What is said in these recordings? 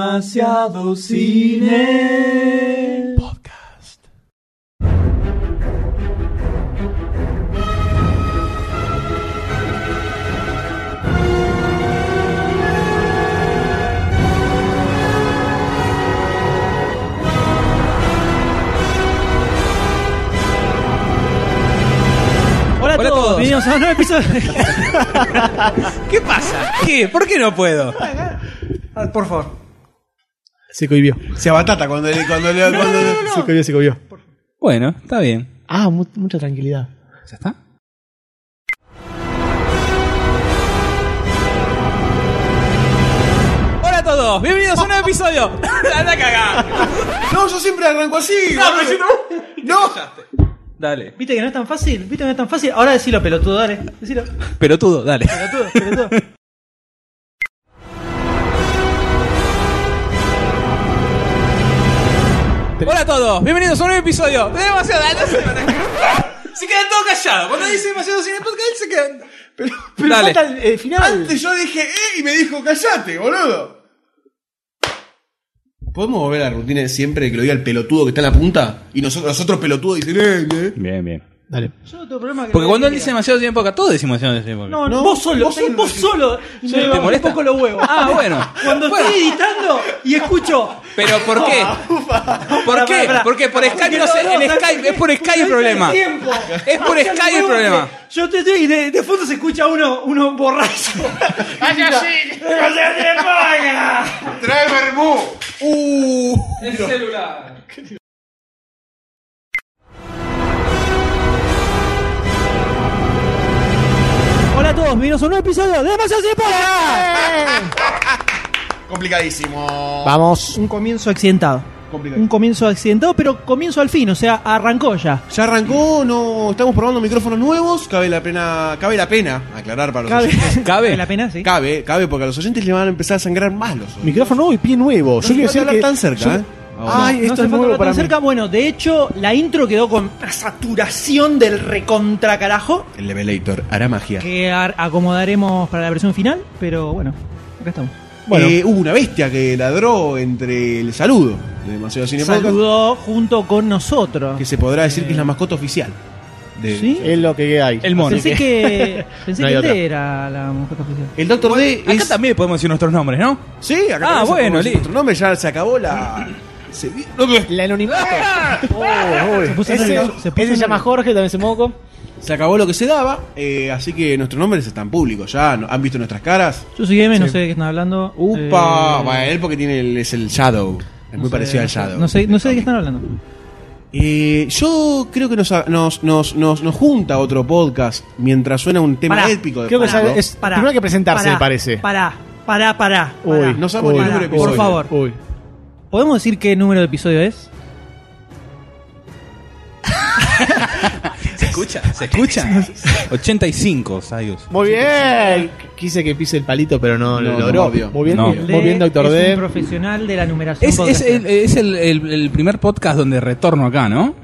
Demasiado cine. Podcast. Hola a Hola a todos, todos. bienvenidos a un nuevo episodio. ¿Qué pasa? ¿Qué? ¿Por qué no puedo? Por favor. Se cohibió, Se batata cuando le. Cuando le cuando le- se cohibió, se cohibió. Bueno, está bien. Ah, mu- mucha tranquilidad. ¿Ya está? Hola a todos, bienvenidos a un nuevo episodio. Anda a cagar. No, yo siempre arranco así. No, pero si no. Dale. ¿Viste que no es tan fácil? ¿Viste que no es tan fácil? Ahora decilo, pelotudo, dale. Decilo. Pelotudo, dale. Pelotudo, pelotudo. Hola a todos, bienvenidos a un nuevo episodio de Demasiado Dale. Se quedan todos callados. Cuando dice demasiado cine podcast, se quedan. Pero, Pero Dale. falta el eh, final. antes yo dije, eh, y me dijo, callate, boludo. ¿Podemos volver a la rutina de siempre que lo diga el pelotudo que está en la punta? Y nosotros, los otros pelotudos dicen, eh, eh. Bien, bien. Dale. Yo no tengo problema que Porque lo cuando él diga. dice demasiado cine podcast, todos decimos demasiado cine podcast. No, no, No, vos solo, vos solo. vos solo. Vos solo. Yo ¿Te me molesta? poco los huevos. Ah, bueno. Cuando Bueno. estoy editando y escucho. Pero ¿por qué? ¿Por Pará, qué? pará, pará. Porque por Pará, porque Skype no sé, en ¿sabes Skype, qué? es por Skype Porque el problema. tiempo. Es por Porque Skype el huevo que- problema. Yo te estoy y de, de fondo se escucha uno, uno borracho. Trae vermú. El celular. Hola a todos, bienvenidos a un nuevo episodio de Demasiado Cine Podcast. Complicadísimo. Vamos. Un comienzo accidentado. Complicado. Un comienzo accidentado, pero comienzo al fin, o sea, arrancó ya. Ya arrancó, no. Estamos probando micrófonos nuevos. Cabe la pena. Cabe la pena aclarar para los Cabe, oyentes. Cabe. la pena, sí. Cabe, cabe, porque a los oyentes le van a empezar a sangrar más los oídos. Micrófono nuevo y pie nuevo. No yo se quiero puede decir hablar que tan cerca, yo- ¿eh? No Ay, esto hace es falta nuevo hablar para tan mí. cerca. Bueno, de hecho, la intro quedó con una saturación del recontra carajo El levelator hará magia. que ar- acomodaremos para la versión final, pero bueno, acá estamos. Bueno. Eh, hubo una bestia que ladró entre el saludo de Demasiado Cine Podcast, Saludó junto con nosotros. que se podrá decir que es la mascota oficial. de- ¿Sí? Es lo que hay. El mono. Pensé que, pensé No hay que otra. este era la mascota oficial. El Doctor D Acá es... también podemos decir nuestros nombres, ¿no? Sí, acá Ah, tenemos bueno, otro- listo. otro nombre, ya se acabó la... se- El anonimato. Oh, oh. Se puso Ah, Ese- nervioso, se puso ese se llama nervioso. Jorge, también se moco. Se acabó lo que se daba, eh, así que nuestros nombres están públicos ya. no- ¿Han visto nuestras caras? Yo soy Gamer, no Sí. sé de qué están hablando. ¡Upa! Eh, Bueno, él porque tiene el- es el Shadow. Es no muy sé, parecido no al sé, Shadow. No sé, no sé de qué están hablando. Eh, yo creo que nos, nos, nos, nos, nos junta otro podcast mientras suena un tema Pará, épico. De creo que fondo. ya es- primero hay que presentarse, me parece. Pará, pará, pará. Uy, pará. no sabemos uy, ni el número de Por episodio. favor, Uy. ¿podemos decir qué número de episodio es? ¿Se escucha? ¿Se escucha? 85, Sayus. Muy bien. Quise que pise el palito, pero no, No, lo no, logró. obvio. Muy bien, No. muy bien, Doctor es D. un profesional de la numeración. Es, es podcastera. el, es el- el- el primer podcast donde retorno acá, ¿no?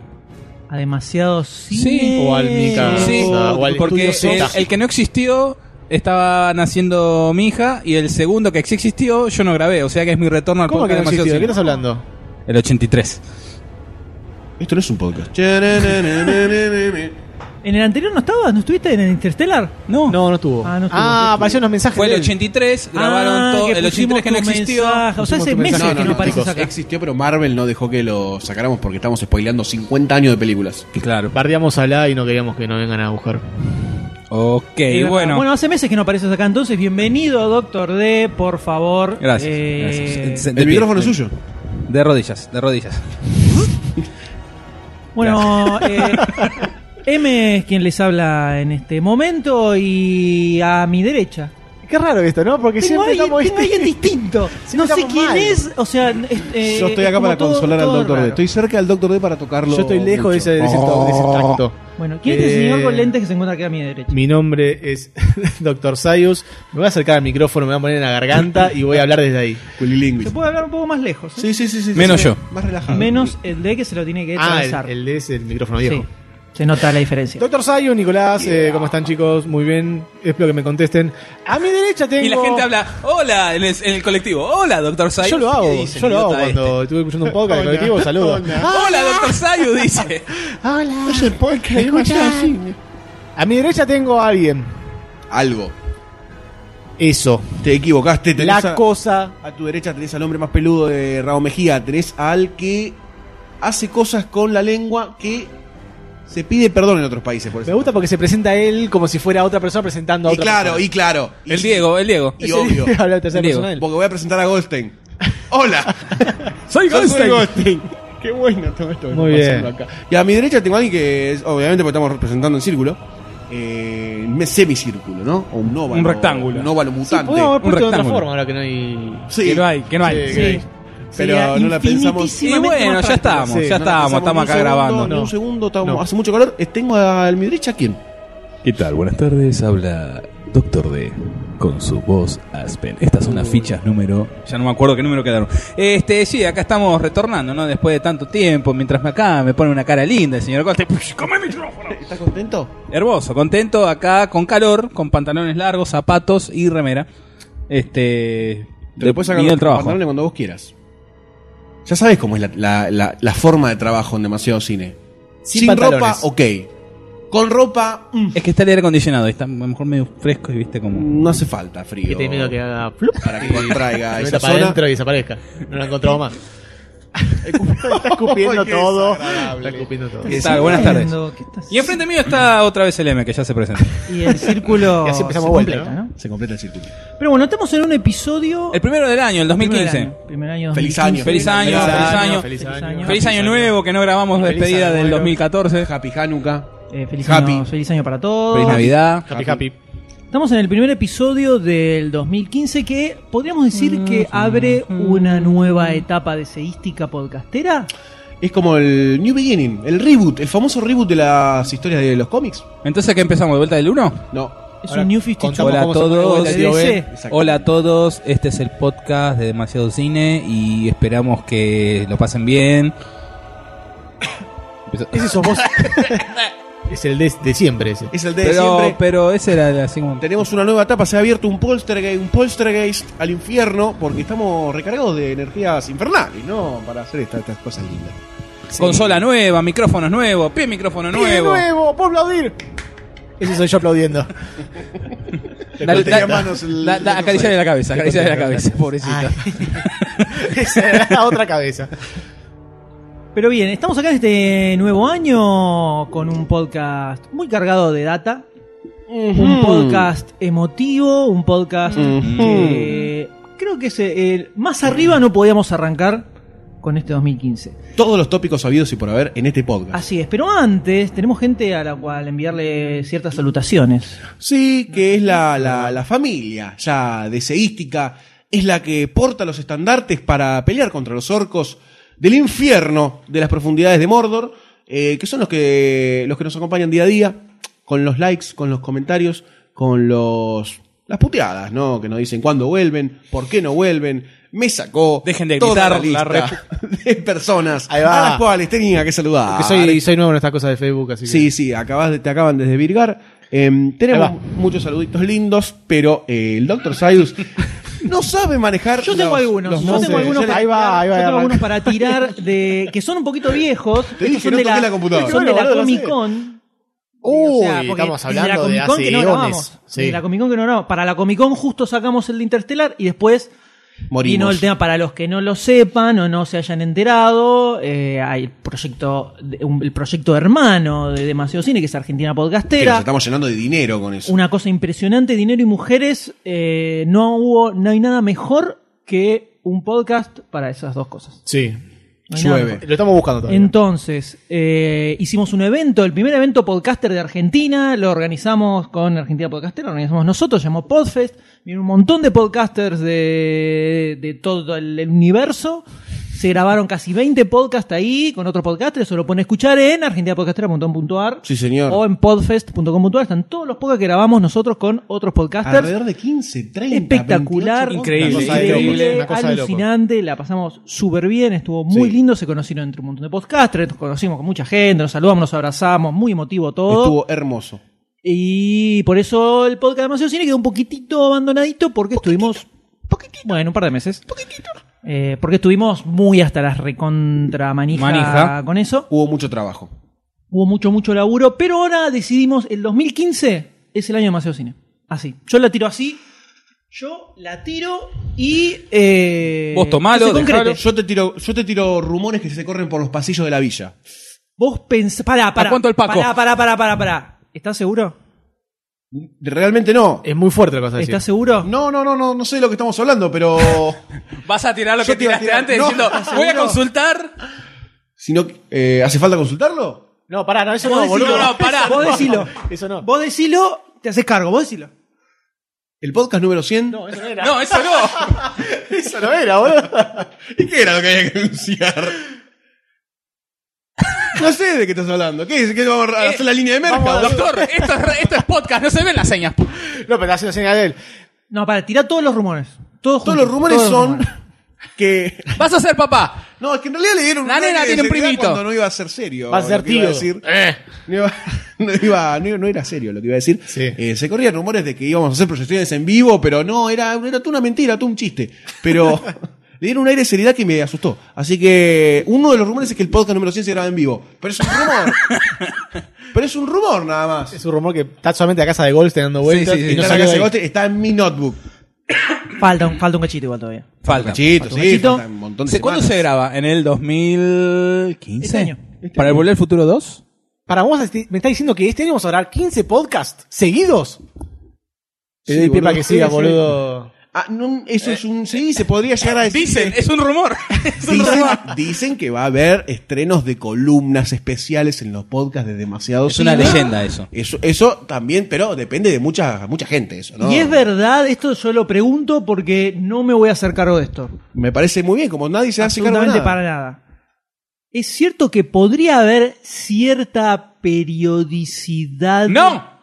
A demasiado cine. Sí. O al Mica. Sí, o al porque el, Estudio Z. el que no existió estaba naciendo mi hija y el segundo que sí existió yo no grabé, o sea que es mi retorno al ¿Cómo que no podcast existió? demasiado ¿De qué cine. estás hablando? El 83. Esto no es un podcast. ¿En el anterior no estabas? ¿No estuviste en el Interstellar? No. No, no estuvo. Ah, no estuvo. Ah, aparecieron unos mensajes. Fue de el él. 83, grabaron Ah, todo. que El pusimos 83 que no tu existió. mensaje. O sea, Pusimos hace tu meses No, mensaje. que no, no no, apareces chicos, acá. existió, pero Marvel no dejó que lo sacáramos porque estamos spoileando 50 años de películas. Claro. Bardeamos a la y no queríamos que nos vengan a buscar. Ok, Eh, bueno. Bueno, hace meses que no apareces acá, entonces bienvenido, Doctor D, por favor. Gracias. Eh, gracias. De El pie, micrófono es de- suyo. De rodillas, de rodillas. Bueno, eh, M es quien les habla en este momento y a mi derecha. Qué raro esto, ¿no? Porque Tengo siempre alguien, estamos. tengo alguien distinto. Siempre no sé estamos quién mal. es, o sea... es- eh, Yo estoy es acá como para todo- consolar al todo Doctor D. raro. Estoy cerca del Doctor D para tocarlo. Yo estoy lejos de mucho. ese, de ese, to- de ese tacto. Bueno, ¿quién es el Eh, señor con lentes que se encuentra aquí a mi derecha? Mi nombre es Dr. Sayus. Me voy a acercar al micrófono, me voy a poner en la garganta y voy a hablar desde ahí. Culilingüis. Se puede hablar un poco más lejos. ¿eh? Sí, sí, sí, sí, sí. Menos sí. yo. Más relajado. Menos el D que se lo tiene que Ah, el, atravesar. el de ese, el micrófono viejo. Sí. Se nota la diferencia. Doctor Sayo, Nicolás, eh, ¿cómo están chicos? Muy bien, espero que me contesten. A mi derecha tengo... Y la gente habla, hola, en el, en el colectivo, hola, doctor Sayo. Yo lo ¿Qué hago, dice el yo lo hago idiota cuando Ah. estuve escuchando un podcast de Hola. colectivo, saludo. Hola. este? Hola, doctor Sayo, dice. Hola. Es el podcast de Masacine. A mi derecha tengo a alguien. Algo. Eso. Te equivocaste. Tenés La a, cosa... a tu derecha tenés al hombre más peludo de Raúl Mejía. Tenés al que hace cosas con la lengua que se pide perdón en otros países. Por Me eso. gusta porque se presenta él como si fuera otra persona presentando a Y otra claro, persona. y claro. El Y- Diego, el Diego. Y obvio. Habla de tercera Diego. persona él. Porque voy a presentar a Goldstein. Hola. Soy Goldstein. Qué bueno todo esto. que Muy está bien. pasando acá. Y a mi derecha tengo a alguien que es, obviamente, porque estamos representando en círculo. Eh, un semicírculo, ¿no? O un óvalo. Un rectángulo. Un óvalo Sí, mutante. podemos haber puesto de otra rectángulo. forma ahora que no hay... Sí, Que no hay, que no hay. Sí, Sí. Pero Sería no la pensamos. Y infinitísimamente bueno, más ya práctico. estamos, Sí, ya Este, No la estamos, pensamos estamos acá ni un segundo, grabando. ni No. un segundo, estamos- No. hace mucho calor. Eh, Tengo a, a mi derecha, ¿quién? ¿Qué tal? Buenas tardes, habla Doctor D con su voz Aspen. Estas son las fichas número... Ya no me acuerdo qué número quedaron. Este, sí, acá estamos retornando, ¿no? Después de tanto tiempo, mientras me acá me pone una cara linda el señor Goldstein. ¡Push! ¡Come mi micrófono! ¿Estás contento? Hermoso, contento, acá con calor, con pantalones largos, zapatos y remera. Este. Te lo puedes sacar y los del trabajo. pantalones cuando vos quieras. Ya sabes cómo es la, la- la- la forma de trabajo en demasiado cine. Sin Sin pantalones. ropa, ok. Con ropa, mm, Es que está el aire acondicionado, y está a lo mejor medio fresco y viste como. no hace falta frío. Que te miedo que haga flup Para que contraiga se esa meta para zona. adentro y desaparezca. No lo encontramos más. Está escupiendo escupiendo todo. todo. Está escupiendo todo. ¿Qué tal? Buenas tardes. Viendo que estás- Y enfrente mío está otra vez el M que ya se presenta. Y el círculo Y así empezamos se vuelta, completa, ¿no? ¿no? Se completa el círculo. Pero bueno, estamos en un episodio. El primero del año, el 2015. Primer año, primer año Feliz 2015. año. Feliz año, feliz año. Feliz, Feliz año. año. Feliz año nuevo que no grabamos Feliz despedida año del nuevo. 2014. Happy Hanukkah. Eh, feliz, Happy. año, feliz año para todos. Feliz Navidad. Happy, happy. Estamos en el primer episodio del 2015 que podríamos decir que abre una nueva etapa de seística podcastera. Es como el New Beginning, el reboot, el famoso reboot de las historias de los cómics. Entonces, ¿qué empezamos? ¿De vuelta del 1? No. Es Ahora, un New 52. Contamos Hola a cómo se pone todos. vuelta el tío Ben. DC. Exacto. Hola a todos, este es el podcast de Demasiado Cine y esperamos que lo pasen bien. Empezó- Ese sos vos. es el de, de siempre ese. Es el de Pero, siempre. pero ese era el- así como... Tenemos una nueva etapa, se ha abierto un poltergeist, un poltergeist al infierno, porque estamos recargados de energías infernales, ¿no? Para hacer esta- estas cosas lindas. Consola nueva, micrófonos nuevos, pie micrófono ¡Pie nuevo. nuevo! ¡Puedo aplaudir! Ese soy yo aplaudiendo. Dale, Tenía da- manos el- da- da- acariciale la cabeza, acariciale la cabeza, pobrecito. Esa era la otra cabeza. Pero bien, estamos acá en este nuevo año con un podcast muy cargado de data. Mm. Un podcast emotivo, un podcast Ujú. que creo que es eh, el más arriba no podíamos arrancar con este 2015. Todos los tópicos sabidos y por haber en este podcast. Así es, pero antes tenemos gente a la cual enviarle ciertas salutaciones. Sí, que es la, la, la familia ya deseística, es la que porta los estandartes para pelear contra los orcos del infierno de las profundidades de Mordor, eh, que son los que, los que nos acompañan día a día, con los likes, con los comentarios, con los las puteadas, ¿no? Que nos dicen cuándo vuelven, por qué no vuelven, me sacó Dejen de toda la gritar, la lista de personas Ahí va. a las cuales tenía que saludar. Que soy, soy nuevo en estas cosas de Facebook, así que. Sí, sí, acabas de- te acaban de desvirgar. Em, tenemos Ahí va. muchos saluditos lindos, pero eh, el Dr. Sayus no sabe manejar. Yo tengo los- algunos, los yo tengo monstruos. algunos Ahí para va, tirar, ahí va, yo tengo ahí va. algunos para tirar de que son un poquito viejos, Te dije, Estos son no de la, toqué la computadora. son de Bueno, la boludo, Comic sí. Con. Uy, porque estamos desde la hablando de Comic-Con hace que no eones. grabamos, Sí. desde la Comic Con que no grabamos. Para la Comic Con justo sacamos el de Interstellar y después Morimos. vino el tema para los que no lo sepan o no se hayan enterado. eh, hay el proyecto, de- un- el proyecto hermano de Demasiado Cine, que es Argentina Que nos Podcastera. estamos llenando de dinero con eso. Una cosa impresionante, dinero y mujeres. eh, no hubo, no hay nada mejor que un podcast para esas dos cosas. Sí. No hay nada Llueve. mejor. Lo estamos buscando todavía. Entonces, eh, hicimos un evento, el primer evento podcaster de Argentina, lo organizamos con Argentina Podcaster, lo organizamos nosotros, se llamó Podfest, vino un montón de podcasters de, de todo el universo Se grabaron casi 20 podcasts ahí con otros podcasters. Eso lo pueden escuchar en argentinapodcastera.com.ar Sí, señor. o en podfest.com.ar. Están todos los podcasts que grabamos nosotros con otros podcasters. Alrededor de 15, 30. Espectacular, 28, Increíble, una cosa de increíble. locos. una cosa de locos. alucinante, la pasamos súper bien, estuvo muy Sí. lindo, se conocieron entre un montón de podcasters, nos conocimos con mucha gente, nos saludamos, nos abrazamos, muy emotivo todo. Estuvo hermoso. Y por eso el podcast de Demasiado Cine quedó un poquitito abandonadito porque estuvimos. Bueno, un par de meses. Eh, porque estuvimos muy hasta las recontra manija, Manija. con eso. Hubo mucho trabajo. Hubo mucho, mucho laburo. Pero ahora decidimos, el 2015 es el año de Demasiado Cine. Así. Yo la tiro así. Yo la tiro y. Eh, Vos tomalo, que se concrete. dejalo. Yo te tiro, yo te tiro rumores que se corren por los pasillos de la villa. Vos pensás. Pará, pará. cuánto el Paco? Pará, pará, pará, pará, pará. ¿Estás seguro? Realmente no. Es muy fuerte la cosa de decir. ¿Estás seguro? No, no, no, no, no sé de lo que estamos hablando, pero. Vas a tirar lo Yo que te iba a tiraste tirar. antes No, diciendo, ¿estás voy a seguro? consultar. Si no, eh, ¿Hace falta consultarlo? No, pará, no, eso Vos no, decilo, boludo. no, pará. Vos decilo. Eso no. Vos decilo, te haces cargo, vos decilo. ¿El podcast número 100? No, eso no era. No, eso no. Eso no era, boludo. ¿Y qué era lo que había que anunciar? No sé de qué estás hablando. ¿Qué es? ¿Qué vamos a Eh, hacer la línea de vamos merca? a- doctor? Doctor, esto es, esto es podcast, no se ven las señas. No, pero haciendo señal de él. No, para, tirar todos los rumores. Todos, Todos juntos, los rumores todos los son rumores. que. Vas a ser papá. No, es que en realidad le dieron un La ataque nena de tiene un seriedad primito. Cuando no iba a ser serio. Va a ser lo que iba tío. decir. Eh. No, iba, no, iba- no iba- no era serio lo que iba a decir. Sí. Eh, se corrían rumores de que íbamos a hacer proyecciones en vivo, pero no, era, era toda una mentira, todo un chiste. Pero le dieron un aire de seriedad que me asustó. Así que uno de los rumores es que el podcast número 100 se graba en vivo. Pero es un rumor. pero es un rumor nada más. Es un rumor que está solamente a casa de Goldstein dando vueltas. sí, sí, y no está, en la salió de casa de ahí. Goldstein, está en mi notebook. Falta un, falta un cachito igual todavía. Falta. Cachito, sí, cachito. faltan un montón de ¿Se- ¿Cuándo se semanas. graba? ¿En el 2015? Este año. ¿Para el Volver al Futuro 2? Para vos, este- me está diciendo que este año vamos a grabar 15 podcasts seguidos. Te Sí, doy pie boludo. para que siga, Sí, sí. boludo. Ah, no, eso es un. Sí, se podría llegar a decir. Dicen, es un rumor. Es un Dicen, rumor. dicen que va a haber estrenos de columnas especiales en los podcasts de demasiado Es una Cine. leyenda eso. Eso, eso también, pero depende de mucha, mucha gente eso, ¿no? Y es verdad, esto yo lo pregunto porque no me voy a hacer cargo de esto. Me parece muy bien, como nadie se hace cargo de Absolutamente nada. para nada. Es cierto que podría haber cierta periodicidad. ¡No!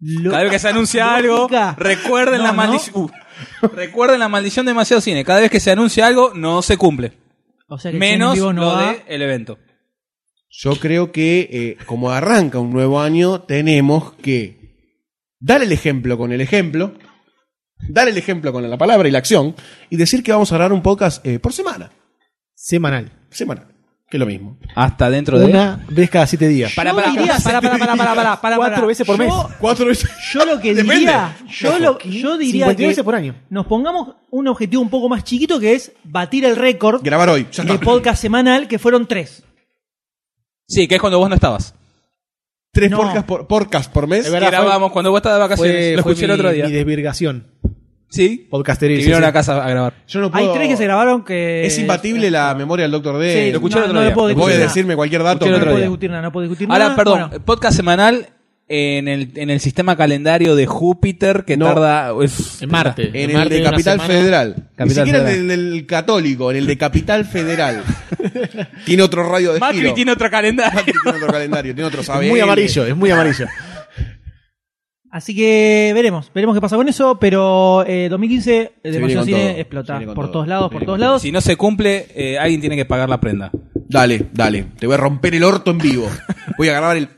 lo- Cada vez que se anuncia algo, lógica. recuerden No, la no. maldición. recuerden la maldición de demasiado cine. Cada vez que se anuncia algo, no se cumple. O sea que Menos Menos lo no va. del evento. Yo creo que eh, como arranca un nuevo año, tenemos que dar el ejemplo con el ejemplo, dar el ejemplo con la palabra y la acción, y decir que vamos a grabar un podcast eh, por semana. Semanal. Semana. Que es lo mismo. Hasta dentro de... Una vez cada 7 días. Para, Yo para, diría- para, para, para, para, para, para, Cuatro para. veces por mes. Yo- Cuatro veces. Yo lo que Depende. diría, yo, lo, yo diría 50 que veces por año. nos pongamos un objetivo un poco más chiquito que es batir el récord Grabar hoy. Ya de está. podcast semanal que fueron tres. Sí, que es cuando vos no estabas. Tres No. podcasts por, podcasts por mes. Es verdad, Grabamos cuando vos estabas de fue- vacaciones. lo fue escuché el mi- otro día. Mi desvirgación. Sí. Podcasteril. Que sí, vinieron sí. a casa a grabar. Yo no Hay puedo- tres que se grabaron que... Es imbatible la memoria del Doctor D. Sí, Lo escuché el no, otro no día. lo puedo Lo discutir. Voy a nada. decirme cualquier dato. Escuché el No otro pero- puedo día. discutir nada, no puedo discutir nada. Ahora, perdón, Bueno, podcast semanal en el, en el sistema calendario de Júpiter que No. tarda. es- En Marte. En el Marte de una Capital semana. Federal. Ni Capital siquiera Federal. en el del católico, en el de Capital Federal. tiene otro radio de Macri giro. tiene otro Macri calendario. tiene otro calendario, tiene otro saber. Es muy amarillo, es muy amarillo. Así que veremos, veremos qué pasa con eso, pero eh, 2015 de viene Demasiado con Cine todo, se explota viene con por todo, todos lados, se por viene todos con lados. Si no se cumple, eh, alguien tiene que pagar la prenda. Dale, dale. Te voy a romper el orto en vivo. Voy a grabar el.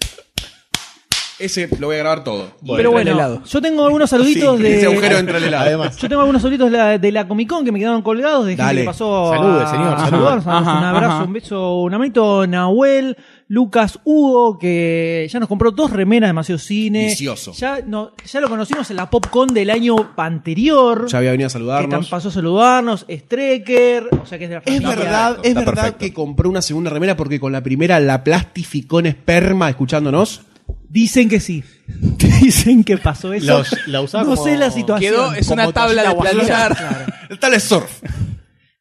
Ese lo voy a grabar todo. pero entre el bueno, helado. yo tengo algunos saluditos Sí, de... Ese agujero entre el helado. Además. Yo tengo algunos solitos de la, de la Comic Con que me quedaron colgados de gente Dale. que pasó. Salude, a- señor, a salude. saludar. Mandamos Ajá, un abrazo, ajá. un beso, un amito. Nahuel, Lucas, Hugo, que ya nos compró dos remeras de Maceo Cine. Vicioso. Ya, no, ya lo conocimos en la PopCon del año anterior. Ya había venido a que tan- saludarnos. pasó a saludarnos. Strecker, o sea que es de la Es familia. verdad, es Está verdad perfecto. que compré una segunda remera porque con la primera la plastificó en esperma escuchándonos. Dicen que sí. Dicen que pasó eso. Los- la usaba no como- sé la situación. Quedó, es una tabla de planchar. Tal es surf.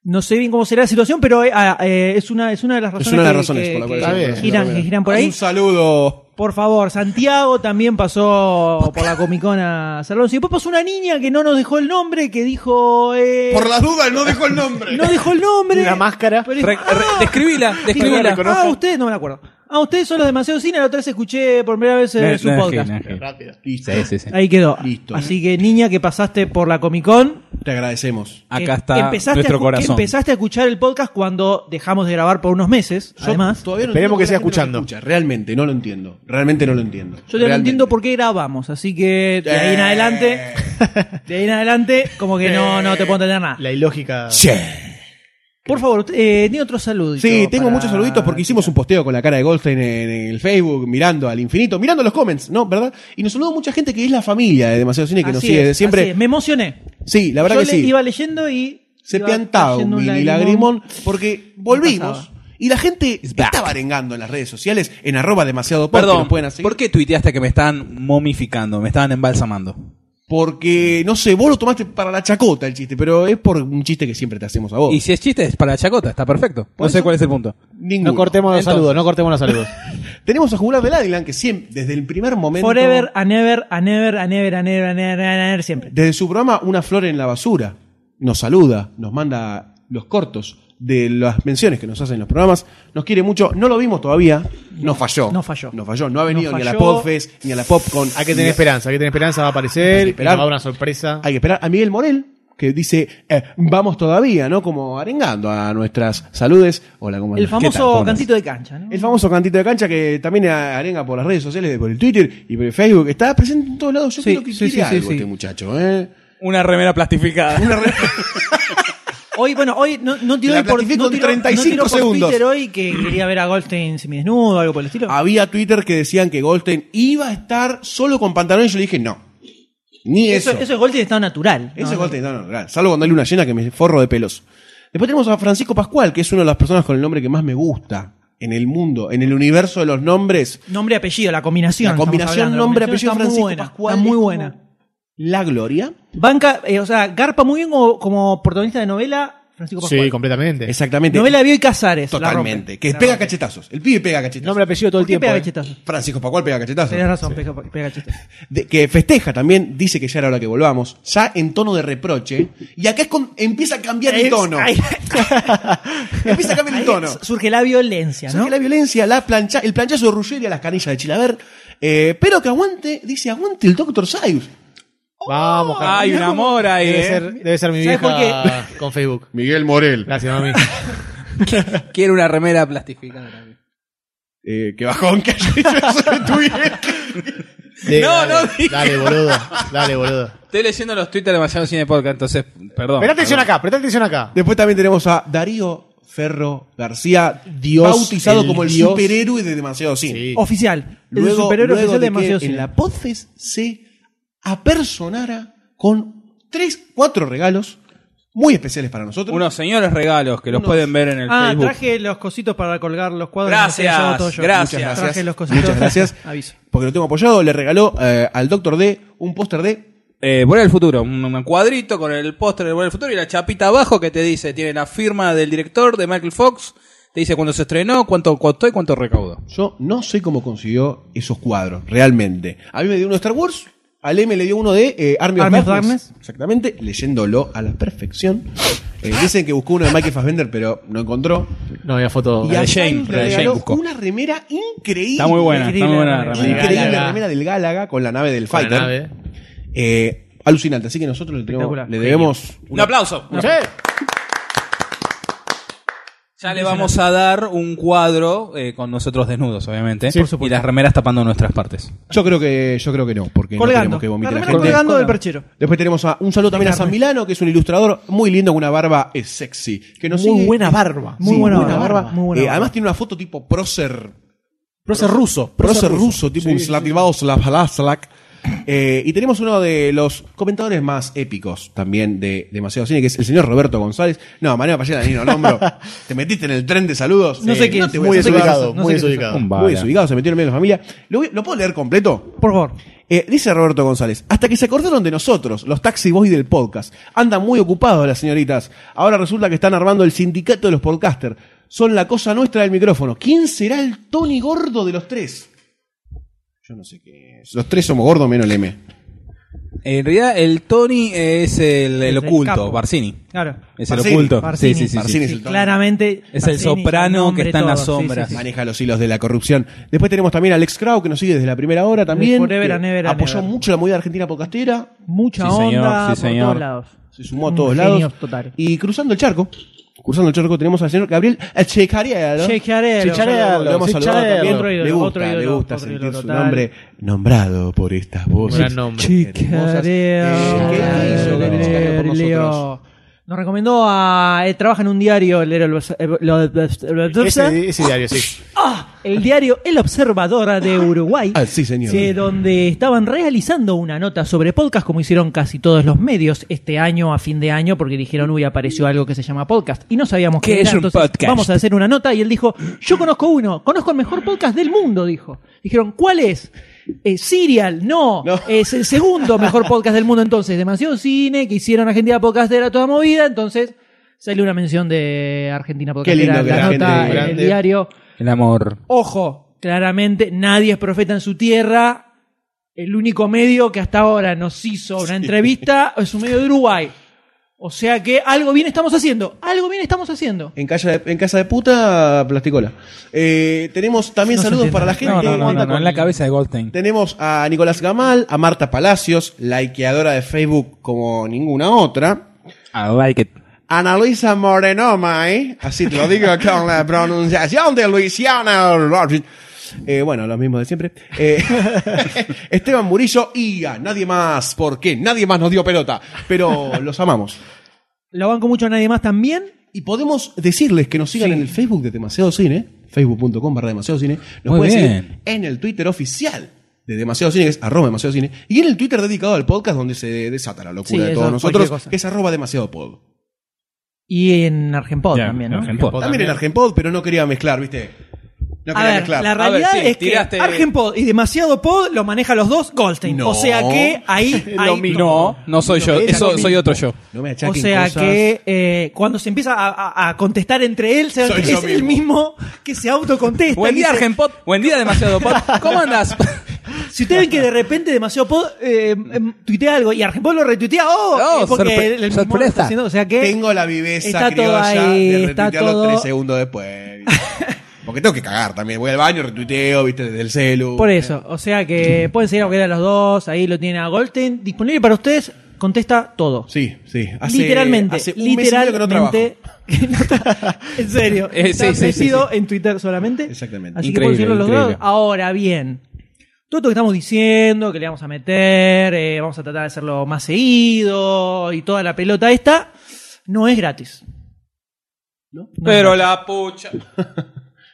No sé bien cómo será la situación, pero eh, ah, eh, es, una, es una de las razones, una de las que- razones que- por la cual que está bien. giran, que giran por ahí. Un saludo. Por favor, Santiago también pasó por la comicona a Salón. Y después pasó una niña que no nos dejó el nombre, que dijo. eh, Por las dudas, no dejó el nombre. No dejó el nombre. Una máscara. Pero dijo, Re- re- "Ah". describila, Dijo, describila. reconozco. Ah, ustedes no me acuerdo. Ah, ustedes son los demasiado cine. La otra vez escuché por primera vez en su podcast. Rápido. Listo. Sí, sí, sí. Ahí eh, quedó. Listo. Así que, niña, que pasaste por la Comic Con. Te agradecemos. Acá que está Em, empezaste a nuestro escu- que corazón. Empezaste a escuchar el podcast cuando dejamos de grabar por unos meses. Yo además, todavía no entiendo Esperemos que por siga qué la gente no escuchando. se escucha. Realmente, no lo entiendo. Realmente no lo entiendo. yo ya no Realmente. entiendo por qué grabamos. Así que de ahí en Eh. adelante, de ahí en adelante, como que no, no te puedo entender nada. La ilógica. Che. Por favor, usted, eh, tiene otro saludito. Sí, tengo para- muchos saluditos porque hicimos un posteo con la cara de Goldstein en el Facebook, mirando al infinito, mirando los comments, ¿no? ¿Verdad? Y nos saludó mucha gente que es la familia de Demasiado Cine que nos Así sigue es, siempre. así es, Me emocioné. Sí, la verdad Yo que le sí. iba leyendo y. se iba piantaba un cayendo mini lagrimón porque volvimos pasaba. y la gente está arengando en las redes sociales en arroba demasiado pop, que Perdón, nos pueden hacer. ¿por qué tuiteaste que me estaban momificando? Me estaban embalsamando. Porque, no sé, vos lo tomaste para la chacota el chiste, pero es por un chiste que siempre te hacemos a vos. Y si es chiste, es para la chacota, está perfecto. No sé cuál es el punto. Ninguno. No cortemos los Entonces. saludos, no cortemos los saludos. Tenemos a Jugular Veladilan que siempre, desde el primer momento... Forever, a never, a never, a never, a never, a never, a never, siempre. Desde su programa Una Flor en la Basura nos saluda, nos manda los cortos de las menciones que nos hacen los programas, nos quiere mucho, no lo vimos todavía, nos falló. no falló. Nos falló, no ha venido No ni a la falló. Popfest, ni a la Popcon. Hay que tener esperanza, hay que tener esperanza, va a aparecer, y nos va esperar. a dar una sorpresa. Hay que esperar a Miguel Morel, que dice, eh, vamos todavía, ¿no? Como arengando a nuestras saludes. Hola, ¿cómo El andan? ¿Qué tal? ¿Cómo famoso andas? cantito de cancha, ¿no? El famoso cantito de cancha que también arenga por las redes sociales, por el Twitter y por el Facebook. Está presente en todos lados. Yo Sí, creo que sí, quiere sí, sí, algo sí. este muchacho, ¿eh? Una remera plastificada. Hoy, bueno, hoy no, no tiró La por, no platifico en tiró- 35 no tiró por segundos. Twitter hoy que quería ver a Goldstein semidesnudo o algo por el estilo. Había Twitter que decían que Goldstein iba a estar solo con pantalones. Yo le dije, no. Ni eso. eso, eso es Goldstein en estado natural. Eso ¿no? es Goldstein, no, no, claro. Salvo cuando hay luna llena que me forro de pelos. Después tenemos a Francisco Pascual, que es una de las personas con el nombre que más me gusta en el mundo, en el universo de los nombres. Nombre y apellido, la combinación. La estamos combinación hablando, la nombre, combinación apellido está Francisco muy buena, Pascual. Está es muy como buena. La gloria. Banca, eh, o sea, garpa muy bien como, como protagonista de novela, Francisco Pascual. Sí, completamente. Exactamente. novela de Bioy Casares. la Totalmente. rompe. Que La pega rompe. cachetazos. El pibe pega cachetazos. Nombre, apellido, todo el ¿Por qué tiempo. pega eh. cachetazos? Francisco Pascual pega cachetazos. Tenés razón, pega, pega cachetazos. De- que festeja también, dice que ya era hora que volvamos, ya en tono de reproche. Y acá es con- empieza a cambiar el tono. Ahí- empieza a cambiar el ahí tono. Surge la violencia, Surge ¿no? la violencia, la plancha, el planchazo de Ruggeri a las canillas de Chilaver. eh, pero que aguante, dice, aguante el Dr. Sayus. Vamos, Javi. Hay un amor ahí. Debe eh. ser, debe ser mi ¿Sabes vieja con Facebook. Miguel Morel. Gracias, mami. Quiero una remera plastificada. Eh, que bajón que haya hecho eso de tu vieja. Sí, No, dale, no dije. Dale, boludo. Dale, boludo. Estoy leyendo los tweets de demasiado cine podcast, entonces, perdón. Presta atención acá, presta atención acá. Después también tenemos a Darío Ferro García, Dios, bautizado el como el Dios. superhéroe de Demasiado Cine. Sí. Oficial. el luego, superhéroe luego oficial de de demasiado que Cine. en la Podfest se apersonara con tres, cuatro regalos muy especiales para nosotros. Unos señores regalos que los Unos- pueden ver en el Ah, Facebook. traje los cositos para colgar los cuadros. Gracias, que nos he llevado todo yo. gracias. Muchas Traje los cositos. Muchas gracias. Aviso. Porque lo tengo apoyado, le regaló eh, al Doctor D un póster de Eh, Volver al futuro, un, un cuadrito con el póster de Volver al futuro y la chapita abajo que te dice, tiene la firma del director de Michael Fox, te dice cuándo se estrenó, cuánto costó y cuánto recaudó. yo no sé cómo consiguió esos cuadros, realmente. A mí me dio uno de Star Wars, al M le dio uno de eh, Army, Army of of Darkness. Darkness. Exactamente, leyéndolo a la perfección. Eh, dicen que buscó uno de Michael Fassbender, pero no encontró. No había foto. Y a de Jane, la de Jane le Jane regaló buscó. una remera increíble. Está muy buena, está muy Increíble buena la remera. remera. Increíble Gálaga. remera del Gálaga con la nave del Con la Fighter. nave. Eh, alucinante. Así que nosotros le, tenemos- Espectacular. le debemos. Un aplauso. Sí. Ya le vamos a dar un cuadro eh, con nosotros desnudos, obviamente. Sí, por y las remeras tapando nuestras partes. Yo creo que, yo creo que no, porque no Colgando. queremos que vomite La la, remera gente. colgando del perchero. Después tenemos a, un saludo también a San Milano, que es un ilustrador muy lindo con una barba eh, sexy. Que nos sigue- barba. Muy Sí, buena barba, muy buena Eh, barba. Además tiene una foto tipo prócer. Proce ruso. Prócer ruso, tipo un slativado slapalazlak. Eh, y tenemos uno de los comentadores más épicos también de Demasiado Cine, que es el señor Roberto González. No, Manuel Payera, Nino Nombro. Te metiste en el tren de saludos. No sé qué quién no es, te voy a Muy hacer desubicado, No sé muy qué es eso. desubicado. Un Muy bala. desubicado, se metió en el medio de la familia. ¿Lo, voy- lo puedo leer completo? Por favor. Eh, dice Roberto González, hasta que se acordaron de nosotros, los taxi boys del podcast. Andan muy ocupados las señoritas. Ahora resulta que están armando el sindicato de los podcasters. Son la cosa nuestra del micrófono. ¿Quién será el Tony Gordo de los tres? Yo no sé qué es. Los tres somos gordos menos el M. En realidad, el Tony es el, el el oculto, capo. Barcini. Claro. Es Barcini, el oculto. Barcini. Sí, sí, sí, sí. Barcini es el Sí, tono. claramente. Es el Pacini, soprano un hombre que está en todo. las sombras. Sí, sí, sí. Maneja los hilos de la corrupción. Después tenemos también a Alex Crow, que nos sigue desde la primera hora también. Forever que and ever and apoyó ever. mucho la movida argentina podcastera. Mucha Sí, señor, onda sí, por señor. todos lados. Se sumó a Un todos genio lados. total. Y cruzando el charco. Cruzando el charco tenemos al señor Gabriel Checariero. Checariero. Lo hemos saludado Checharelo. también. Otro ídolo, le gusta, otro ídolo, le gusta otro sentir ídolo su total. nombre nombrado por estas voces. Gran nombre. hermosas. Eh, ¿qué- qué hizo Gabriel Checariero por nosotros? Nos recomendó a. eh, trabaja en un diario, leer el, el- el- Ese, ese diario, sí. Ah, el diario El Observador de Uruguay. Ah, sí, señor. Sí, donde estaban realizando una nota sobre podcast, como hicieron casi todos los medios este año a fin de año, porque dijeron, uy, apareció algo que se llama podcast. Y no sabíamos qué, ¿Qué era, es un entonces, podcast? Vamos a hacer una nota. Y él dijo, yo conozco uno, conozco el mejor podcast del mundo, dijo. Dijeron, ¿cuál es? Eh, Serial, no, No. es el segundo mejor podcast del mundo entonces. Demasiado cine, que hicieron Argentina Podcast, era toda movida, entonces salió una mención de Argentina Podcast. lindo era que la, la gente nota en el grande- diario. El amor. Ojo, claramente nadie es profeta en su tierra. El único medio que hasta ahora nos hizo una entrevista es un medio de Uruguay. O sea que algo bien estamos haciendo. Algo bien estamos haciendo. En, casa de, en casa de puta, plasticola. Eh, tenemos también No se saludos entiende. para la gente. No, no, no, Anda no, no, en con- la cabeza de Goldstein. Tenemos a Nicolás Gamal, a Marta Palacios, likeadora de Facebook como ninguna otra. I like it. Ana Luisa Moreno, May, así te lo digo con la pronunciación de Luisiana Rodríguez. Eh, bueno, los mismos de siempre. Eh, Esteban Murillo y a nadie más, porque nadie más nos dio pelota, pero los amamos. Lo banco mucho a nadie más también. Y podemos decirles que nos sigan en el Facebook de Demasiado Cine, facebook.com barra Demasiado Cine. Nos Muy pueden seguir bien. en el Twitter oficial de Demasiado Cine, que es arroba Demasiado Cine, y en el Twitter dedicado al podcast donde se desata la locura Sí, de eso, todos cualquier nosotros, cosa. que es arroba Demasiado Pod. Y en Argenpod Ya, también, ¿no? Argenpod. También en Argenpod, pero no quería mezclar, ¿viste? No A quería ver, mezclar. la realidad A ver, sí, es que tiraste- Argenpod y demasiado pod lo maneja los dos Goldstein. No. O sea que ahí, Lo ahí mismo. No, no soy yo. Era lo Eso soy mismo. otro yo. No me O achaquen sea cosas. que eh, cuando se empieza a, a- a contestar entre él, se da Soy que yo es el mismo que se autocontesta. Buen y día, dice, Argenpod. Buen día, demasiado pod. ¿Cómo andas? Si ustedes ven que de repente demasiado pod, eh, em, tuitea algo y Argenpod lo retuitea, ¡oh! Oh, eh, porque sorpre- el- el mismo sorpresa. lo está haciendo, o sea que Tengo la viveza Está todo criolla ahí, de está retuitearlo todo- tres segundos después. Porque tengo que cagar también. Voy al baño, retuiteo, ¿viste? Desde el celu. por e-, eso, o sea Mm. que pueden seguir a cualquiera de los dos, ahí lo tienen a Goldstein, disponible para ustedes, contesta todo. Sí, sí. Hace- literalmente, hace un mes y medio que no trabajo. literalmente. en serio, Eh, está sí, sí, sí, metido en Twitter solamente. Exactamente. Así Increíble, que pueden seguirlo los increíble. dos. Ahora bien, todo esto que estamos diciendo, que le vamos a meter, eh, vamos a tratar de hacerlo más seguido y toda la pelota esta, no es gratis. No es Pero gratis. la pucha.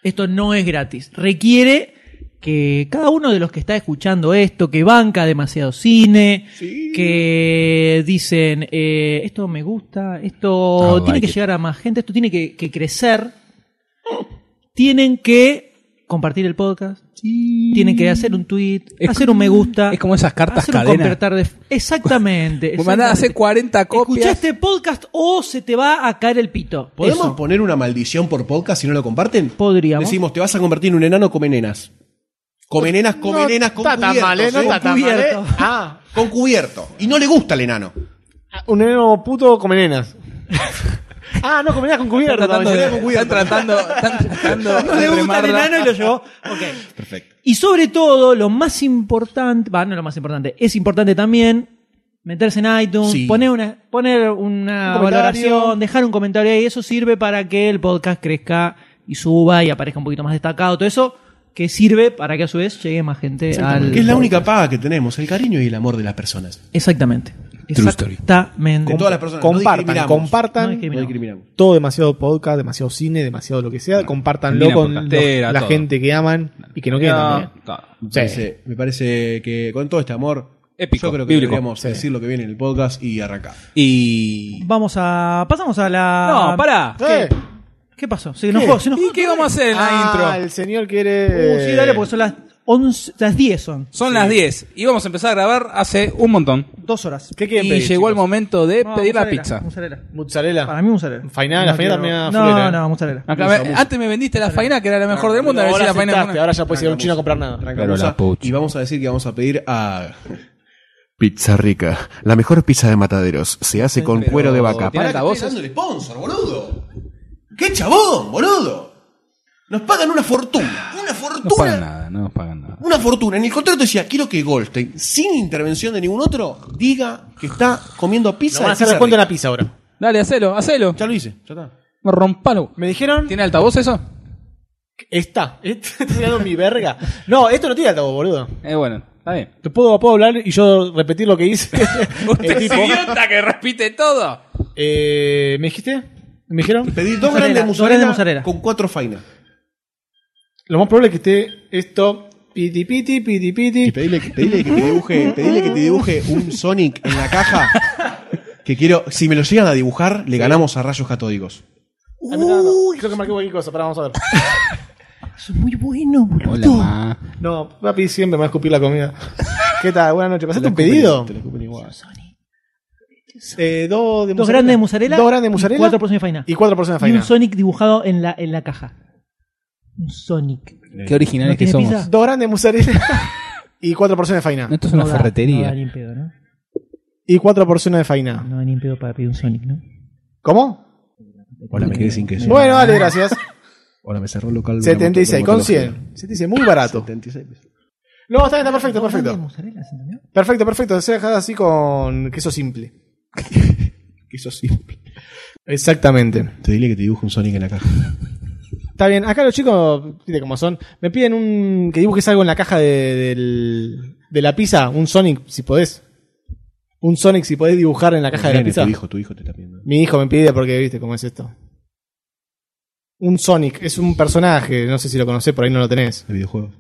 Esto no es gratis. Requiere que cada uno de los que está escuchando esto, que banca demasiado cine, que dicen, eh, esto me gusta, esto I tiene like que it. llegar a más gente, esto tiene que, que crecer, tienen que compartir el podcast, tienen que hacer un tweet, Es hacer un me gusta, Es como esas cartas hacer un cadena. compartir de... Exactamente. Me mandás a hacer exactamente. 40 copias. Escuchaste podcast o se te va a caer el pito. ¿Podemos Eso. poner una maldición por podcast si no lo comparten? Podríamos. Decimos, te vas a convertir en un enano, come nenas. Come nenas, come nenas con está tan cubierto. mal, ¿eh? No ¿eh? está tan mal, ¿eh? Cubierto. Ah, Con cubierto. Y no le gusta el enano. un enano puto come nenas. Ah, no, come nenas con Están cubierto. tratando, de, también. están tratando, están tratando No le de gusta el remarla. enano y lo llevó. Ok. Perfecto. Y sobre todo, lo más importante, va, no lo más importante, es importante también meterse en iTunes, Sí. poner una, poner una Un comentario. valoración, dejar un comentario ahí, eso sirve para que el podcast crezca y suba y aparezca un poquito más destacado, todo eso que sirve para que a su vez llegue más gente al Que es la podcast. única paga que tenemos, el cariño y el amor de las personas. Exactamente. True story. Exactamente. De todas las personas. no Compartan, compartan. No compartan. discriminamos. No discriminamos. todo demasiado podcast, demasiado cine, demasiado lo que sea. Compartanlo Mina con podcastera, los- la todo. gente que aman y que no ¿eh? quieran No, también. no. Me Sí. parece, me parece que con todo este amor, Épico, yo creo que bíblico. deberíamos Sí. decir lo que viene en el podcast y arrancar. Y. Vamos a pasamos a la No, pará. Eh, ¿Qué pasó? Se enojó, se enojó. ¿Y qué vamos a hacer en la ah, intro? Uh, el señor quiere. pues, Uh, sí, dale porque son las 11, las 10 son. Son las 10 y vamos a empezar a grabar hace un montón. Dos horas. ¿Qué Y quieren pedir? llegó el chicos? momento de No, pedir la mozzarella, pizza. mozzarella. Mozzarella. Para mí, mozzarella. Fainá, la fainá quiero- también a No, fulera, eh. no, mozzarella. Acá, me- antes me vendiste la faina que era la mejor del mundo. ahora, ahora sí la faina aceptaste, es buena. ahora ya puedes ir a un chino a comprar nada. Tranca cosa. la pucha. y vamos a decir que vamos a pedir a. Pizza rica. La mejor pizza de mataderos. Se hace con cuero de vaca. Tiene altavoces. el sponsor, boludo. ¡Qué chabón, boludo! Nos pagan una fortuna. Una No pagan fortuna. nada, no nos pagan nada. una fortuna. En el contrato decía, quiero que Goldstein, sin intervención de ningún otro, diga que está comiendo pizza. Nos van a de hacer pizza descuento en rica. la pizza ahora. Dale, hacelo, hacelo. Ya lo hice, ya está. Rompalo. Me dijeron. ¿Tiene altavoz eso? Está. Está tirando mi verga. No, esto no tiene altavoz, boludo. Eh, bueno, está bien. Te puedo, puedo hablar y yo repetir lo que hice. Usted El es tipo, idiota que repite todo. eh, ¿Me dijiste? ¿Me dijeron? Pedí dos Mozzarella, grandes dos musaranas grandes mozzarella. con cuatro fainas. Lo más probable es que esté esto. Piti, piti, piti, piti. pedile, pedile que te dibuje, pedile que te dibuje un Sonic en la caja. Que quiero, si me lo llegan a dibujar, le ganamos a rayos catódicos. Ah, mirá, no. Creo que marqué cualquier cosa, pará, vamos a ver. Eso es muy bueno, boludo. No, papi siempre me va a escupir la comida. ¿Qué tal? Buenas noches. ¿Pasaste un escupen- pedido? te la escupen igual. Eh, dos de Dos mozzarella. grandes de mozzarella. Dos grandes de y mozzarella. Cuatro porciones de faina. Y cuatro personas de Y faina. un Sonic dibujado en la, en la caja. Un Sonic. Qué originales ¿No tiene pizza? Dos grandes de mozzarella. y cuatro porciones de faina. Esto es No da- No da ni en pedo, ¿no? Y cuatro porciones de faina. No da ni en pedo para pedir un Sonic, ¿no? ¿Cómo? Hola, me quedé sin queso. Bueno, dale, gracias. Hola, me cerró el local. 76 con 100. 76, muy barato. No, está bien, está perfecto, Dos grandes de perfecto. mozzarella, ¿se entendió? Perfecto, perfecto. Se deja así con queso simple. Queso simple. Exactamente. Te dile que te dibuje un Sonic en la caja. Está bien, acá los chicos, viste cómo son, me piden un que dibujes algo en la caja de, del- de la pizza, un Sonic, si podés. Un Sonic, si podés dibujar en la caja de la Nene, pizza. Tu hijo, tu hijo te está pidiendo. Mi hijo me pide porque, viste, cómo es esto. Un Sonic, es un personaje, no sé si lo conocés, por ahí no lo tenés. De videojuegos.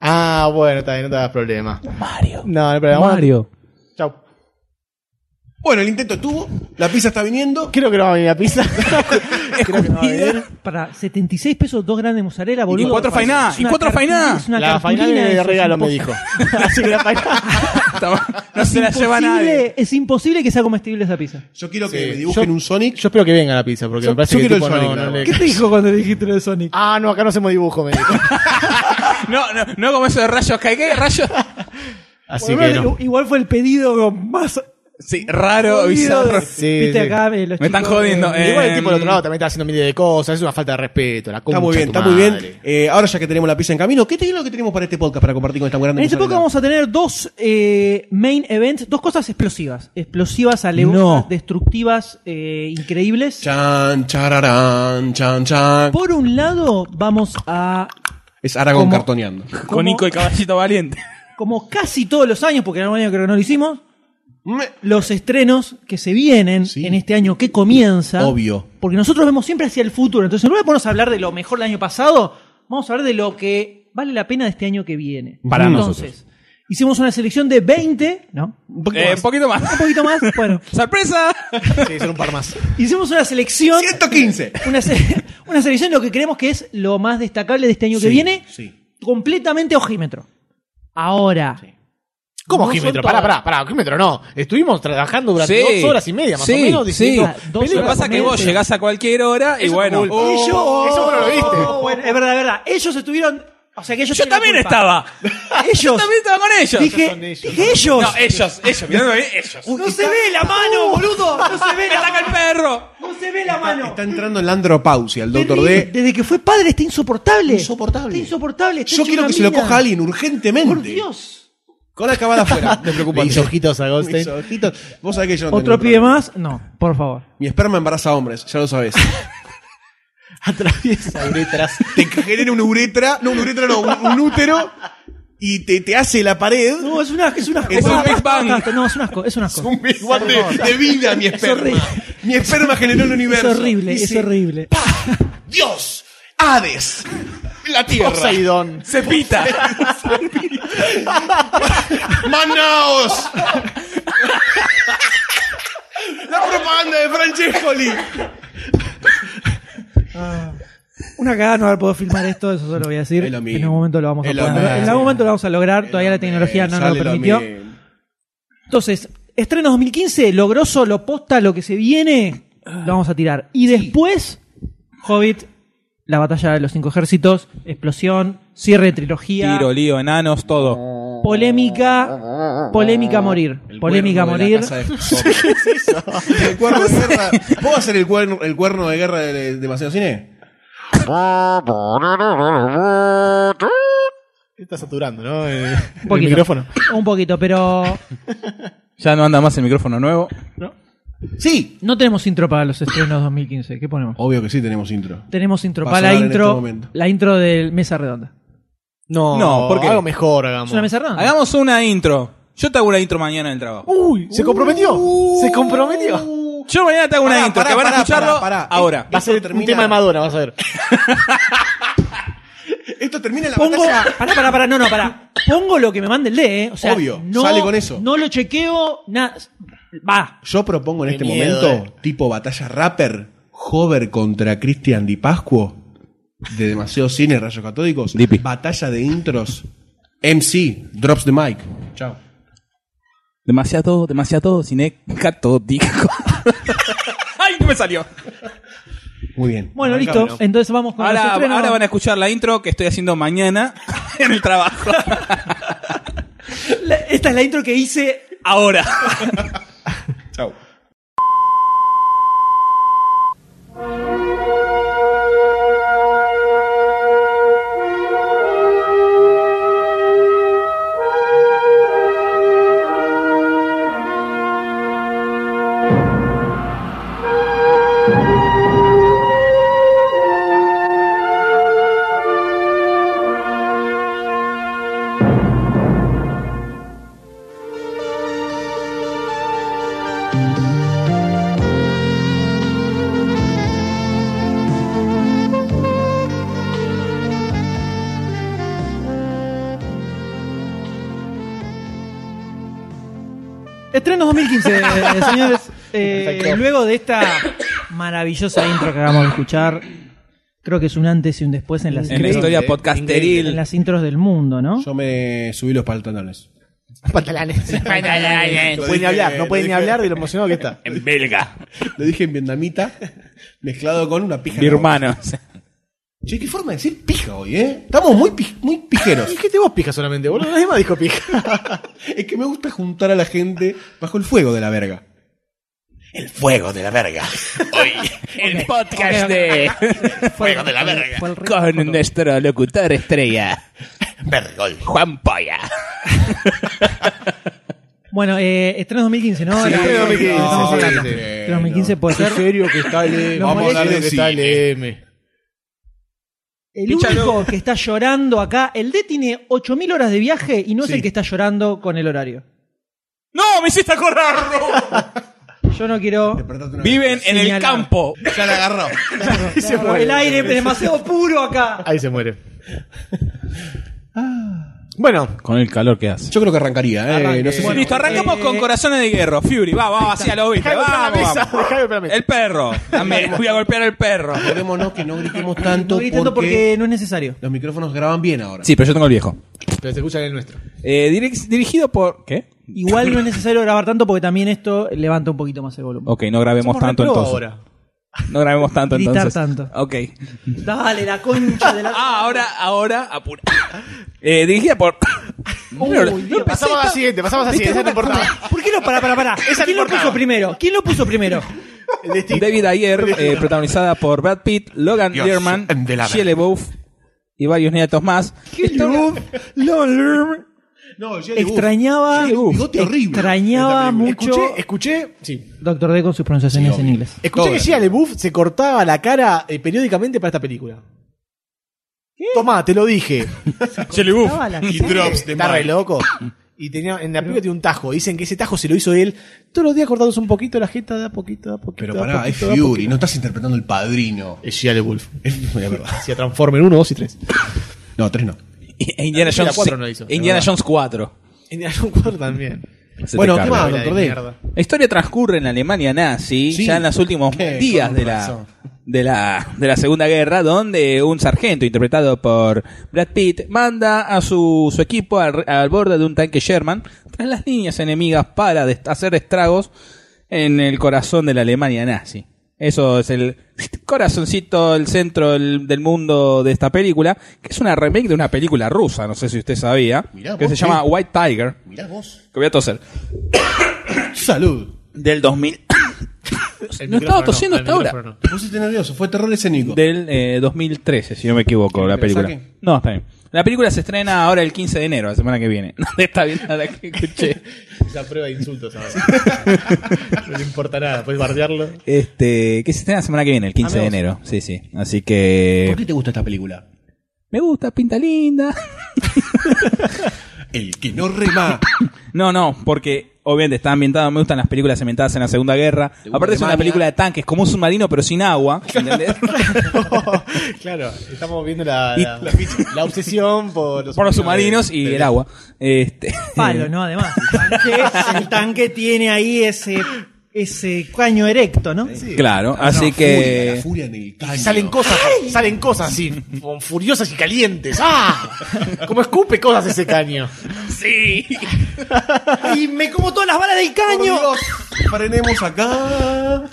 Ah, bueno, está bien, no te hagas problema. Mario. No, no hay problema. Bueno, Mario. chau. Bueno, el intento estuvo, la pizza está viniendo. Creo que no va a venir la pizza. Creo que no va a venir. Para 76 pesos, dos grandes de mozzarella, boludo. Y cuatro Parece- fainá, es y una cuatro cartulina, fainá. es una La cartulina, faina de eso es regalo me imposible. dijo. Así que la faina. Está mal. no se la lleva Imposible- nadie. Es imposible que sea comestible esa pizza. Yo quiero que Sí. me dibujen Yo- un Sonic. Yo espero que venga la pizza, porque Yo- me parece yo que el quiero el tipo no- Sonic, no nada le- más. te dijo cuando dijiste lo de Sonic? Ah, no, acá no hacemos dibujo, me dijo. No, no, no como eso de rayos. ¿Qué? ¿Qué? ¿Rayos? Así que no. Igual fue el pedido más Sí, raro, bizarro. Sí, Viste sí. acá, eh, los Me están chicos, jodiendo, eh, eh. Igual el tipo del otro lado también está haciendo miles de cosas, es una falta de respeto, la Está muy bien, está muy bien. Eh, ahora ya que tenemos la pizza en camino, ¿qué es lo que tenemos para este podcast para compartir con esta grande En este mozzarella? podcast vamos a tener dos eh, main events, dos cosas explosivas. Explosivas, aleosas, No. destructivas, eh, increíbles. Chan, chararán, chan, chan. Por un lado, vamos a. Es Aragón ¿Cómo? cartoneando. Con Nico y Caballito Valiente. Como casi todos los años, porque en algún año creo que no lo hicimos, Me- los estrenos que se vienen Sí. en este año que comienza. Obvio. Porque nosotros vemos siempre hacia el futuro. Entonces, en lugar de ponernos a hablar de lo mejor del año pasado, vamos a hablar de lo que vale la pena de este año que viene. Para Entonces, hicimos una selección de 20, ¿no? Un poquito Eh, más. un poquito más. Un poquito más, bueno. ¡Sorpresa! Sí, son un par más. Hicimos una selección. 115. Una, se- una selección de lo que creemos que es lo más destacable de este año que Sí, viene. sí. Completamente ojímetro. Ahora. ¿Cómo No son ojímetro? Pará, todas. pará, pará, ojímetro no. Estuvimos trabajando durante Sí. dos horas y media, más Sí, o menos, sí. diciendo. Ah, dos películas Lo que pasa es que vos japonesas. llegás a cualquier hora y Eso bueno. es tu culpa. Eso vos no lo viste. Bueno, es verdad, es verdad. Ellos estuvieron. O sea que ellos. Yo tienen la también culpa. estaba. Ellos. Yo también estaba con ellos. Dije, son ellos. dije ellos. No, ellos, ellos, mirándome bien, ellos. Ah, No se ve Oh. la mano, boludo. No se ve ¡Me la ataca el mano. perro! No se ve la mano. Está entrando en la andropausia, el doctor Terrible. D. Desde que fue padre está insoportable. Insoportable. Está insoportable. está Yo hecho quiero una que se lo mina. coja alguien urgentemente. Por Dios. Con la cabada afuera. Me preocupa. Le hizo ojitos a Mis Goldstein. ojitos. Vos sabés que yo no tengo ¿Otro pibe problema. más? No, por favor. Mi esperma embaraza hombres, ya lo sabés. Atraviesa uretras. te genera una uretra, no, una uretra no, un, un útero y te, te hace la pared. No, es una, es una Es un Big Bang. No, es un asco, es un asco. Un igual de, de vida mi esperma. horrible. Mi esperma generó el Es universo. horrible, es Dice, horrible. Dios, Hades, la tierra, Poseidón. Cepita. Manaos. La propaganda de Francescoli. Una cagada no haber podido filmar esto, eso se lo voy a decir. Es lo mismo. En algún momento lo vamos a Es lo poder lograr. En mismo. algún momento lo vamos a lograr, todavía la Sale tecnología no nos lo lo permitió. mismo. Entonces, estreno 2015, logroso, lo posta, lo que se viene, lo vamos a tirar. Y después, Hobbit, la batalla de los cinco ejércitos, explosión, cierre de trilogía, Tiro, lío, enanos, todo. polémica, polémica a morir. El polémica a cuerno de morir. la casa de Fox. El cuerno de guerra. ¿Puedo hacer el cuerno, el cuerno de guerra de, de Demasiado Cine? Está saturando, ¿no? Eh, Un el poquito. micrófono. Un poquito, pero Ya no anda más el micrófono nuevo. Sí. no tenemos intro para los estrenos 2015. ¿Qué ponemos? Obvio que sí tenemos intro. Tenemos intro Va Oh. a para la sonar en este intro, momento. la intro del Mesa Redonda. No, No, ¿por qué? algo mejor hagamos. ¿Es una Mesa Redonda? Hagamos una intro. Yo te hago una intro mañana en el trabajo. Uy, se comprometió. se comprometió. Uh, Yo mañana te hago una Pará, intro, pará, que van a pará, escucharlo pará, pará. ahora. Va a ser un termina- tema de Madonna, vas a ver. Esto termina en la Pongo. batalla. Pará, pará, pará, no, no, pará. Pongo lo que me mande el D, ¿eh? O sea, Obvio, no, sale con eso. No lo chequeo, nada. Va. Yo propongo en Qué este miedo, eh. momento, tipo batalla rapper, Hover contra Cristian Di Pascuo, de Demasiado Cine, Rayos Catódicos, Dipi. batalla de intros, MC, Drops the Mic. Chao. Demasiado, demasiado cine catódico. ¡Ay, no me salió! Muy bien. Bueno, Arrancame, listo. Entonces vamos con los Ahora, estrenos. ahora van a escuchar la intro que estoy haciendo mañana en el trabajo. La- esta es la intro que hice. Ahora. ¿no? Chao. Estrenos 2015, eh, señores. Eh, Perfecto. luego de esta maravillosa intro que acabamos de escuchar, creo que es un antes y un después en las, En la intros, historia en podcasteril. las intros del mundo, ¿no? Yo me subí los pantalones. Pantalanes. Eh, No puede ni Lo dije, hablar, no puede lo ni dije. hablar de lo emocionado que está. En belga. Lo dije en vietnamita, mezclado con una pija. en la Birmano. boca. Che, qué forma de decir pija hoy, ¿eh? Estamos muy, pi- muy pijeros. Dijiste vos pija solamente, boludo. Nadie más dijo pija. es que me gusta juntar a la gente bajo el fuego de la verga. El fuego de la verga. El podcast de... Fuego de la verga. Con nuestro locutor estrella. Juan Polla. Bueno, eh, estrenos 2015, ¿no? Sí, La- estrenos 2015, estamos sí, hablando. sí. Estrenos 2015 puede ser. serio que está el M. Lo Vamos a molesto. hablar de que está el M. El Pichalo. único que está llorando acá, el D tiene 8.000 horas de viaje y no es el que está llorando con el horario. ¡No! ¡Me hiciste acordar! Yo no quiero Despertate una Viven en el Señalado. campo. vez. Ya la agarró. el aire demasiado puro acá. Ahí se muere. Bueno, Con el calor que hace. Yo creo que arrancaría, ¿eh? Arranque. No sé si- Bueno, Listo, arrancamos eh, con Corazones de Hierro. Fury, va, va, así a lo viste. Dejá de golpear la Vamos, mesa, vamos. dejá de golpear la mesa. El perro. También voy a golpear el perro. Acordémonos que no gritemos tanto, No gritando porque, porque no es necesario. los micrófonos graban bien ahora. Sí, pero yo tengo el viejo. pero se escucha en el nuestro. Eh, direc- dirigido por. ¿Qué? Igual no es necesario grabar tanto porque también esto levanta un poquito más el volumen. Ok, no grabemos Somos tanto repro entonces. ahora. No grabemos tanto Gritar entonces. tanto. Ok. Dale, la concha de la... Ah, ahora, ahora, apura. Eh, dirigida por. No, no empecé, Pasamos a la está- siguiente, pasamos a la ¿Viste? siguiente, esa no importaba. ¿Por qué no? Pará, pará, pará. Esa ¿Quién no lo puso importaba. primero? ¿Quién lo puso primero? El destino. David Ayer, eh, protagonizada por Brad Pitt, Logan Dios, Lerman, de la Shia LaBeouf y varios nietos más. No, yo Extrañaba... Uf, bigote horrible. Extrañaba mucho... Escuché, escuché, sí. Doctor D con sus pronunciaciones en inglés. Escuché que Shia LaBeouf se cortaba la cara eh, periódicamente para esta película. Tomá, te lo dije. Shia LaBeouf. Estaba la- Y drops de Está re mal. loco. Y tenía, en la película tiene un tajo. Dicen que ese tajo se lo hizo él todos los días cortándose un poquito la jeta, da poquito, da poquito. Pero da pará, es poquito, da Eh, Fury, poquito. no estás interpretando el padrino. Es Shia LaBeouf. Es la verdad. Hacía Transformer 1, 2 y 3. No, tres no. E Indiana La Jones. cuatro no hizo, e Indiana Jones 4. En algún cuadro también. Se Bueno, te ¿qué carga. más, Novela de doctor D? mierda. La historia transcurre en la Alemania nazi, Sí. ya en los últimos Eh, días con de la, razón. de la, de la Segunda Guerra, donde un sargento interpretado por Brad Pitt manda a su, su equipo al, al borde de un tanque Sherman tras las líneas enemigas para dest- hacer estragos en el corazón de la Alemania nazi. Eso es el corazoncito, el centro del, del mundo de esta película, que es una remake de una película rusa, no sé si usted sabía, Mirá que vos, se sí. llama White Tiger, Mirá vos. que voy a toser, Salud. del 2000. El No micrófono estaba tosiendo el hasta ahora. micrófono no. Te pusiste nervioso, fue terror escénico. del eh, 2013, si no me equivoco, la ¿Te lo película. saqué? No, está bien. La película se estrena ahora el 15 de enero, la semana que viene. ¿Dónde está bien la que escuché? Esa prueba de insultos ahora. no le importa nada, puedes bardearlo. Este, que se estrena la semana que viene, el 15 de enero. Sí, sí. Así ¿Por que qué te gusta esta película? me gusta, pinta linda. El que no rema. No, no, porque obviamente está ambientada, me gustan las películas ambientadas en la Segunda Guerra. Aparte es una Alemania. película de tanques, como un submarino pero sin agua, ¿entendés? claro, estamos viendo la, Y- la, la obsesión por los, Por los submarinos y el agua. Este, Palo, ¿no? Además, el tanque, el tanque tiene ahí ese, ese caño erecto, ¿no? Claro, Ah, así Furia, que la furia en el caño. Y salen cosas, salen cosas así, con furiosas y calientes. ¡Ah! Como escupe cosas ese caño. Y me como todas las balas del Por caño. Dios, frenemos acá.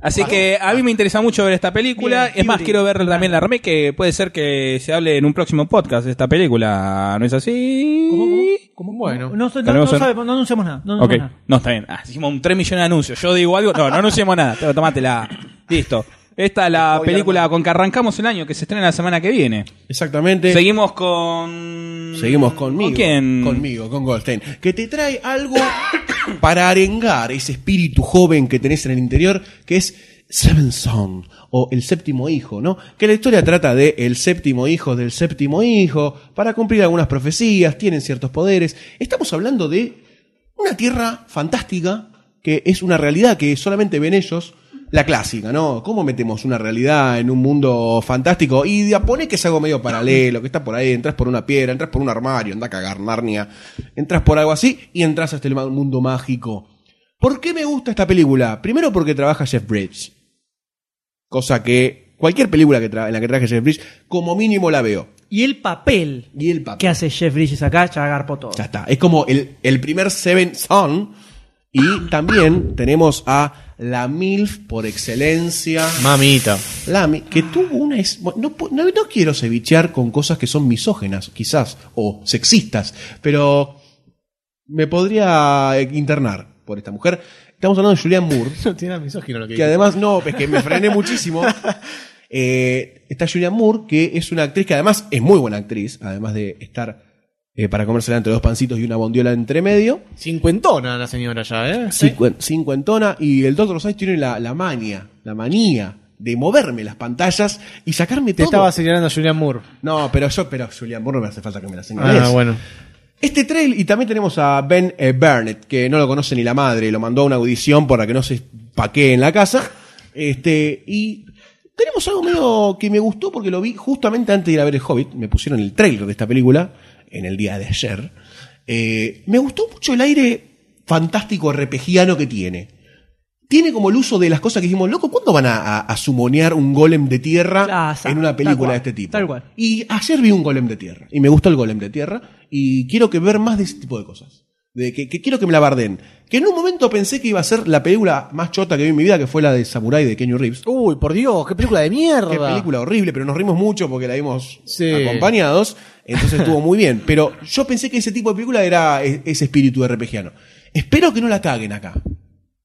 Así que a mí me interesa mucho ver esta película. Bien, es más, Fury. quiero ver también la remake, que puede ser que se hable en un próximo podcast de esta película. ¿No es así? Bueno, no, no, no, Tenemos un- sabemos, no anunciamos nada. No Ok, anunciamos nada. no, está bien. Ah, hicimos un 3 millones de anuncios. Yo digo algo. No, no anunciamos nada. Toma, Tomátela. Listo. Esta es la película con que arrancamos el año, que se estrena la semana que viene. Exactamente. Seguimos con. Seguimos conmigo. ¿Con quién? Conmigo, con Goldstein. Que te trae algo para arengar ese espíritu joven que tenés en el interior, que es Seven Son, o el séptimo hijo, ¿no? Que la historia trata de el séptimo hijo del séptimo hijo, para cumplir algunas profecías, tienen ciertos poderes. Estamos hablando de una tierra fantástica, que es una realidad que solamente ven ellos. La clásica, ¿no? ¿Cómo metemos una realidad en un mundo fantástico? Y de a poner que es algo medio paralelo, que está por ahí, entras por una piedra, entras por un armario, anda a cagar, Narnia, entras por algo así y entras hasta el ma- mundo mágico. ¿Por qué me gusta esta película? Primero porque trabaja Jeff Bridges. Cosa que cualquier película que tra- en la que trabaje Jeff Bridges, como mínimo la veo. Y el papel Y el papel. que hace Jeff Bridges acá, ya agarpó todo. Ya está. Es como el, el primer Seven Son. Y también tenemos a la MILF por excelencia. Mamita. La mi- que tuvo una. es- bueno, no, pu- no, no quiero cevichear con cosas que son misógenas, quizás, o sexistas, pero me podría eh, internar por esta mujer. Estamos hablando de Julianne Moore, No tiene nada misógino lo que que dice. además, no, es que me frené muchísimo. Eh, está Julianne Moore, que es una actriz que además es muy buena actriz, además de estar eh, para comerse entre dos pancitos y una bondiola entre medio. Cincuentona la señora ya, ¿eh? Cincuen- cincuentona y el Doctor Science tiene la, la manía, la manía de moverme las pantallas y sacarme Te todo. estaba señalando a Julian Moore. No, pero yo, pero Julian Moore no me hace falta que me la señales. Ah, bueno. Este trail, y también tenemos a Ben eh, Burnett, que no lo conoce ni la madre, lo mandó a una audición para que no se paquee en la casa. Este, y tenemos algo medio que me gustó porque lo vi justamente antes de ir a ver el Hobbit. Me pusieron el trailer de esta película en el día de ayer. Eh, me gustó mucho el aire fantástico repegiano que tiene. Tiene como el uso de las cosas que dijimos, loco, ¿cuándo van a, a- a sumonear un golem de tierra Ah, sa- en una tal película cual, de este tipo? tal cual. Y ayer vi un golem de tierra. Y me gusta el golem de tierra. Y quiero que ver más de ese tipo de cosas. De que, que quiero que me la barden. Que en un momento pensé que iba a ser la película más chota que vi en mi vida, que fue la de Samurai de Kenny Reeves. Uy, por Dios, qué película de mierda. Qué película horrible, pero nos rimos mucho porque la vimos Sí. acompañados, entonces estuvo muy bien. Pero yo pensé que ese tipo de película era e- ese espíritu RPGiano. Espero que no la caguen acá.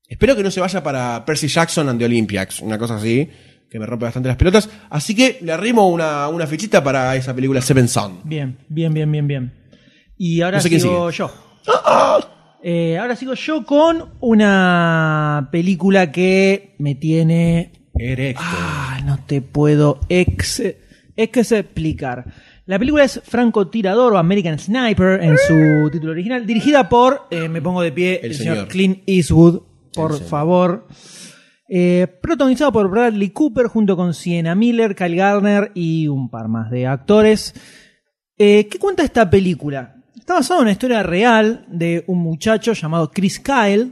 Espero que no se vaya para Percy Jackson and the Olympiacs, una cosa así, que me rompe bastante las pelotas. Así que le arrimo una, una fichita para esa película Seven Son. Bien, bien, bien, bien, bien. Y ahora No sé quién sigo yo. Eh, ahora sigo yo con una película que me tiene Erecto. Ah, no te puedo ex, ex- explicar. La película es Francotirador o American Sniper en su título original, dirigida por, eh, me pongo de pie, El el, señor. señor. Clint Eastwood, por favor. Eh, protagonizado por Bradley Cooper junto con Sienna Miller, Kyle Gardner y un par más de actores. Eh, ¿Qué cuenta esta película? Está basada en una historia real de un muchacho llamado Chris Kyle,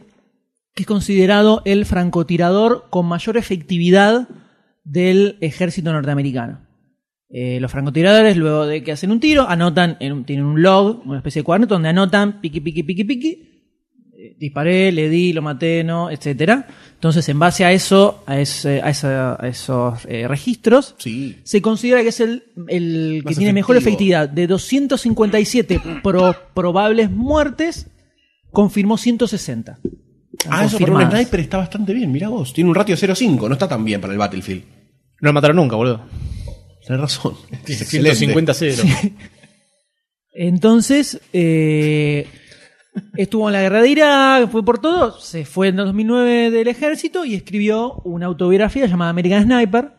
que es considerado el francotirador con mayor efectividad del ejército norteamericano. Eh, los francotiradores, luego de que hacen un tiro, anotan, en un- tienen un log, una especie de cuadernito donde anotan piqui, piqui, piqui, piqui, eh, disparé, le di, lo maté, no, etcétera. Entonces, en base a eso, a, ese- a esa- a esos eh, registros, Sí. se considera que es el, el que Más tiene mejor efectivo. efectividad. De 257 pro- probables muertes, confirmó 160. Ah, eso para un Confirmadas. sniper está bastante bien, mirá vos. Tiene un ratio 0.5, no está tan bien para el Battlefield. No lo mataron nunca, boludo. Tenés razón. Es excelente. 150 0. Entonces, eh, estuvo en la guerra de Irak, fue por todo, se fue en 2009 del ejército y escribió una autobiografía llamada American Sniper,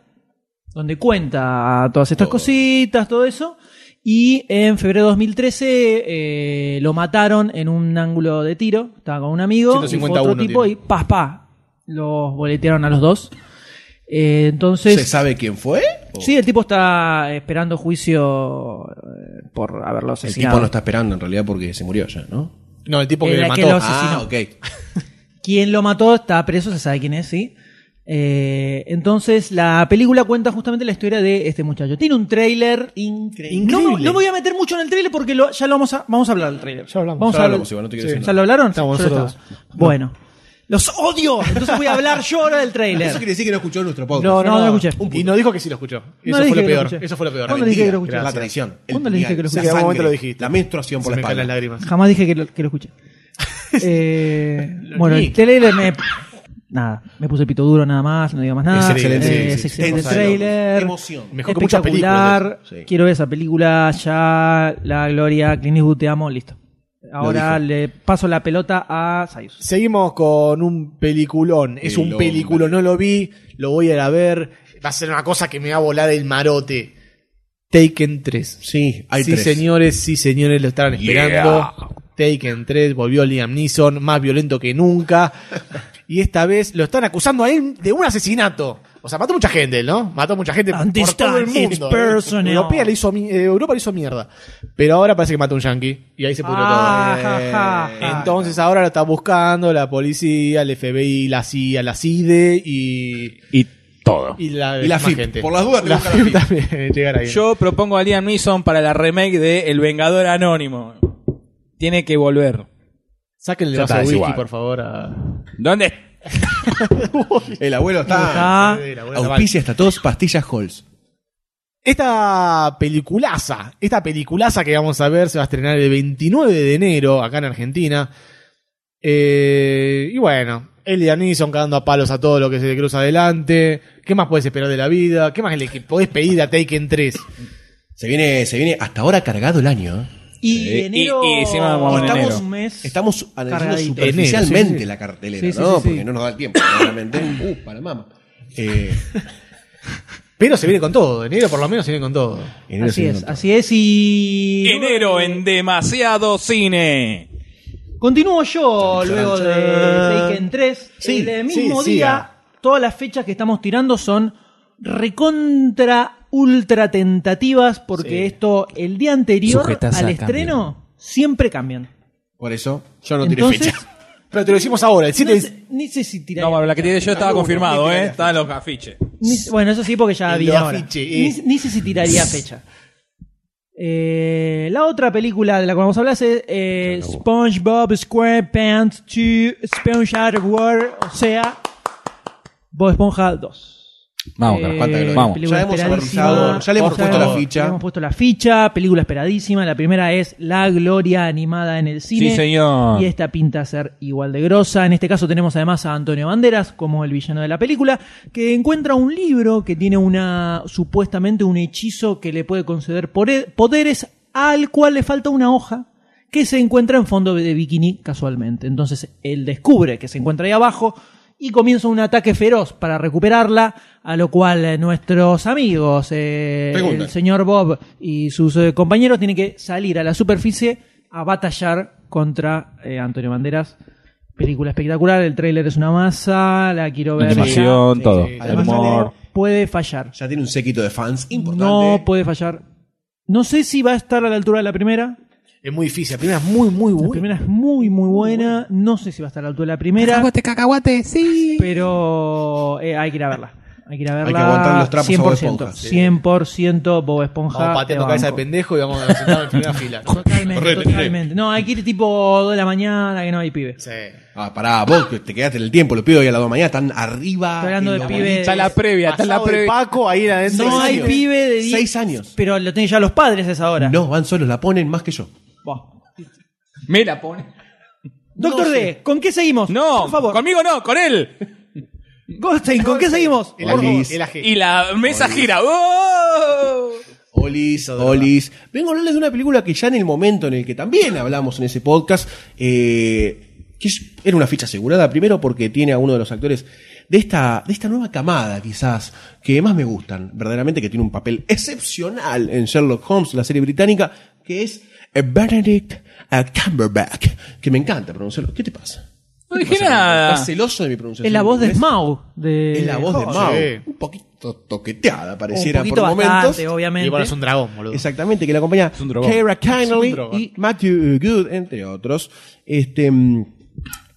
donde cuenta todas estas cositas, todo eso. Y en febrero de 2013 eh, lo mataron en un ángulo de tiro, estaba con un amigo, y fue 151 otro tipo tiene. y pas, pa, los boletearon a los dos. Eh, entonces, ¿Se sabe quién fue? ¿O Sí, el tipo está esperando juicio eh, por haberlo El asesinado. tipo no está esperando en realidad porque se murió ya, ¿no? No, el tipo que El le que mató. lo Ah, asesinó. ok. Quien lo mató está preso, se sabe quién es, sí. Eh, entonces, la película cuenta justamente la historia de este muchacho. Tiene un tráiler Increíble. No, me- no me voy a meter mucho en el tráiler porque lo- ya lo vamos a, vamos a hablar del tráiler. Ya hablamos. Vamos Ya a hablamos, hablar- igual, no te quiero ¿Ya decir nada. lo hablaron? Estamos Yo lo nosotros estaba. Bueno. Los odio. Entonces voy a hablar yo ahora del Eso tráiler. quiere decir que no escuchó nuestro podcast. No, no, no, lo escuché. Y no dijo que sí lo escuchó. No Eso dije fue que lo lo peor. escuché. Eso fue lo peor. ¿Cuándo le dije que lo escuché? La traición. el ¿Cuándo le dije puñal, que lo la escuché? En algún momento sangre, lo dijiste. La menstruación por Se la me caen espalda. las lágrimas. Jamás dije que lo, que lo escuché. Eh, bueno, el trailer me. Nada, me puse el pito duro nada más, no digo más nada. Es excelente, Eh, sí, sí, es sí. excelente el Tensa, trailer. Emoción. Mejor que muchas espectacular. películas. Sí. Quiero ver esa película ya. La Gloria, Clint Eastwood, te amo, listo. Ahora dijo. le paso la pelota a Sayus. Seguimos con un peliculón. Es un Pelón, peliculón. No lo vi, lo voy a ir a ver. Va a ser una cosa que me va a volar el marote. Taken 3. Sí, hay sí, tres. señores, sí, señores, lo estaban esperando. Taken 3, volvió Liam Neeson, más violento que nunca. Y esta vez lo están acusando a él de un asesinato. O sea, mató mucha gente, ¿no? Mató mucha gente And this por todo el time it's mundo. ¿eh? personal. Europa le, hizo, mi- eh, Europa le hizo mierda. Pero ahora parece que mató a un yankee. Y ahí se pudrió Ah, eh, todo. ja, eh. ja, ja. Entonces ahora lo está buscando la policía, el FBI, la CIA, la CIDE E y... Y todo. Y la, Y la más FIP. Por las dudas te la busca la FIP FIP. también. Llegar ahí. Yo propongo a Liam Neeson para la remake de El Vengador Anónimo. Tiene que volver. Sáquenle el Ya vaso está, de es whisky, igual. por favor, a... ¿Dónde? El abuelo está. Ah, Auspicia esta tos, pastillas Halls. Esta peliculaza, esta peliculaza que vamos a ver se va a estrenar el 29 de enero acá en Argentina. Eh, y bueno, él y Anison cagando a palos a todo lo que se le cruza adelante. ¿Qué más puedes esperar de la vida? ¿Qué más le que- podés pedir a Taken 3? Se viene, se viene hasta ahora cargado el año. ¿eh? y Sí. enero. Y- y encima vamos en Estamos, enero. un mes. estamos analizando Cargadito. superficialmente Enero, sí, sí, sí. la cartelera, Sí, sí, ¿no? sí, sí. Porque no nos da el tiempo, claramente. uh, para mama. Eh, Pero se viene con todo, enero por lo menos se viene con todo. enero Así se es, viene así es y... Enero en demasiado cine. Continúo yo luego de Taken 3. Sí, el eh, sí, mismo siga. día, todas las fechas que estamos tirando son recontra ultra tentativas porque esto el día anterior Sujetas al a estreno siempre cambian. Por eso, yo no tiré Entonces, fecha. Pero te lo decimos ahora, el no 7 sé- ni sé si tirar. No, bueno, la que tiré yo estaba Uno, confirmado, tiene ¿eh? la- Estaban los afiches. Ni- bueno, eso sí, porque ya El había ahora. afiche, Ni, eh. ni sé si tiraría fecha. Eh, la otra película de la que vamos a hablar es eh, SpongeBob SquarePants 2 Sponge Out of War, o sea, Bob Esponja 2. Vamos, Eh, carajo. cuánta que lo- vamos. película Ya hemos esperadísima. analizado, ya le hemos O puesto la le ficha. hemos puesto la ficha, película esperadísima. La primera es La Gloria animada en el cine. Sí, señor. Y esta pinta a ser igual de grosa. En este caso tenemos además a Antonio Banderas como el villano de la película, que encuentra un libro que tiene una supuestamente un hechizo que le puede conceder pore- poderes al cual le falta una hoja que se encuentra en fondo de bikini casualmente. Entonces él descubre que se encuentra ahí abajo y comienza un ataque feroz para recuperarla, a lo cual eh, nuestros amigos, eh, Pregunta. el señor Bob y sus eh, compañeros tienen que salir a la superficie a batallar contra eh, Antonio Banderas. Película espectacular, el tráiler es una masa, la quiero ver. Animación, todo. sí. ya. Además, Humor. Puede fallar. Ya tiene un séquito de fans importante. No puede fallar. No sé si va a estar a la altura de la primera. es muy difícil, la primera es muy, muy La buena. primera es muy, muy buena. No sé si va a estar a la altura de la primera. cacahuate, sí. Pero eh, hay que ir a verla. Hay que ir a verla. Hay que aguantar los trapos a Bob 100%, Esponja. 100% Bob Esponja. Vamos pateando te cabeza de banco. pendejo y vamos a sentar en primera fila. ¿no? Totalmente, Correte, totalmente. No, hay que ir tipo 2 de la mañana, que no hay pibe. Sí. pues- Ah, pará, vos que te quedaste en el tiempo, los pibes hoy a las 2 de la mañana están arriba. Estoy hablando en de los pibes. Está la previa, está la Pasado de previa. Paco ahí adentro. No hay serio. pibe de boliches. die- Seis años. Pero lo tienen ya los padres a esa hora. No, van solos, la ponen más que yo. Buah. Me la pone. Doctor D, ¿con qué seguimos? No, por favor. conmigo no, con él. Goldstein, ¿con qué seguimos? El ají, Olis. el ají. Y la mesa gira. ¡Oh! Olis, Olis. Vengo a hablarles de una película que ya en el momento en el que también hablamos en ese podcast, eh, que es- era una ficha asegurada, primero porque tiene a uno de los actores de esta, de esta nueva camada, quizás, que más me gustan, verdaderamente, que tiene un papel excepcional en Sherlock Holmes, la serie británica, que es Benedict eh, Cumberbatch, que me encanta pronunciarlo. ¿Qué te pasa? No dije ¿Estás nada. celoso de mi pronunciación? Ah. Es la voz de ¿Ves? Smaug. De... Es la voz de Oh, Mao. sí. Un poquito toqueteada, Un pareciera poquito por momentos. bastante, obviamente. Y bueno, es un dragón, boludo. Exactamente, que la acompaña un drogón. Keira Knightley Es un drogón. y Matthew Good, entre otros. Este, mm,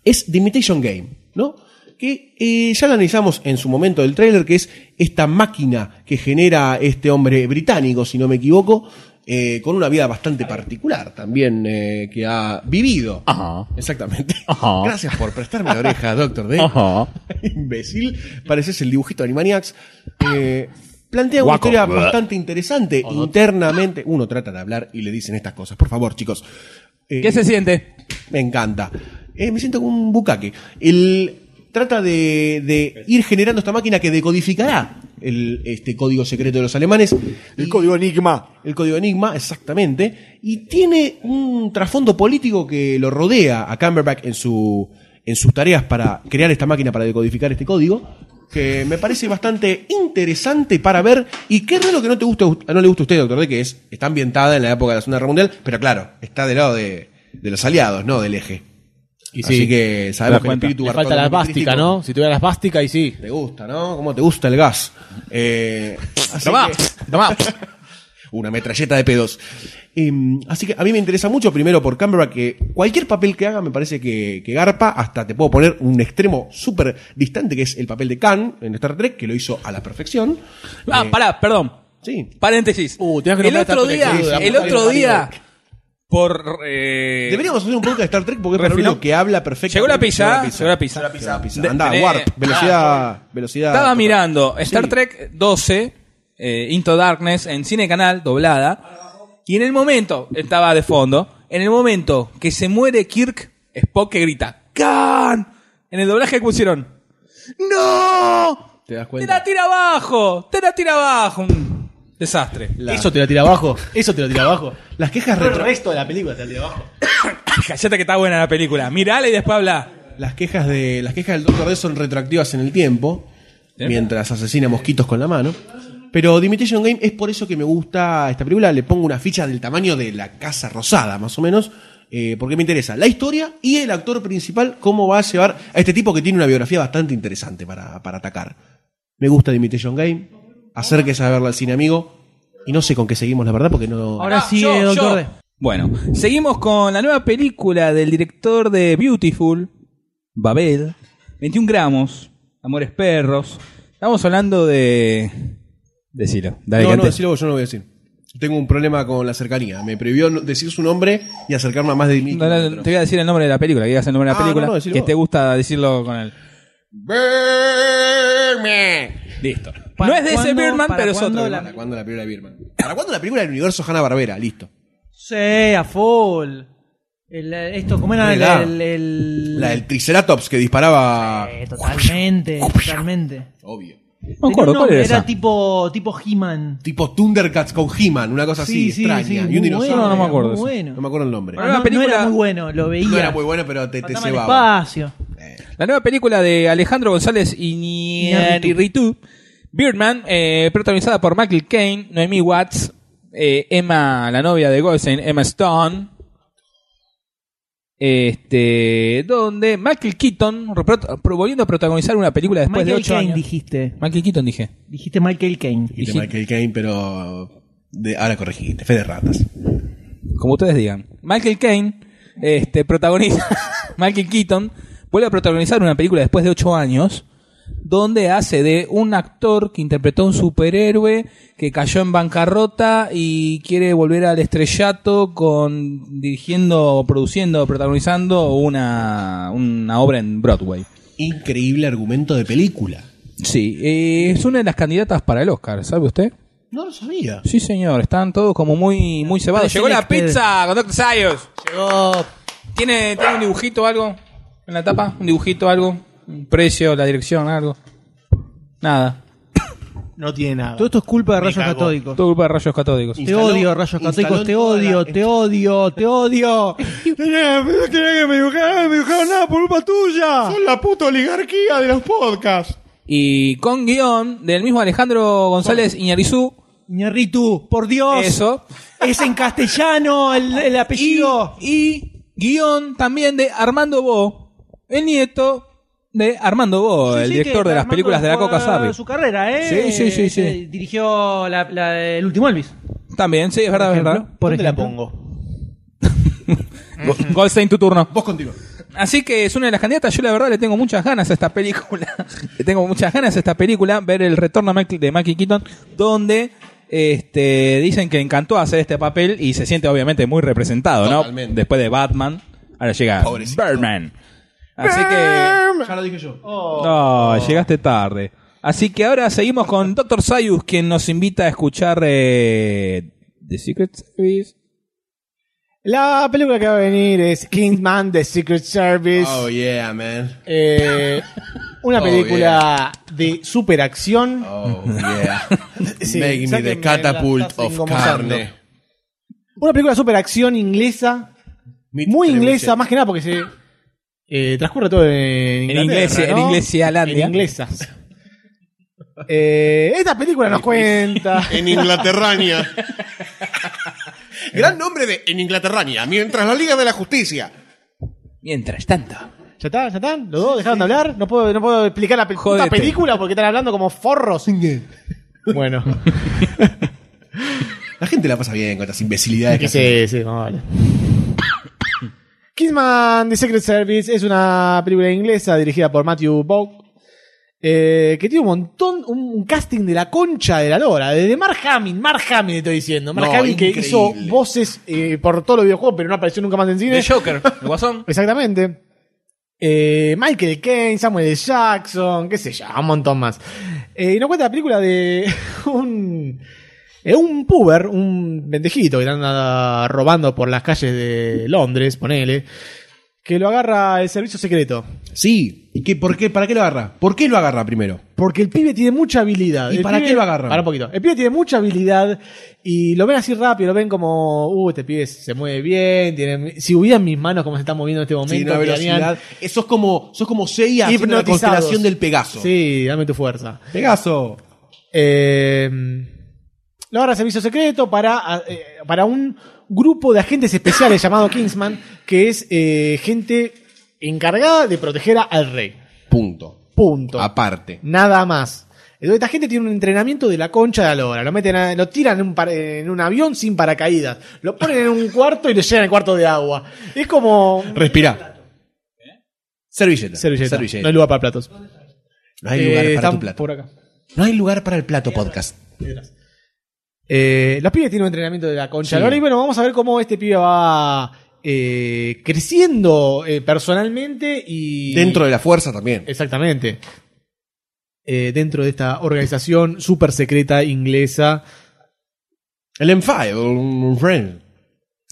es The Imitation Game, ¿no? Que eh, ya lo analizamos en su momento del tráiler, que es esta máquina que genera este hombre británico, si no me equivoco, eh, con una vida bastante particular también eh, que ha vivido. Ajá. Exactamente. Ajá. Gracias por prestarme la oreja, Doctor D. Ajá. Imbécil, pareces el dibujito de Animaniacs. Eh, plantea una Guaco. historia bastante interesante internamente. Uno trata de hablar y le dicen estas cosas. Por favor, chicos. Eh, ¿Qué se siente? Me encanta. Eh, me siento como un bucaque. El, trata de, de ir generando esta máquina que decodificará el este código secreto de los alemanes. El Y- código Enigma. el código Enigma, exactamente, y tiene un trasfondo político que lo rodea a Cumberbatch en, su, en sus tareas para crear esta máquina para decodificar este código, que me parece bastante interesante para ver, y qué raro que no, te guste, no le guste a usted, doctor D, que es, está ambientada en la época de la Segunda Guerra Mundial, pero claro, está del lado de, de los aliados, no del eje. Así que sabemos que el espíritu Le falta la bástica, bartolometrístico ¿no? Si tuviera las básticas y sí. Te gusta, ¿no? ¿Cómo te gusta el gas? Eh, así Tomá, que- tomá. una metralleta de pedos. Em, así que a mí me interesa mucho, primero por Canberra, que cualquier papel que haga me parece que, que garpa. Hasta te puedo poner un extremo súper distante, que es el papel de Khan en Star Trek, que lo hizo a la perfección. Ah, pará, perdón. Sí. Paréntesis. Uh, tenés que el nombrar otro día, esta película, el la puta otro que día, por... eh, Deberíamos hacer un podcast de Star Trek porque es el Refilón. único que habla perfectamente. Llegó la pizza, llegó la pizza. Llegó la pizza. Llegó la pizza. Llegó la pizza. Andá, Tené- warp, velocidad, velocidad. Estaba total. mirando Star Trek 12, eh, Into Darkness, en Cine Canal, doblada. Y en el momento, estaba de fondo, en el momento que se muere Kirk, Spock que grita, ¡Khan! En el doblaje que pusieron, ¡No! ¿Te das ¡Te cuenta? la tira abajo! ¡Te la tira abajo! Un desastre. Eso te la tira abajo. Eso te la tira abajo. Las quejas Todo el retro... resto de la película te la tira abajo. Cállate que está buena la película. Mirala y después habla. Las quejas, de, las quejas del Doctor D son retroactivas en el tiempo, mientras asesina mosquitos con la mano. Pero The Imitation Game es por eso que me gusta esta película. Le pongo una ficha del tamaño de la Casa Rosada, más o menos, eh, porque me interesa la historia y el actor principal, cómo va a llevar a este tipo que tiene una biografía bastante interesante para, para atacar. Me gusta The Imitation Game. Acérquese a verla al cine, amigo. Y no sé con qué seguimos, la verdad, porque no... Ahora Ah, sí, yo, Doctor yo. D. Bueno, seguimos con la nueva película del director de Beautiful, Babel, 21 gramos, Amores Perros. Estamos hablando de... Decilo, dale no, no, gente. decilo vos, yo no lo voy a decir. Tengo un problema con la cercanía. Me prohibió no- decir su nombre y acercarme a más de mil No, no, kilómetros. te voy a decir el nombre de la película, que digas el nombre de la Ah, película, no, no, decilo que vos. te gusta decirlo con él. Listo. No ¿Para es de ese cuándo- Birdman, para pero es cuándo otro. la- ¿Para cuándo la película de Birman? ¿Para cuándo la película del universo Hanna Barbera? Listo. Sí, a full. El- esto, ¿cómo era? El, Mirá. el- el- La del Triceratops que disparaba. Eh, totalmente, totalmente. Obvio. No me acuerdo, Tenía un ¿cuál nombre, era era esa? tipo, tipo He-Man. Tipo Thundercats con He-Man, una cosa así extraña. y un muy dinosaurio. bueno, No, no me acuerdo muy eso. bueno. No me acuerdo el nombre. Bueno, Era una No- no película- era muy bueno, lo veía. No era muy bueno, pero te, te Fantasma del cebaba. Eh, espacio. La nueva película de Alejandro González Iñárritu, Birdman, eh, protagonizada por Michael Caine, Noemí Watts, eh, Emma, la novia de Goldstein, Emma Stone. Este, donde Michael Keaton, repro- pro- volviendo a protagonizar una película después Michael de ocho Caine años. dijiste. Michael Keaton dije. Dijiste Michael Caine. Y de Dije- Michael Caine, pero. de- ahora corregiste, fe de ratas. como ustedes digan. Michael Caine, este, protagoniza, Michael Keaton, vuelve a protagonizar una película después de ocho años, donde hace de un actor que interpretó a un superhéroe que cayó en bancarrota y quiere volver al estrellato con dirigiendo, produciendo, protagonizando una, una obra en Broadway. Increíble argumento de película. Sí, eh, es una de las candidatas para el Oscar, ¿sabe usted? No lo sabía. Sí, señor, están todos como muy, muy cebados. Parece Llegó la Lecter. pizza con Dr. Sayos. Llegó. ¿Tiene, ¿Tiene un dibujito o algo en la tapa? ¿Un dibujito o algo? ¿Un precio, la dirección, algo? Nada. No tiene nada. Todo esto es culpa de rayos cago. catódicos. Todo culpa de rayos catódicos. Te odio, rayos católicos, te odio, te odio, te odio. Tenía que me dibujaron, me dibujaron nada por culpa tuya. Son la puta oligarquía de los podcasts. Y con guión del mismo Alejandro González Iñarizú. Ñerritu, por Dios. Eso. Es en castellano el, el Y, apellido. y guión también de Armando Bo, el nieto de Armando Bo, el Sí, sí, director que de las Armando películas de la fue Coca a Sarri. Su carrera, ¿eh? Sí, sí, sí, sí. Eh, Dirigió la, la del último Elvis. También, sí, es verdad, es verdad. Por ¿Dónde la ejemplo. pongo? Go- Goldstein, tu turno. Vos continúa. Así que es una de las candidatas. Yo la verdad le tengo muchas ganas a esta película. le tengo muchas ganas a esta película. Ver el retorno a Mac- de Mackie Keaton, donde este, dicen que encantó hacer este papel y se siente obviamente muy representado, ¿no? Totalmente. Después de Batman, ahora llega Pobrecito. Birdman. Así que... Ya lo dije yo. No, llegaste tarde. Así que ahora seguimos con Dr. Sayus, quien nos invita a escuchar eh, The Secret Service. La película que va a venir es Kingsman The Secret Service. Oh, yeah, man. Eh, una Oh, película de superacción. Oh, yeah. Sí, Make me the sáquenme la catapult taza of engomosando. carne. Una película de superacción inglesa. Meat Muy trebuchet. inglesa, más que nada porque se eh, transcurre todo en En Inglaterra, inglés, en ¿no? inglés y En Alandia. inglesas. Eh, esta película nos cuenta. En Inglaterrania. Gran nombre de En Inglaterrania, mientras la Liga de la Justicia. Mientras tanto. ¿Ya está? ¿Ya están? ¿Los dos dejaron de hablar? No puedo, no puedo explicar la pe- puta Jódete. película porque están hablando como forros. Bueno, La gente la pasa bien con estas imbecilidades que hacen. sí, sí, vamos vale. Kingsman The Secret Service es una película inglesa dirigida por Matthew Bogue. eh, que tiene un montón, un, un casting de la concha de la lora, desde Mark Hamill, Mark Hamill estoy diciendo, Mark No, Hamill que increíble. hizo voces eh, por todos los videojuegos pero no apareció nunca más en cine. El Joker, el Guasón. Exactamente. Eh, Michael Caine, Samuel L. Jackson, qué sé yo, un montón más. Eh, y nos cuenta la película de un, eh, un puber, un pendejito que anda robando por las calles de Londres, ponele, que lo agarra el servicio secreto. Sí. ¿Y qué, por qué, para qué lo agarra? ¿Por qué lo agarra primero? Porque el pibe tiene mucha habilidad. ¿Y El para pibe- qué lo agarran? Para un poquito. El pibe tiene mucha habilidad y lo ven así rápido, lo ven como, uh, este pibe se mueve bien, tiene, si hubieran mis manos como se están moviendo en este momento, Sí, una quedarían- velocidad. Eh, Sos como, sos como Seiya haciendo la Hipnotizados. constelación del Pegaso. Sí, dame tu fuerza. Pegaso. Eh, lo agarra servicio secreto para, eh, para un grupo de agentes especiales llamado Kingsman, que es eh, gente encargada de proteger a- al rey. Punto. Punto. Aparte. Nada más. Entonces esta gente tiene un entrenamiento de la concha de la lora. Lo, meten a- lo tiran en un, par- en un avión sin paracaídas. Lo ponen en un cuarto y lo llenan al cuarto de agua. Es como... Respirá. Servilleta. Servilleta. Servilleta. No hay lugar para platos. No hay lugar Eh, para están tu plato. por acá. No hay lugar para el plato podcast. Eh, los pibes tienen un entrenamiento de la concha. de la lora, Y bueno, vamos a ver cómo este pibe va eh, creciendo eh, personalmente y. Dentro de la fuerza también. Exactamente. Eh, dentro de esta organización súper secreta inglesa. El M5, un friend.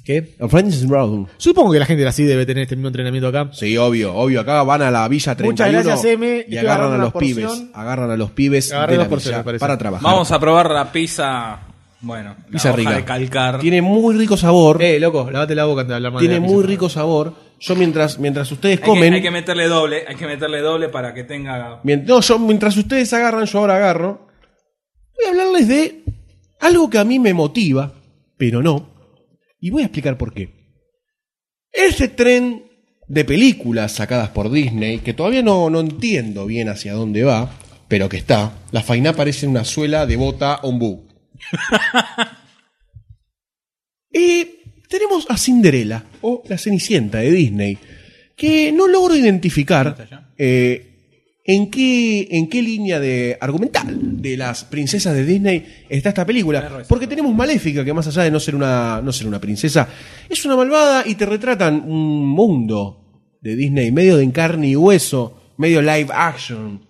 ¿Qué? Un friend is wrong. Supongo que la gente de la CID debe tener este mismo entrenamiento acá. Sí, obvio, obvio. Acá van a la Villa 31 Muchas gracias, M. y Estoy agarran agarrando a los una pibes. porción. Agarran a los pibes Agarré de la dos porciones, villa me parece. para trabajar. Vamos a probar la pizza. Bueno, la Pizza hoja rica. de calcar. Tiene muy rico sabor. Eh, loco, lavate la boca antes de hablar más de tiene la muy pizza. rico sabor. Yo mientras, mientras ustedes Hay que, comen... hay que meterle doble, hay que meterle doble para que tenga. Mien- No, yo mientras ustedes agarran, yo ahora agarro. Voy a hablarles de algo que a mí me motiva, pero no. Y voy a explicar por qué. Ese tren de películas sacadas por Disney, que todavía no, no entiendo bien hacia dónde va, pero que está, la faina parece una suela de bota ombú. y tenemos a Cinderella, o la Cenicienta de Disney, que no logro identificar eh, en qué, en qué línea de argumental de las princesas de Disney está esta película. Porque tenemos Maléfica, que más allá de no ser una, no ser una princesa, es una malvada y te retratan un mundo de Disney medio de encarne y hueso, medio live action.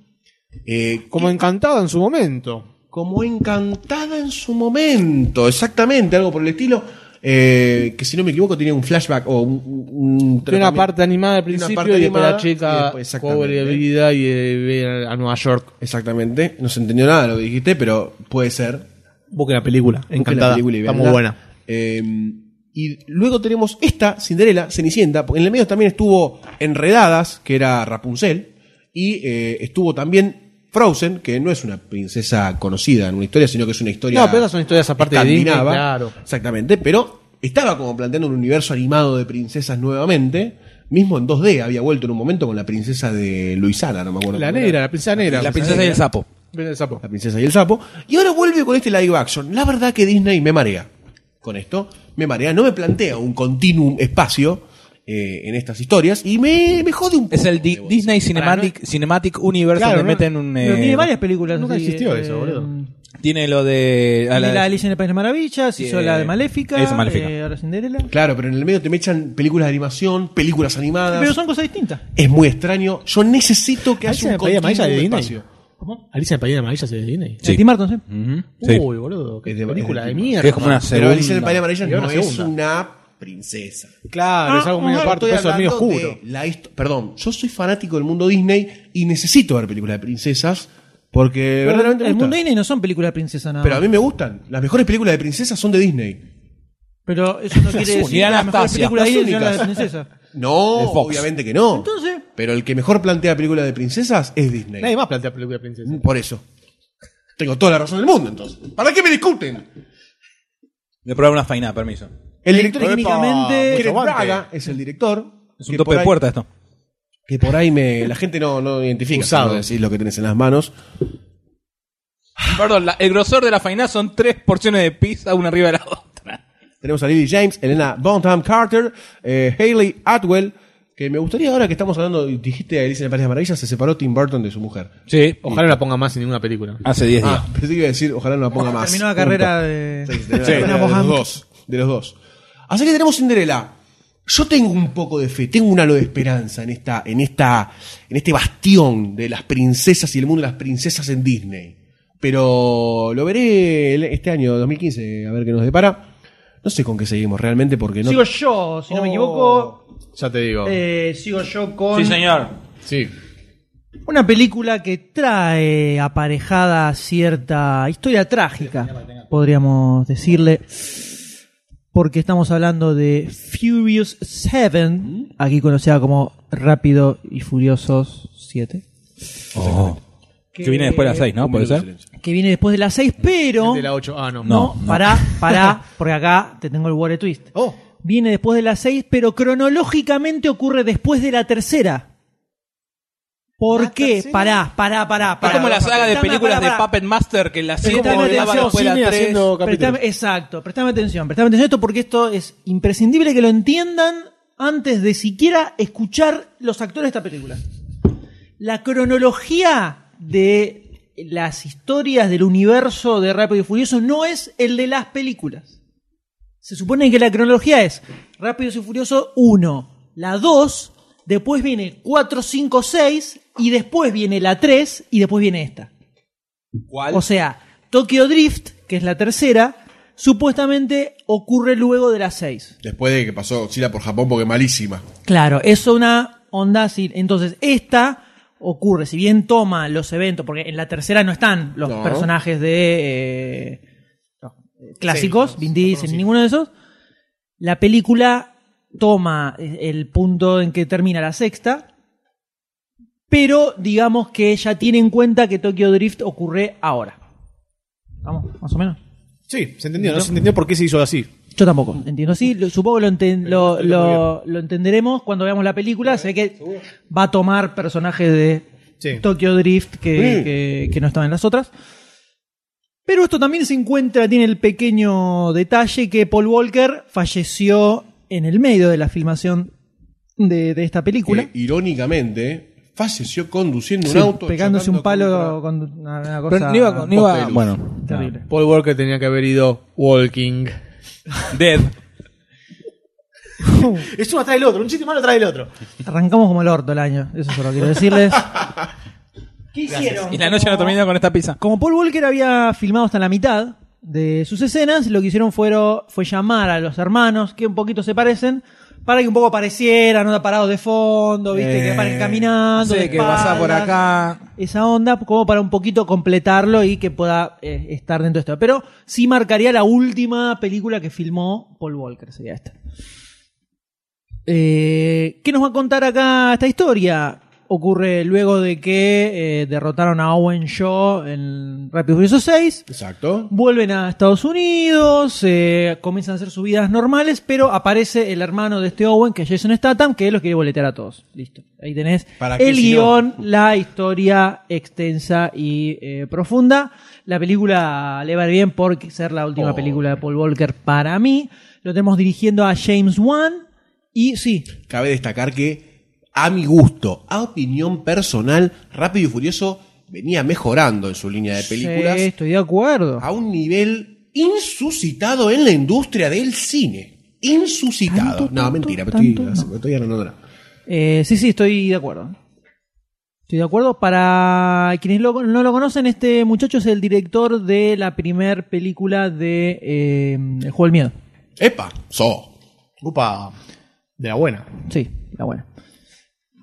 Eh, Como encantado en su momento. como encantada en su momento, exactamente, algo por el estilo. eh, que si no me equivoco tenía un flashback o un, un- un Tiene una tratamiento- parte animada al Tiene una principio parte y después la animada y chica después, exactamente. cobre de vida y eh, ve a Nueva York. Exactamente, no se entendió nada de lo que dijiste, pero puede ser. Busque la película. Busquen Encantada. la película y Está muy véanla. buena. Eh, y luego tenemos esta, Cinderela, Cenicienta. porque En el medio también estuvo Enredadas, que era Rapunzel. Y eh, estuvo también Frozen, que no es una princesa conocida en una historia, sino que es una historia. No, pero esas son historias aparte de escandinava. Disney, claro. Exactamente, pero estaba como planteando un universo animado de princesas nuevamente. Mismo en 2D había vuelto en un momento con la princesa de Luisana, no me acuerdo. La cómo era. negra, la princesa negra. La princesa y el sapo. el sapo. La princesa y el sapo. Y ahora vuelve con este live action. La verdad que Disney me marea con esto. Me marea, no me plantea un continuum espacio eh, en estas historias. Y me, me jode un poco. Es el Di- debo Disney decir. Cinematic, Cinematic Universe Claro, donde no- meten un... Pero eh, tiene varias películas. nunca así, eh, existió eso, boludo. Tiene lo de... a Tiene la, la- de Alicia en el País de las Maravillas, hizo Eh, la de Maléfica, esa Maléfica. eh, ahora Cinderella. Claro, pero en el medio te me echan películas de animación, películas animadas. Pero son cosas distintas. Eh, Es muy extraño. Yo necesito que Ahí se haya un me pedía continuum Maya de Disney. espacio. Alicia en el País de las Maravillas es de Disney. Sí. El Tim Burton, ¿sí? Ujú, sí. Uy, boludo, qué Es de- película es de de, Disney. mierda. Que es como una Pero segunda. Alicia en el País de las Maravillas Era no una es segunda. una princesa. Claro, es algo medio aparte, por eso es medio Ah, hablando oscuro. de la histo- Perdón, yo soy fanático del mundo Disney y necesito ver películas de princesas porque verdaderamente me El gustan. mundo Disney no son películas de princesa nada. Pero a más. mí me gustan. Las mejores películas de princesas son de Disney. Pero eso no quiere decir que únicas. las mejores películas de Las Disney son únicas. las de princesa. No, De Fox. obviamente que no. Entonces, Pero el que mejor plantea películas de princesas es Disney. Mm, Nadie más plantea película de princesa. Por eso. Tengo toda la razón del mundo, entonces. ¿Para qué me discuten? De probar una faina, permiso. El director Epa, es técnicamente- mucho Kenneth aguante. Braga, es el director. Es un que tope por de ahí- puerta esto. Que por ahí me, la gente no, no identifica. Usado. No decís lo que tenés en las manos. Perdón, la- el grosor de la faina son tres porciones de pizza una arriba de la otra. Tenemos a Lily James, Elena Bonham Carter, eh, Hayley Atwell. Que me gustaría ahora que estamos hablando, dijiste a Alicia en el País de las Maravillas, se separó Tim Burton de su mujer. Sí. Ojalá no la ponga más en ninguna película. Hace 10 días. Ah, pensé que iba a decir, ojalá no la ponga más. terminó la Punto. carrera de... Sí, de, de- de los dos. De los dos. Así que tenemos Cinderela. Yo tengo un poco de fe, tengo un halo de esperanza en esta, en esta, en este bastión de las princesas y el mundo de las princesas en Disney. Pero lo veré el- este año 2015 a ver qué nos depara. No sé con qué seguimos realmente porque no. Sigo yo, si no me equivoco. Ya te digo. eh, sigo yo con Sí, señor. Sí. una película que trae aparejada cierta historia trágica, podríamos decirle. Porque estamos hablando de Furious 7, aquí conocida como Rápido y Furiosos 7. Oh. Que viene después de las 6, ¿no? ¿Puede ser? Que viene después de las 6, pero... De la 8. Ah, no. No, No, no. pará, pará, porque acá te tengo el water twist. Oh. Viene después de las 6, pero cronológicamente ocurre después de la tercera. ¿Por qué? Pará, pará, pará, Es pará. como la saga de Prestame, películas pará, de pará. Puppet Master que la 7 como el estaba Liceo después de la Cine 3. haciendo capítulos. Prestame- exacto, prestame atención, prestame atención a esto porque esto es imprescindible que lo entiendan antes de siquiera escuchar los actores de esta película. La cronología de las historias del universo de Rápido y Furioso no es el de las películas. Se supone que la cronología es Rápido y Furioso 1, la 2, después viene 4, 5, 6 y después viene la 3 y después viene esta. ¿Cuál? O sea, Tokyo Drift, que es la tercera, supuestamente ocurre luego de las seis. Después de que pasó Godzilla por Japón, porque malísima. Claro, es una onda así. Entonces, esta ocurre, si bien toma los eventos, porque en la tercera no están los No. personajes de eh, no, eh, clásicos, Vin Diesel, ni ninguno de esos, la película toma eh, el punto en que termina la sexta, pero digamos que ya tiene en cuenta que Tokyo Drift ocurre ahora. Vamos, más o menos. Sí, se entendió. No se entendió por qué se hizo así. Yo tampoco entiendo. Sí, lo- supongo que lo, enten- lo, lo- lo entenderemos cuando veamos la película. Sé que va a tomar personajes de Sí. Tokyo Drift que, que- que no estaban en las otras. Pero esto también se encuentra, tiene el pequeño detalle que Paul Walker falleció en el medio de la filmación de, de esta película. Que, irónicamente, falleció conduciendo Sí, un auto. pegándose chocando un palo contra- con una, una cosa Pero no iba, no iba- Popelus. bueno, terrible. Paul Walker tenía que haber ido walking. Dead. Es uno trae el otro, un chiste malo trae el otro. Arrancamos como el orto el año, eso solo quiero decirles. ¿Qué hicieron? Y la noche no terminó con esta pizza. Como Paul Walker había filmado hasta la mitad de sus escenas, lo que hicieron fueron, fue llamar a los hermanos, que un poquito se parecen, para que un poco parecieran, no parados de fondo, viste, que aparecen caminando. de Eh, que pasa espaldas. por acá. Esa onda, como para un poquito completarlo y que pueda eh, estar dentro de esto. Pero sí marcaría la última película que filmó Paul Walker, sería esta. Eh, ¿Qué nos va a contar acá esta historia? Ocurre luego de que eh, derrotaron a Owen Shaw en Rápido y Furioso 6. Exacto. Vuelven a Estados Unidos, eh, comienzan a hacer sus vidas normales, pero aparece el hermano de este Owen, que es Jason Statham, que los quiere boletear a todos. Listo. Ahí tenés ¿Para qué el si no? guión, la historia extensa y eh, profunda. La película le va a ir bien por ser la última Oh. película de Paul Walker para mí. Lo tenemos dirigiendo a James Wan. Y sí, Cabe destacar que, a mi gusto, a opinión personal, Rápido y Furioso venía mejorando en su línea de películas Ah, sí, eh, estoy de acuerdo. a un nivel insuscitado en la industria del cine. Insuscitado. Tanto, No, tanto, mentira, pero estoy, tanto, no. estoy ganando nada. Eh, sí, sí, estoy de acuerdo. Estoy de acuerdo. Para quienes lo- no lo conocen, este muchacho es el director de la primer película de eh, El Juego del Miedo. Epa, so. Upa, de la buena. Sí, la buena.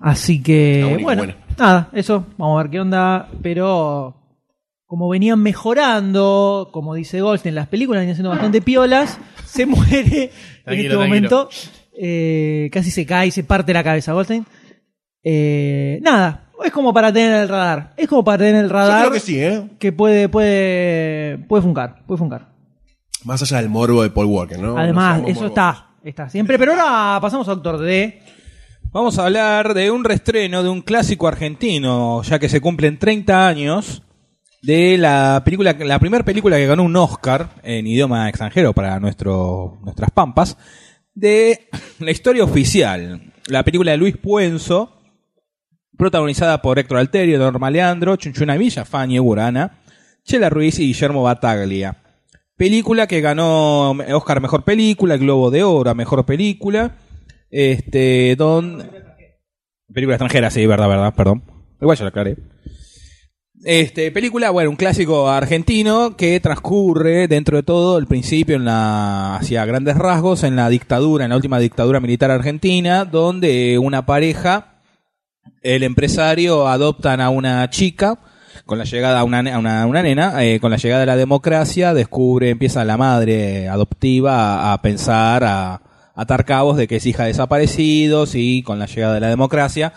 Así que, La única bueno, buena. nada, eso, vamos a ver qué onda, pero como venían mejorando, como dice Goldstein, las películas venían siendo bastante piolas, se muere en Tranquilo, este momento, eh, casi se cae y se parte la cabeza Goldstein. Eh, nada, es como para tener en el radar, es como para tener en el Yo radar creo que sí, ¿eh? que puede, puede, puede funcar, puede funcar. Más allá del morbo de Paul Walker, ¿no? No Además, seamos eso morbosos. está, está siempre, pero ahora pasamos a Doctor D. Vamos a hablar de un restreno de un clásico argentino, ya que se cumplen 30 años de la película, la primera película que ganó un Oscar en idioma extranjero para nuestro, nuestras pampas, de la historia oficial, la película de Luis Puenzo, protagonizada por Héctor Alterio, Norma Leandro, Chunchuna Villa, Fanny Burana, Chela Ruiz y Guillermo Bataglia. Película que ganó Oscar a Mejor Película, Globo de Oro a Mejor Película, este, don... Película extranjera, sí, verdad, verdad, perdón. Igual yo la aclaré. Este, película, bueno, un clásico argentino que transcurre dentro de todo, al principio, en la, hacia grandes rasgos, en la dictadura, en la última dictadura militar argentina, donde una pareja, el empresario, adoptan a una chica, con la llegada a una, ne- a una, una nena, eh, con la llegada de la democracia, descubre, empieza la madre adoptiva a, a pensar, a, a atar cabos de que es hija de desaparecidos y con la llegada de la democracia,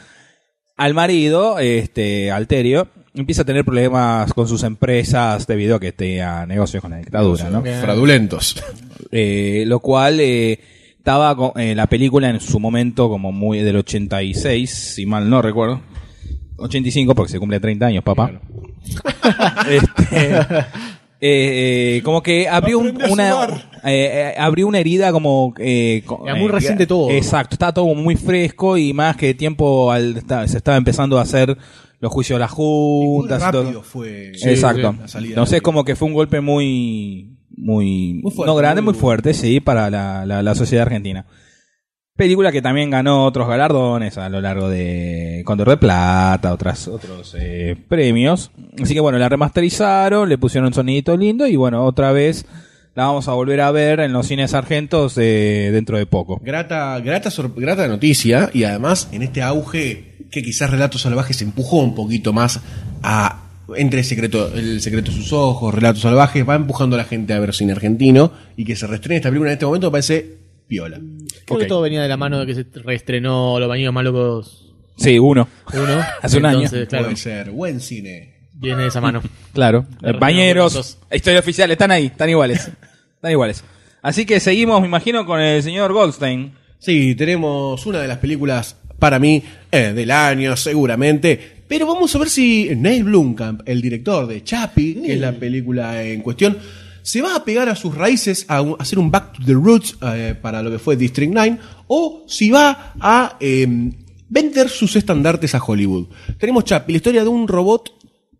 al marido, este, Alterio, empieza a tener problemas con sus empresas debido a que tenía negocios con la dictadura, ¿no? Fraudulentos. Eh, lo cual eh, estaba co- eh, la película en su momento como muy del 86, si mal no recuerdo. 85 porque se cumple 30 años, papá. Este, eh, eh, como que abrió un- Aprende a una sumar. eh, eh, abrió una herida como eh, co- Era muy eh, reciente todo. Exacto, estaba todo muy fresco y más que tiempo al- está- se estaba empezando a hacer los juicios de las Muy juntas y todo. rápido fue. Exacto. la salida Entonces rápida. como que fue un golpe muy, muy, Muy fuerte, no grande, muy- muy fuerte, sí, para la, la- la sociedad argentina. Película que también ganó otros galardones a lo largo de Condor de Plata, otras, otros eh, premios. Así que bueno, la remasterizaron, le pusieron un sonidito lindo y bueno, otra vez la vamos a volver a ver en los cines argentos eh, dentro de poco. Grata, grata, sor- grata noticia y además en este auge que quizás Relatos Salvajes empujó un poquito más a entre el secreto, el secreto de sus ojos, Relatos Salvajes, va empujando a la gente a ver cine argentino y que se restrene esta película en este momento me parece piola. Creo Ok. que todo venía de la mano de que se reestrenó Los Bañidos Más Locos Sí, uno. 1. Hace un año. Entonces, claro, Puede ser buen cine. viene de esa mano. Claro. Eh, Bañeros, Sos. historia oficial, están ahí, están iguales. están iguales. Así que seguimos, me imagino, con el señor Goldstein. Sí, tenemos una de las películas para mí eh, del año seguramente, pero vamos a ver si Neil Blomkamp, el director de Chappie, que es la película en cuestión, se va a pegar a sus raíces a, un- a hacer un Back to the Roots eh, para lo que fue District 9 o si va a eh, vender sus estandartes a Hollywood. Tenemos Chappie, la historia de un robot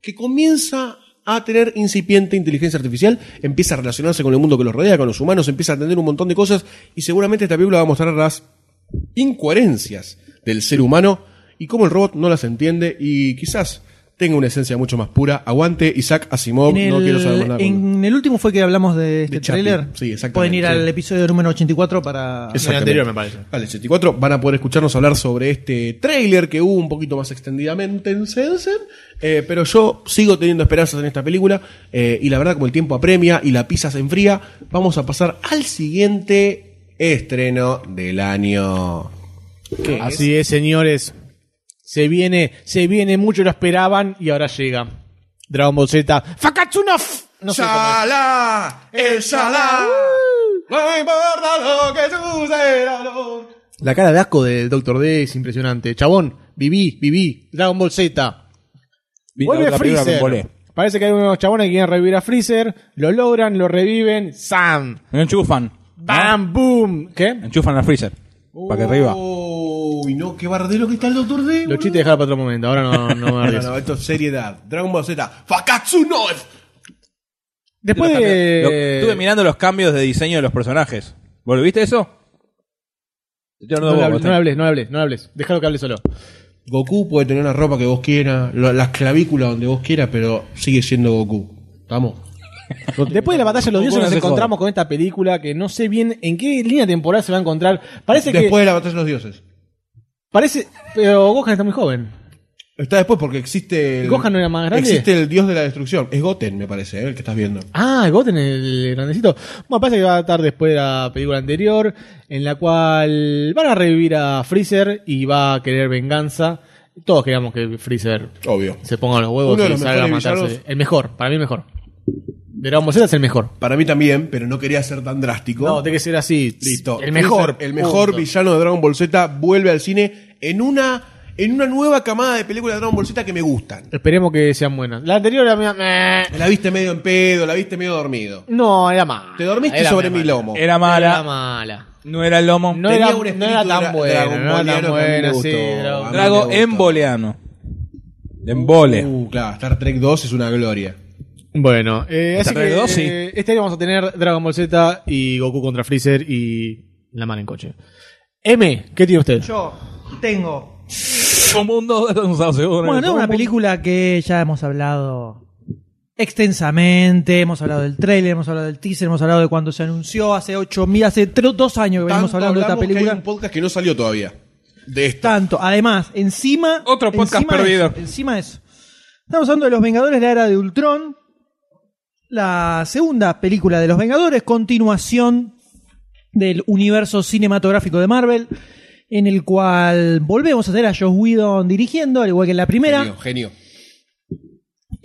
que comienza a tener incipiente inteligencia artificial, empieza a relacionarse con el mundo que los rodea, con los humanos, empieza a entender un montón de cosas y seguramente esta película va a mostrar las incoherencias del ser humano y cómo el robot no las entiende y quizás tenga una esencia mucho más pura. Aguante Isaac Asimov, En Oh, no el- quiero saber más nada. con- en el último fue que hablamos de este De Chappie, trailer. sí, exactamente, Pueden ir sí. al episodio número 84 para. Exactamente. Ah, anterior, me parece. Al 84 van a poder escucharnos hablar sobre este tráiler que hubo un poquito más extendidamente en Sensen, eh, pero yo sigo teniendo esperanzas en esta película eh, y la verdad como el tiempo apremia y la pizza se enfría, vamos a pasar al siguiente estreno del año. Así es, señores. Se viene, se viene, mucho lo esperaban y ahora llega. Dragon Ball Z. ¡Fakatsunov! No sé cómo es. ¡Shala! ¡El Shala! No importa lo que suceda. no. La cara de asco del Doctor D es impresionante. Chabón, viví, viví. Dragon Ball Z. Vi Vuelve la primera que volé. Freezer. Parece que hay unos chabones que quieren revivir a Freezer. Lo logran, lo reviven. ¡Sam! Me enchufan. Ah, ¡Bam! ¡Boom! ¿Qué? Enchufan al freezer. Para que arriba. Uh, Uy, no, qué bardero que está el Doctor D. Los boludo. chistes dejar para otro momento. Ahora no, no me No, arriesgo. no, esto es seriedad. Dragon Ball Z. Fakatsu no es- Después Los de. cambios- lo- estuve mirando los cambios de diseño de los personajes. ¿Vos lo viste eso? Yo No, lo le hago, hables, no le está. hables, no le hables, no le hables. Déjalo que hable solo. Goku puede tener la ropa que vos quieras, lo- las clavículas donde vos quieras, pero sigue siendo Goku. ¿Estamos? Después de la batalla de los dioses Bueno, nos se encontramos con esta película que no sé bien en qué línea temporal se va a encontrar. Parece Después de la batalla de los dioses. que. Parece. Pero Gohan está muy joven. Está después porque existe. El, ¿Gohan no era más grande? Existe el dios de la destrucción. Es Goten, me parece, eh, el que estás viendo. Ah, Goten el grandecito. Bueno, parece que va a estar después de la película anterior, en la cual van a revivir a Freezer y va a querer venganza. Todos queríamos que Freezer Obvio. se ponga los huevos Uno de y los salga a mejores matarse. villanos. El mejor, para mí el mejor. De Dragon Ball Z es el mejor. Para mí también, pero no quería ser tan drástico. No, tiene que ser así. Listo. El mejor. El mejor punto. villano de Dragon Ball Z vuelve al cine en una. En una nueva camada de películas de Dragon Ball Z que me gustan. Esperemos que sean buenas. La anterior era. meh. La viste medio en pedo, la viste medio dormido. No, era mala. Te dormiste Era sobre mala. mi lomo. Era Era mala. mala. No era el lomo. No Tenía era, un no era espíritu dra- tan buena. No era tan dragonboleano que a mí me buena, sí. gustó. Dragon- A mí me Drago gusta. emboleano. De embole. Uh, claro, Star Trek 2 es una gloria. Bueno, eh, así Está que alrededor, sí. eh, este año vamos a tener Dragon Ball Z y Goku contra Freezer y la mano en coche. M, ¿qué tiene usted? Yo tengo. Como un dos, un dos, seguro. Bueno, es una película que ya hemos hablado extensamente, hemos hablado del tráiler, hemos hablado del teaser, hemos hablado de cuando se anunció hace ocho mil, hace tres- dos años que venimos Tanto hablando de esta hablamos que película. hay un podcast que no salió todavía. De esta. Tanto, además, encima... Otro podcast encima perdido. eso, encima eso. Estamos hablando de Los Vengadores, la era de Ultron, la segunda película de Los Vengadores, continuación del universo cinematográfico de Marvel, en el cual volvemos a tener a Joss Whedon dirigiendo, al igual que en la primera. Genio, genio.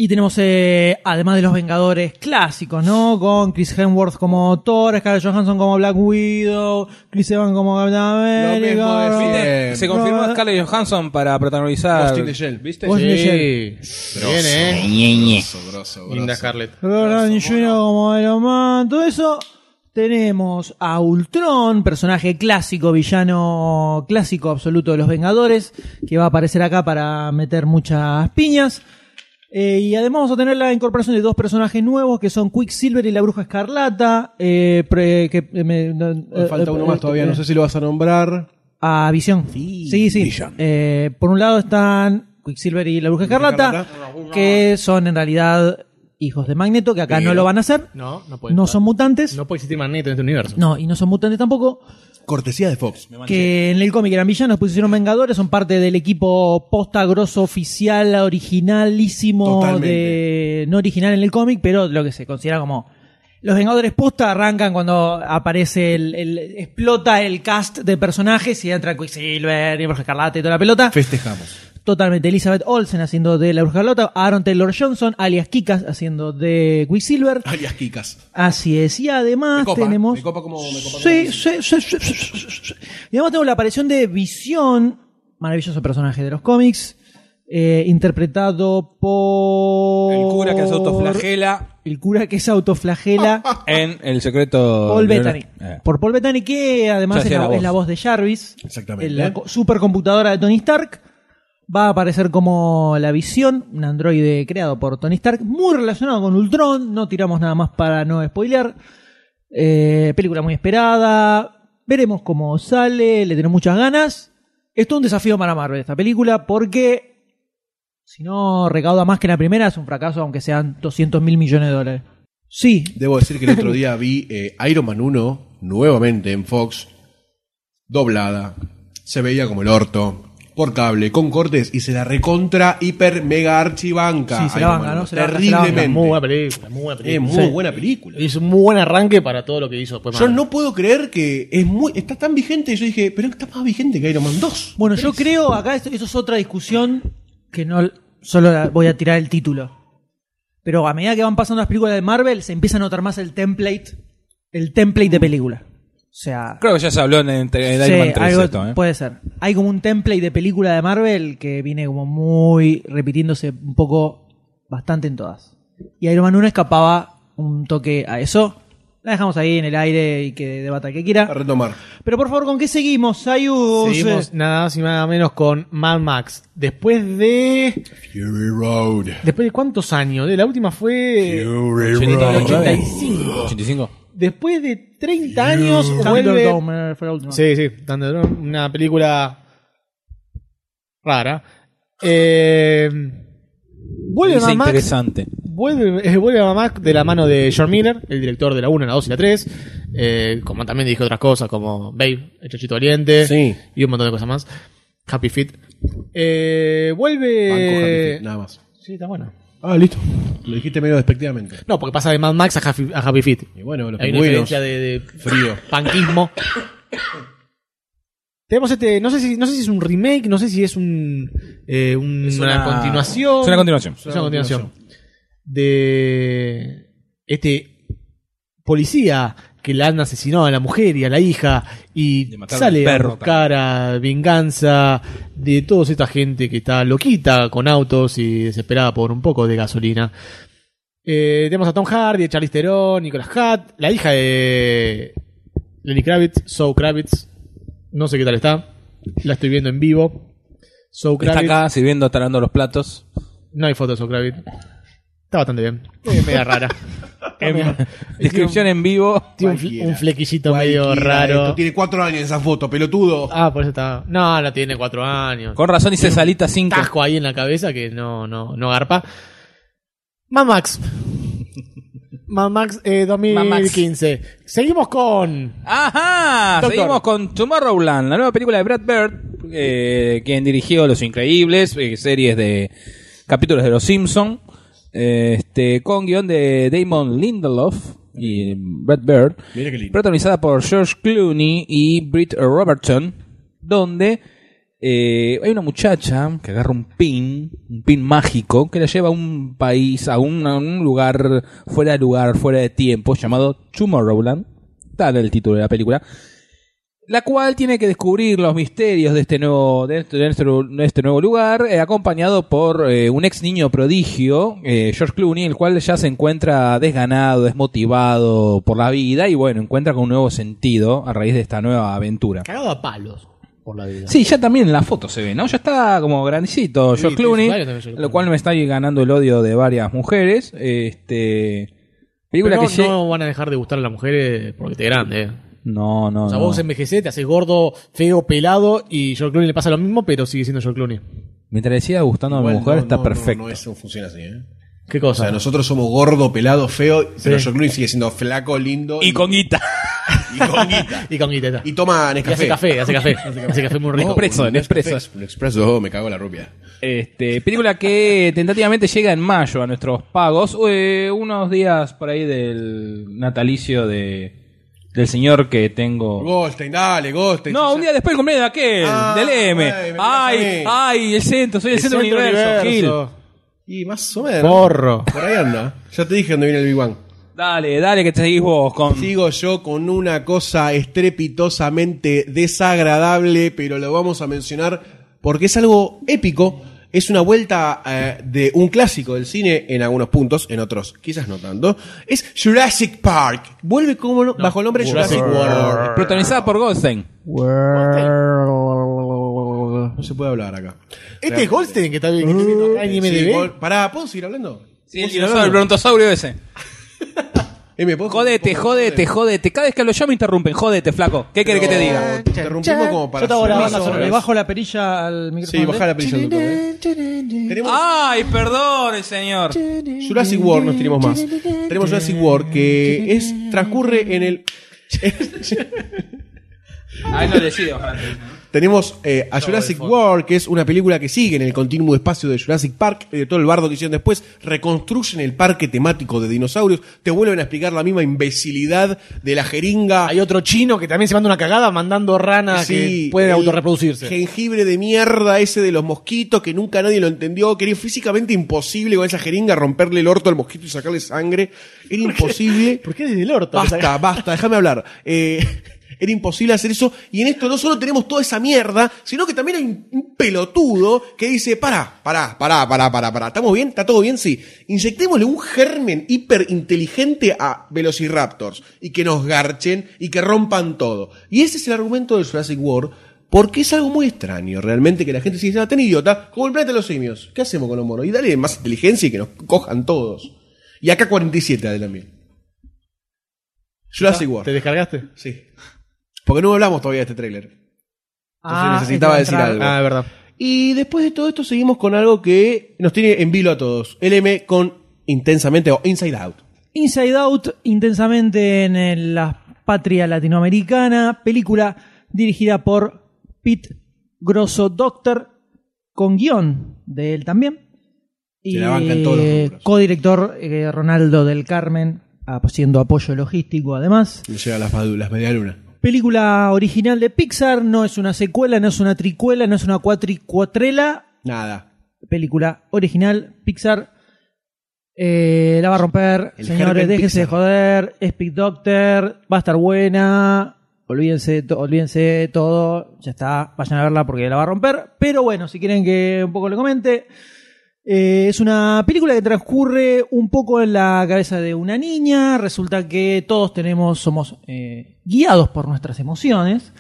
Y tenemos, eh, además de los Vengadores clásicos, ¿no? Con Chris Hemsworth como Thor, Scarlett Johansson como Black Widow, Chris Evans como Capitán Lo mismo América. de Robert- siempre. Se confirmó Scarlett Johansson para protagonizar. Ghost in the Shell. ¿Viste? Ghost in the Shell. Bien, eh. Grosso, grosso, grosso. Linda Scarlett. Robert Downey Jr. como Iron Man, todo eso. Tenemos a Ultron, personaje clásico, villano clásico absoluto de los Vengadores, que va a aparecer acá para meter muchas piñas. Eh, y además vamos a tener la incorporación de dos personajes nuevos, que son Quicksilver y la Bruja Escarlata. eh, pre- que, eh, me- no, eh, Falta uno eh, más todavía, eh, no sé si lo vas a nombrar. A Visión. Sí, sí. Eh, por un lado están Quicksilver y la Bruja Escarlata, que son en realidad hijos de Magneto, que acá no lo van a hacer. No, no puede. No estar. son mutantes. No puede existir Magneto en este universo. No, y no son mutantes tampoco. Cortesía de Fox. Que en el cómic eran villanos, después se hicieron vengadores, son parte del equipo posta grosso oficial, originalísimo Totalmente. de. No original en el cómic, pero lo que se considera como. Los Vengadores posta arrancan cuando aparece el, el- explota el cast de personajes y entra Quicksilver y Borja Escarlata y toda la pelota. Festejamos. Totalmente. Elizabeth Olsen haciendo de la Bruja Escarlata, Aaron Taylor Johnson, alias Kikas haciendo de Quicksilver. Alias Kikas. Así es, y además Me copa, tenemos. me copa como- me copa como sí, sí, sí, sí, sí, sí, sí, sí. Y además tenemos la aparición de Visión, maravilloso personaje de los cómics. eh, interpretado por... El cura que se autoflagela El cura que se autoflagela. en El secreto. Paul de- Bettany. Eh. Por Paul Bettany, que además Ya es hacía la, la es la voz. voz de Jarvis. Exactamente. en La co- supercomputadora de Tony Stark. Va a aparecer como la visión, un androide creado por Tony Stark, muy relacionado con Ultron. No tiramos nada más para no spoilear. Eh, película muy esperada. Veremos cómo sale, le tenemos muchas ganas. Esto es un desafío para Marvel, esta película, porque si no recauda más que la primera, es un fracaso, aunque sean 200 mil millones de dólares. Sí, Debo decir que el otro día vi eh, Iron Man 1 nuevamente en Fox, doblada. Se veía como el orto, por cable, con cortes y se la recontra, hiper, mega archibanca. Sí, se la Iron banca, Man ¿no? 1, Se la- se la banca. Terriblemente. Muy buena película, muy buena Es película. muy Sí. buena película. Es un muy buen arranque para todo lo que hizo después. Yo Marvel. no puedo creer que es muy está tan vigente. Yo dije, pero está más vigente que Iron Man 2. Bueno, yo creo, acá esto- eso es otra discusión que no solo la- voy a tirar el título. Pero a medida que van pasando las películas de Marvel, se empieza a notar más el template, el template de película. O sea, Creo que ya se habló en, en Mm. Iron sí, Man 3 algo- esto, ¿eh? puede ser. Hay como un template de película de Marvel que viene como muy repitiéndose un poco bastante en todas. Y Iron Man 1 escapaba un toque a eso. La dejamos ahí en el aire y que debata el que A quiera. retomar. Pero por favor, ¿con qué seguimos, Sayus? Seguimos nada más y nada menos con Mad Max. Después de. Fury Road. ¿Después de cuántos años? De la última Eh, fue. Fury 85. 85. Después de 30 años vuelve. Thunderdome, eh, fue la última. Sí, sí, Thunderdome, una película rara. Eh, vuelve Dice Mad Max interesante. Vuelve, eh, vuelve a Mac de la mano de John Miller, el director de la 1, la 2 y la 3. eh, como también dije otras cosas, como Babe, El Chachito Oriente. Sí. Y un montón de cosas más. Happy Feet. Eh, Banco Happy vuelve. Feet, nada más. Sí, está bueno. Ah, listo. Lo dijiste medio despectivamente. No, porque pasa de Mad Max a Happy, a Happy Feet. Y bueno, los Hay una pingüinos. diferencia de, de Frío. panquismo. Tenemos este. No sé, si, no sé si es un remake, no sé si es un. eh, un- una, continuación. Es una continuación. Es una continuación. De este policía que la han asesinado a la mujer y a la hija y De matar sale al perro a buscar a venganza de toda esta gente que está loquita con autos y desesperada por un poco de gasolina. Eh, tenemos a Tom Hardy, a Charlize Theron, Nicolas Hutt, la hija de Lenny Kravitz, Zoe Kravitz. No sé qué tal está. La estoy viendo en vivo. Zoe Está Kravitz. acá sirviendo, talando los platos. No hay fotos de Socravit. Está bastante bien. Es media rara. Descripción en vivo. Tiene un, fle- un flequillito medio raro. Esto tiene cuatro años esa foto, pelotudo. Ah, por eso está. No, la tiene cuatro años. Con razón dice Salita 5. Tasco ahí en la cabeza que no, no, no garpa. Mamax. Mamax eh, 2015. Seguimos con. Ajá, Doctor. seguimos con Tomorrowland, la nueva película de Brad Bird, eh, quien dirigió Los Increíbles, eh, series de capítulos de Los Simpson, eh, este, con guión de Damon Lindelof y Brad Bird, Mira qué lindo. protagonizada por George Clooney y Britt Robertson, donde eh, hay una muchacha que agarra un pin, un pin mágico, que la lleva a un país, a un, a un lugar fuera de lugar, fuera de tiempo, llamado Tomorrowland, tal el título de la película, la cual tiene que descubrir los misterios de este nuevo, de este, de este- de este nuevo lugar, eh, acompañado por eh, un ex niño prodigio, eh, George Clooney, el cual ya se encuentra desganado, desmotivado por la vida y bueno, encuentra con un nuevo sentido a raíz de esta nueva aventura. Cagado a palos por la vida. Sí, ya también en la foto se ve, ¿no? Ya está como grandecito George tiene Clooney, sus varios también, George lo Clooney. cual me está ganando el odio de varias mujeres. Este, película Pero que no, lle- no van a dejar de gustar a las mujeres porque te grande. eh. no, no, O sea, no. vos envejecés, te haces gordo, feo, pelado y George Clooney le pasa lo mismo, pero sigue siendo George Clooney. Mientras le siga gustando a Igual la mujer no, está Ah. no, no, perfecto. No, eso funciona así, ¿eh? ¿Qué O cosa? sea, nosotros somos gordo, pelado, feo, pero George Clooney sigue siendo flaco, lindo Y con guita. y con guita. Y con guiteta. Y toma Y hace Nescafé. Oh, café, hace café. hace café muy rico. Nespresso, un Nescafé, Nespresso. Un expreso, oh, me cago en la rubia. Este, película que tentativamente llega en mayo a nuestros pagos, eh, unos días por ahí del natalicio de del señor que tengo. Goldstein, dale, Goldstein. No, un día después del cumpleaños de aquel, Ah, del M. güey, me ay, tirás a ay, el centro, soy el, centro, del universo, Y más o menos. Porro. Por ahí anda. Ya te dije dónde viene el Big Bang. Gil. Dale, dale que te seguís vos con Sigo yo con una cosa estrepitosamente desagradable, pero lo vamos a mencionar porque es algo épico Es una vuelta eh, de un clásico del cine en algunos puntos, en otros quizás no tanto. Es Jurassic Park. Vuelve como bajo el nombre de Jurassic World. Protagonizada por Goldstein. No se puede hablar acá. Este es Goldstein que está bien. que está acá en Sí, IMDb. Gol- Pará, ¿puedo seguir hablando? Sí, el dinosaurio, el brontosaurio ese. M, ¿puedo- Jódete, ¿puedo- jódete, jódete. Cada vez que lo llamo interrumpen. Jódete, flaco. ¿Qué querés que te diga? Interrumpimos como para. Yo te hago la seis banda sonora. horas. Le bajo la perilla al micrófono. Sí, bajá la perilla del Tenemos Ay, perdón, señor. Jurassic World, nos tenemos más. Tenemos Jurassic World que es transcurre en el. Ahí no decido. Tenemos eh, a Jurassic World, que es una película que sigue en el continuo espacio de Jurassic Park, y de todo el bardo que hicieron después, reconstruyen el parque temático de dinosaurios, te vuelven a explicar la misma imbecilidad de la jeringa. Hay otro chino que también se manda una cagada mandando ranas Sí, que pueden el autorreproducirse. Jengibre de mierda ese de los mosquitos que nunca nadie lo entendió, que era físicamente imposible con esa jeringa romperle el orto al mosquito y sacarle sangre. Era imposible. ¿Por qué desde el orto? Basta, basta, déjame hablar. Eh, era imposible hacer eso. Y en esto no solo tenemos toda esa mierda, sino que también hay un, un pelotudo que dice, pará, pará, pará, pará, pará, pará. ¿Estamos bien? ¿Está todo bien? Sí. Inyectémosle un germen hiperinteligente a Velociraptors y que nos garchen y que rompan todo. Y ese es el argumento de Jurassic World. Porque es algo muy extraño realmente que la gente se dice, ah, tan idiota, como el planeta de los simios. ¿Qué hacemos con los monos? Y dale más inteligencia y que nos cojan todos. Y acá 47 adelante. Jurassic World. ¿Te descargaste? Sí. Porque no hablamos todavía de este tráiler. Ah, necesitaba es de decir entrar. algo. Ah, es verdad. Y después de todo esto seguimos con algo que nos tiene en vilo a todos. LM con Intensamente o Inside Out. Inside Out, intensamente en el- la patria latinoamericana, película dirigida por Pete Grosso Doctor, con guión de él también. Y Se la banca en todos los eh, rubros. codirector eh, Ronaldo del Carmen, haciendo apoyo logístico además. Le llega a las madulas, media luna. Película original de Pixar, no es una secuela, no es una tricuela, no es una cuatricuatrela, Nada. película original Pixar. Eh, la va a romper, El señores, germen déjense Pixar. de joder. Es Pig Doctor, va a estar buena. Olvídense, de to- olvídense de todo, ya está, vayan a verla porque la va a romper. Pero bueno, si quieren que un poco le comente, eh, es una película que transcurre un poco en la cabeza de una niña. Resulta que todos tenemos, somos eh, guiados por nuestras emociones.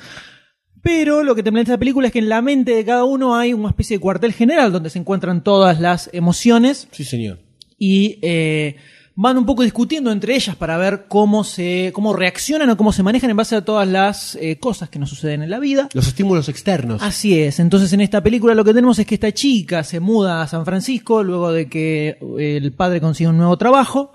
Pero lo que te plantea esta película es que en la mente de cada uno hay una especie de cuartel general donde se encuentran todas las emociones Sí, señor. y eh, van un poco discutiendo entre ellas para ver cómo se cómo reaccionan o cómo se manejan en base a todas las eh, cosas que nos suceden en la vida. Los estímulos externos. Así es. Entonces en esta película lo que tenemos es que esta chica se muda a San Francisco luego de que eh, el padre consigue un nuevo trabajo.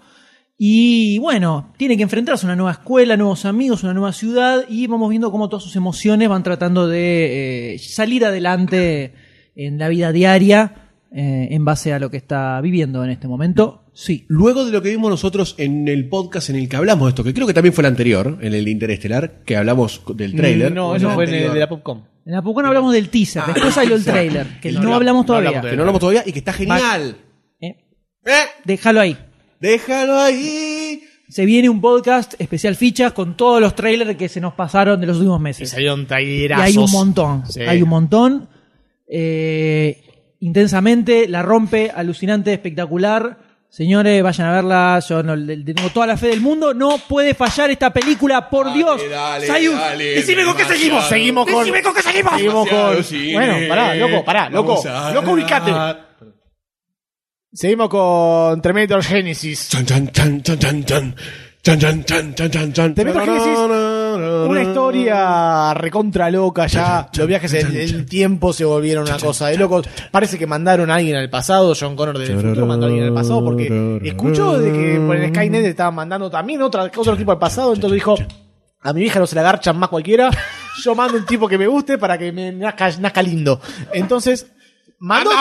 Y bueno, tiene que enfrentarse a una nueva escuela, nuevos amigos, una nueva ciudad y vamos viendo cómo todas sus emociones van tratando de eh, salir adelante en la vida diaria eh, en base a lo que está viviendo en este momento. Sí. Luego de lo que vimos nosotros en el podcast en el que hablamos de esto, que creo que también fue el anterior, en el de Interestelar, que hablamos del tráiler. Mm, No, eso El fue en anterior. el de la Popcom. En la Pucón hablamos del teaser, después salió Ah, el trailer, que no, hablamos no todavía. hablamos Que no hablamos todavía y que está genial. Eh, ¿Eh? Déjalo ahí. Déjalo ahí. Se viene un podcast especial fichas con todos los trailers que se nos pasaron de los últimos Y meses. salieron Y trailerazos. hay un montón. Sí. Hay un montón. Eh, intensamente, la rompe, alucinante, espectacular. Señores, vayan a verla. Yo no, le- le tengo toda la fe del mundo. No puede fallar esta película, por Dios. dale, Sayus, dale, decime con qué demasiado. seguimos. Seguimos con. Decime con qué seguimos. Seguimos Demasiado con. cine. Bueno, pará, loco, pará, loco. Vamos a Loco, ubicate. Seguimos con Terminator Genesis. Chan, chan, chan, chan, chan, chan. Chan, chan, chan, chan, chan, chan. Terminator Genesis. Una historia recontra loca ya. Los viajes en el tiempo se volvieron una cosa de locos. Parece que mandaron a alguien al pasado. John Connor del futuro mandó a alguien al pasado porque escuchó de que por el Skynet estaban mandando también otra, otro tipo al pasado. Entonces dijo: A mi vieja no se la garchan más cualquiera. Yo mando un tipo que me guste para que me nazca, nazca lindo. Entonces. Mandó,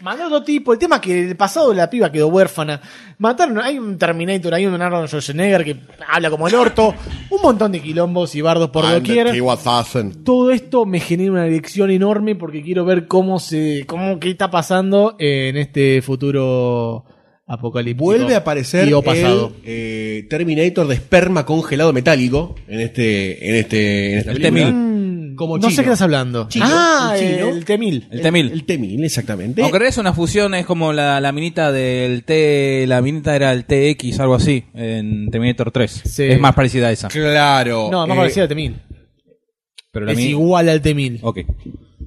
mandó otro tipo. El tema es que el pasado la piba quedó huérfana. Mataron, hay un Terminator, hay un Arnold Schwarzenegger que habla como el orto. Un montón de quilombos y bardos Ah, por doquier todo esto me genera una elección enorme porque quiero ver cómo se. cómo qué está pasando en este futuro apocalíptico. Vuelve a aparecer Y o el pasado. eh, Terminator de esperma congelado metálico en este en este en esta El película. T-1000. Mm, Como no sé chino. qué estás hablando. Chino, ah, el el, chino. Temil. El temil. El temil, exactamente. Aunque en realidad es una fusión, es como la, la minita del T. La minita era el TX, algo así, en Terminator 3. Sí. Es más parecida a esa. Claro. No, más eh, parecido al Temil. Pero la Es mini- igual al Temil. Oh. Ok.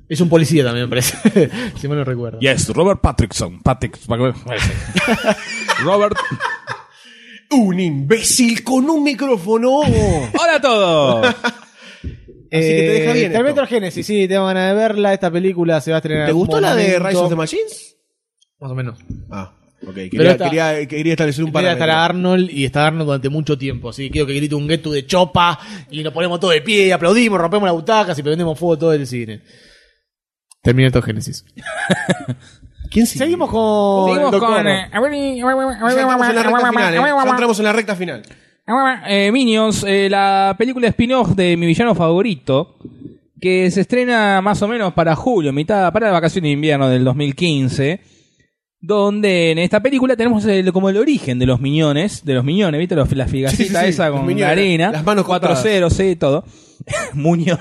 Es un policía también, me parece. si mal no recuerdo. Yes, Robert Patrickson. Patrick. Robert. Un imbécil con un micrófono. ¡Hola a todos! Así que te deja bien Eh, Terminator Genesis, sí, tengo ganas de verla. Esta película se va a estrenar. ¿Te en gustó algún la de momento. Rise of the Machines? Más o menos. Ah, ok. Pero Quería, esta- quería- quería establecer un Quería parámetro. estar a Arnold y está Arnold durante mucho tiempo. Así que quiero que grite un gueto de chopa y nos ponemos todo de pie y aplaudimos, rompemos la butaca y prendemos fuego todo el cine. Terminator Génesis. ¿Quién sigue? Seguimos con. Seguimos Doctor. con. eh, Ya entramos en la recta final. ¿eh? Ya entramos en la recta final. Eh, Minions, eh, la película spin-off de mi villano favorito, que se estrena más o menos para julio, mitad para la vacación de invierno del 2015, donde en esta película tenemos el- como el origen de los Miniones, de los Miniones, ¿viste? Los- la figacita Sí, sí, sí, esa los con Miniones, la arena, las manos cuatro cortadas. ceros, sí, todo. Muñones.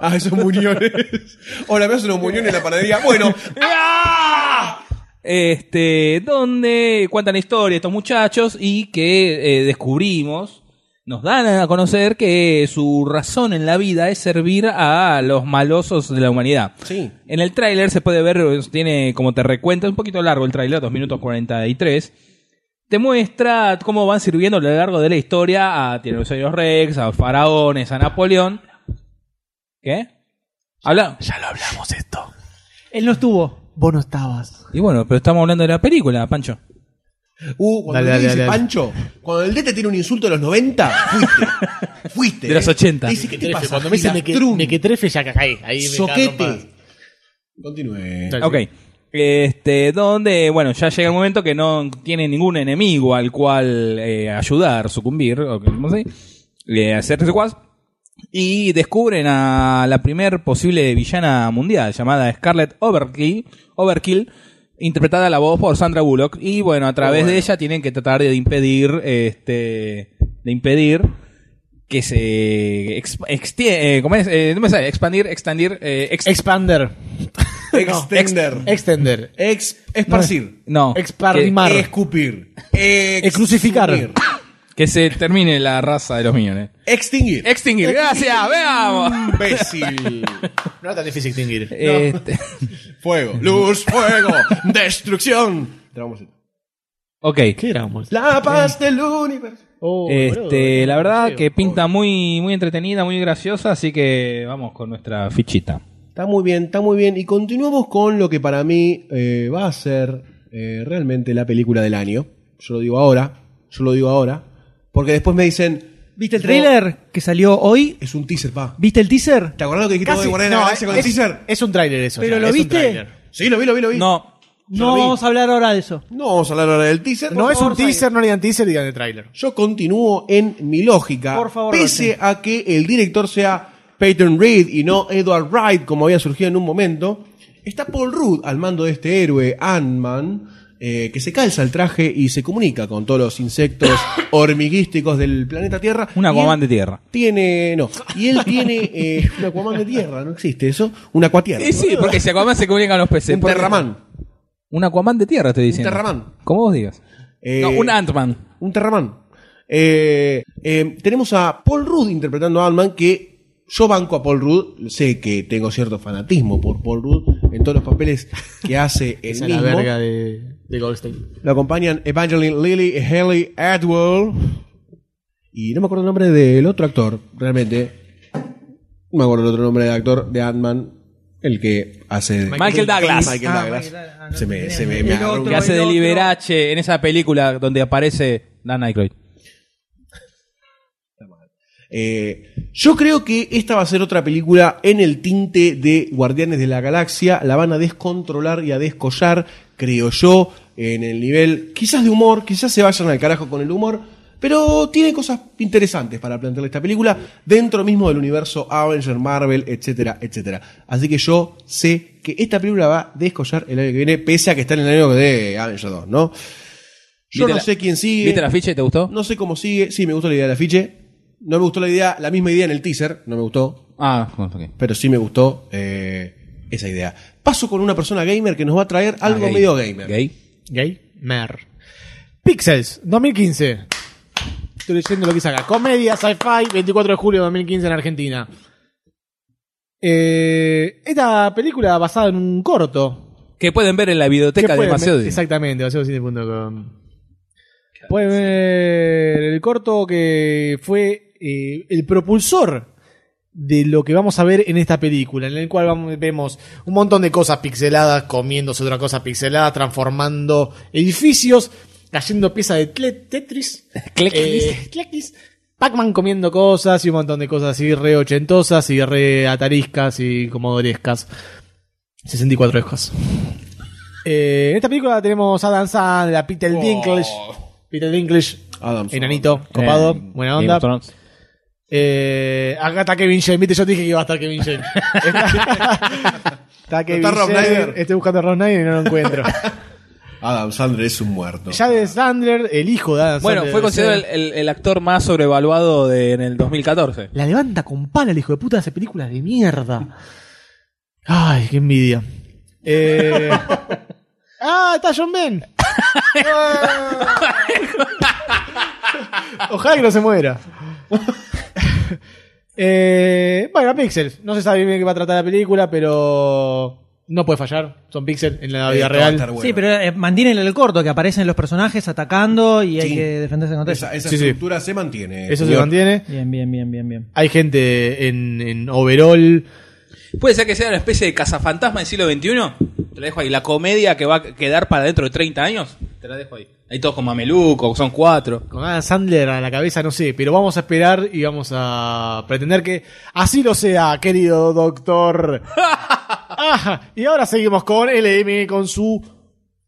Ah, esos muñones. Hola, me hacen unos muñones en la panadería. Bueno. ¡ah! Este, donde cuentan la historia de estos muchachos y que eh, descubrimos, nos dan a conocer que su razón en la vida es servir a los malosos de la humanidad. Sí. En el tráiler se puede ver, tiene como te recuenta, es un poquito largo el tráiler, 2 minutos 43. Te muestra cómo van sirviendo a lo largo de la historia a Tyrannosaurus Rex, a los faraones, a Napoleón. ¿Qué? Habla. Él no estuvo. Vos no estabas. Y bueno, pero estamos hablando de la película, Pancho. Uh, cuando Dale, el D dale, dice dale. Pancho, cuando el D te tiene un insulto de los 90, fuiste. Fuiste. De los ¿eh? 80. Te dice, ¿qué te pasa? Cuando me dicen me, que, Gilastrún, me que trefe, ya caí. Ahí me cago Soquete. en Continúe. paz. Ok. Este, donde, bueno, ya llega el momento que no tiene ningún enemigo al cual eh, ayudar, sucumbir, o que- no sé, eh, hacer secuaz. Y descubren a la primer posible villana mundial, llamada Scarlett Overkill, Overkill interpretada a la voz por Sandra Bullock. Y bueno, a través de ella tienen que tratar de impedir, este, de impedir que se exp- extie- eh, ¿cómo es? Eh, no me sale, expandir, extendir, eh, ex- Expander. Extender. Extender. Ex- esparcir. no, que- Exparrimar. Escupir. Excrucificar. exsumir, Que se termine la raza de los millones. Extinguir. Extinguir, gracias, veamos. Imbécil. No era tan difícil extinguir. Este, Fuego. Luz, fuego. Destrucción. Trabamos esto. ok, ¿Qué éramos? La paz del universo. Oh, este, boludo. la verdad que pinta muy, muy entretenida, muy graciosa, así que vamos con nuestra fichita. Está muy bien, está muy bien. Y continuamos con lo que para mí eh, va a ser eh, realmente la película del año. Yo lo digo ahora, yo lo digo ahora. Porque después me dicen, ¿Viste el trailer que salió hoy? es un teaser, pa. ¿Viste el teaser? ¿Te acordás lo que dijiste vos de Guardianes de la No, es, Galaxia con el teaser? es un tráiler eso. ¿Pero ya, lo es un viste? tráiler. Sí, lo vi, lo vi, lo vi. No, No vi. vamos a hablar ahora de eso. No vamos a hablar ahora del teaser. No Por es un favor, teaser, no le digan teaser, digan el tráiler. Yo continúo en mi lógica. Por favor, Pese Martín. a que el director sea Peyton Reed y no Edward Wright, como había surgido en un momento, está Paul Rudd al mando de este héroe, Ant-Man, eh, que se calza el traje y se comunica con todos los insectos hormiguísticos del planeta Tierra. un Y Aquaman de él tierra. Tiene, no. Y él tiene eh, un Aquaman de tierra, no existe eso. Un Aquatierra. Y sí, porque si Aquaman se comunica con los peces. un ¿por qué? Terramán. Un Aquaman de tierra, te diciendo. Terramán. Como vos digas. Eh, no, un Ant-Man. un Terramán. Eh, eh, tenemos a Paul Rudd interpretando a Ant-Man, que yo banco a Paul Rudd, sé que tengo cierto fanatismo por Paul Rudd en todos los papeles que hace el Esa es mismo. la verga de, de Goldstein. Lo acompañan Evangeline Lilly, Haley Atwell y no me acuerdo el nombre del otro actor, realmente. No me acuerdo el otro nombre del actor de Ant-Man, el que hace... Michael Douglas. Michael Ah, Michael Douglas. Douglas. Ah, no se me, tenía se me, el me otro. agarró un- Que hace de el otro. Liberace en esa película donde aparece Dan Aykroyd. Eh, yo creo que esta va a ser otra película en el tinte de Guardianes de la Galaxia. La van a descontrolar y a descollar, creo yo, en el nivel quizás de humor, quizás se vayan al carajo con el humor, pero tiene cosas interesantes para plantear esta película dentro mismo del universo Avenger, Marvel, etcétera, etcétera. Así que yo sé que esta película va a descollar el año que viene, pese a que está en el año de Avenger 2, ¿no? Yo ¿Viste no la- sé quién sigue. ¿Viste la ficha y eh, te gustó? No sé cómo sigue. Sí, me gusta la idea del afiche. No me gustó la idea, la misma idea en el teaser, no me gustó, Ah, ok. pero sí me gustó eh, esa idea. Paso con una persona gamer que nos va a traer Ah, algo gay. medio gamer. Gay. Gamer. Pixels, 2015. Estoy leyendo lo que saca. Comedia, sci-fi, 24 de julio de 2015 en Argentina. Eh, esta película basada en un corto. Que pueden ver en la Que videoteca de pueden ver- Maceo. Exactamente, demasiadocine.com. Pueden ver el corto que fue eh, el propulsor de lo que vamos a ver en esta película, en el cual vamos- vemos un montón de cosas pixeladas, comiéndose otra cosa pixelada, transformando edificios, cayendo piezas de tle- Tetris, eh, Cleclis, Pac-Man comiendo cosas y un montón de cosas así re ochentosas y re atariscas y comodorescas. 64 escas. Eh, en esta película tenemos a Dan Sandler, a Peter Dinklage, Peter Dinklage, Oh. Adam Sandler. enanito, Eh, copado, buena onda. Eh, acá está Kevin James. Viste, yo te dije que iba a estar Kevin James. está, está Kevin está Rob James. Schneider? Estoy buscando a Rob Snyder y no lo encuentro. Adam Sandler es un muerto. ya de Sandler, el hijo de Adam Bueno, Sandler, fue considerado el, el- el actor más sobrevaluado de- en el 2014. La levanta con pala el hijo de puta, hace películas de mierda. Ay, qué envidia. Eh... ah, está John Ben. Ojalá que no se muera. Eh, bueno, Pixel. No se sabe bien qué va a tratar la película, pero no puede fallar. Son Pixel en la vida Esto Eh, va a real. estar bueno. Sí, pero eh, mantienen el corto, que aparecen los personajes atacando y hay Sí. que defenderse contra eso. Esa, esa Sí, sí. estructura se mantiene. Eso se señor. mantiene. Bien, bien, bien, bien, bien. Hay gente en, en overall. Puede ser que sea una especie de cazafantasma del siglo XXI. Te la dejo ahí. La comedia que va a quedar para dentro de 30 años. Te la dejo ahí. Ahí todos con mameluco, son cuatro. Con Adam Sandler a la cabeza, no sé, pero vamos a esperar y vamos a pretender que así lo sea, querido doctor. Ajá, y ahora seguimos con LM, con su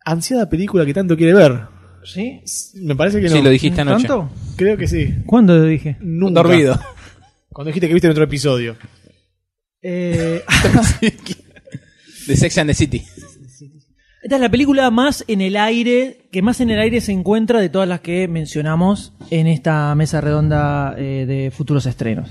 ansiada película que tanto quiere ver. ¿Sí? Me parece que no. Sí, lo dijiste anoche. ¿Tanto? Creo que sí. ¿Cuándo lo dije? Nunca. Dormido. Cuando dijiste que viste en otro episodio. Eh, De Sex and the City. Esta es la película más en el aire, que más en el aire se encuentra de todas las que mencionamos en esta mesa redonda eh, de futuros estrenos.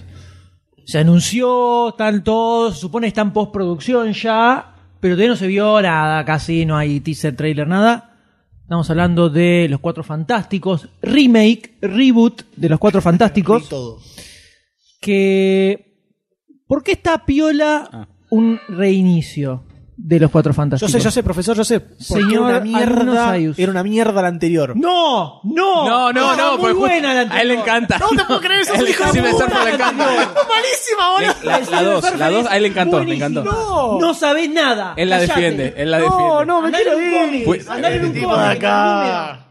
Se anunció, están todos, se supone que está en postproducción ya, pero todavía no se vio nada, casi no hay teaser, trailer, nada. Estamos hablando de Los Cuatro Fantásticos, remake, reboot de Los Cuatro Fantásticos. Que... ¿Por qué está piola Ah. un reinicio de Los Cuatro Yo Fantásticos? sé, yo sé, profesor, yo sé. Porque Señor era una mierda. Ayus. Era una mierda la anterior. No, no, No, no, Era no, muy pues justo- buena la anterior. A él le encanta. No te puedo creer, sos A él un hijo de Silver puta. Surfer le encanta. Malísima, boludo. Le- La, la dos, la dos, a él le encantó, le encantó. No, no sabés nada. Él la Cállate. defiende, él la defiende. No, no, me Andá en quiero un ir. cómic, Pues- andá en un Este Tipo cómic, de acá.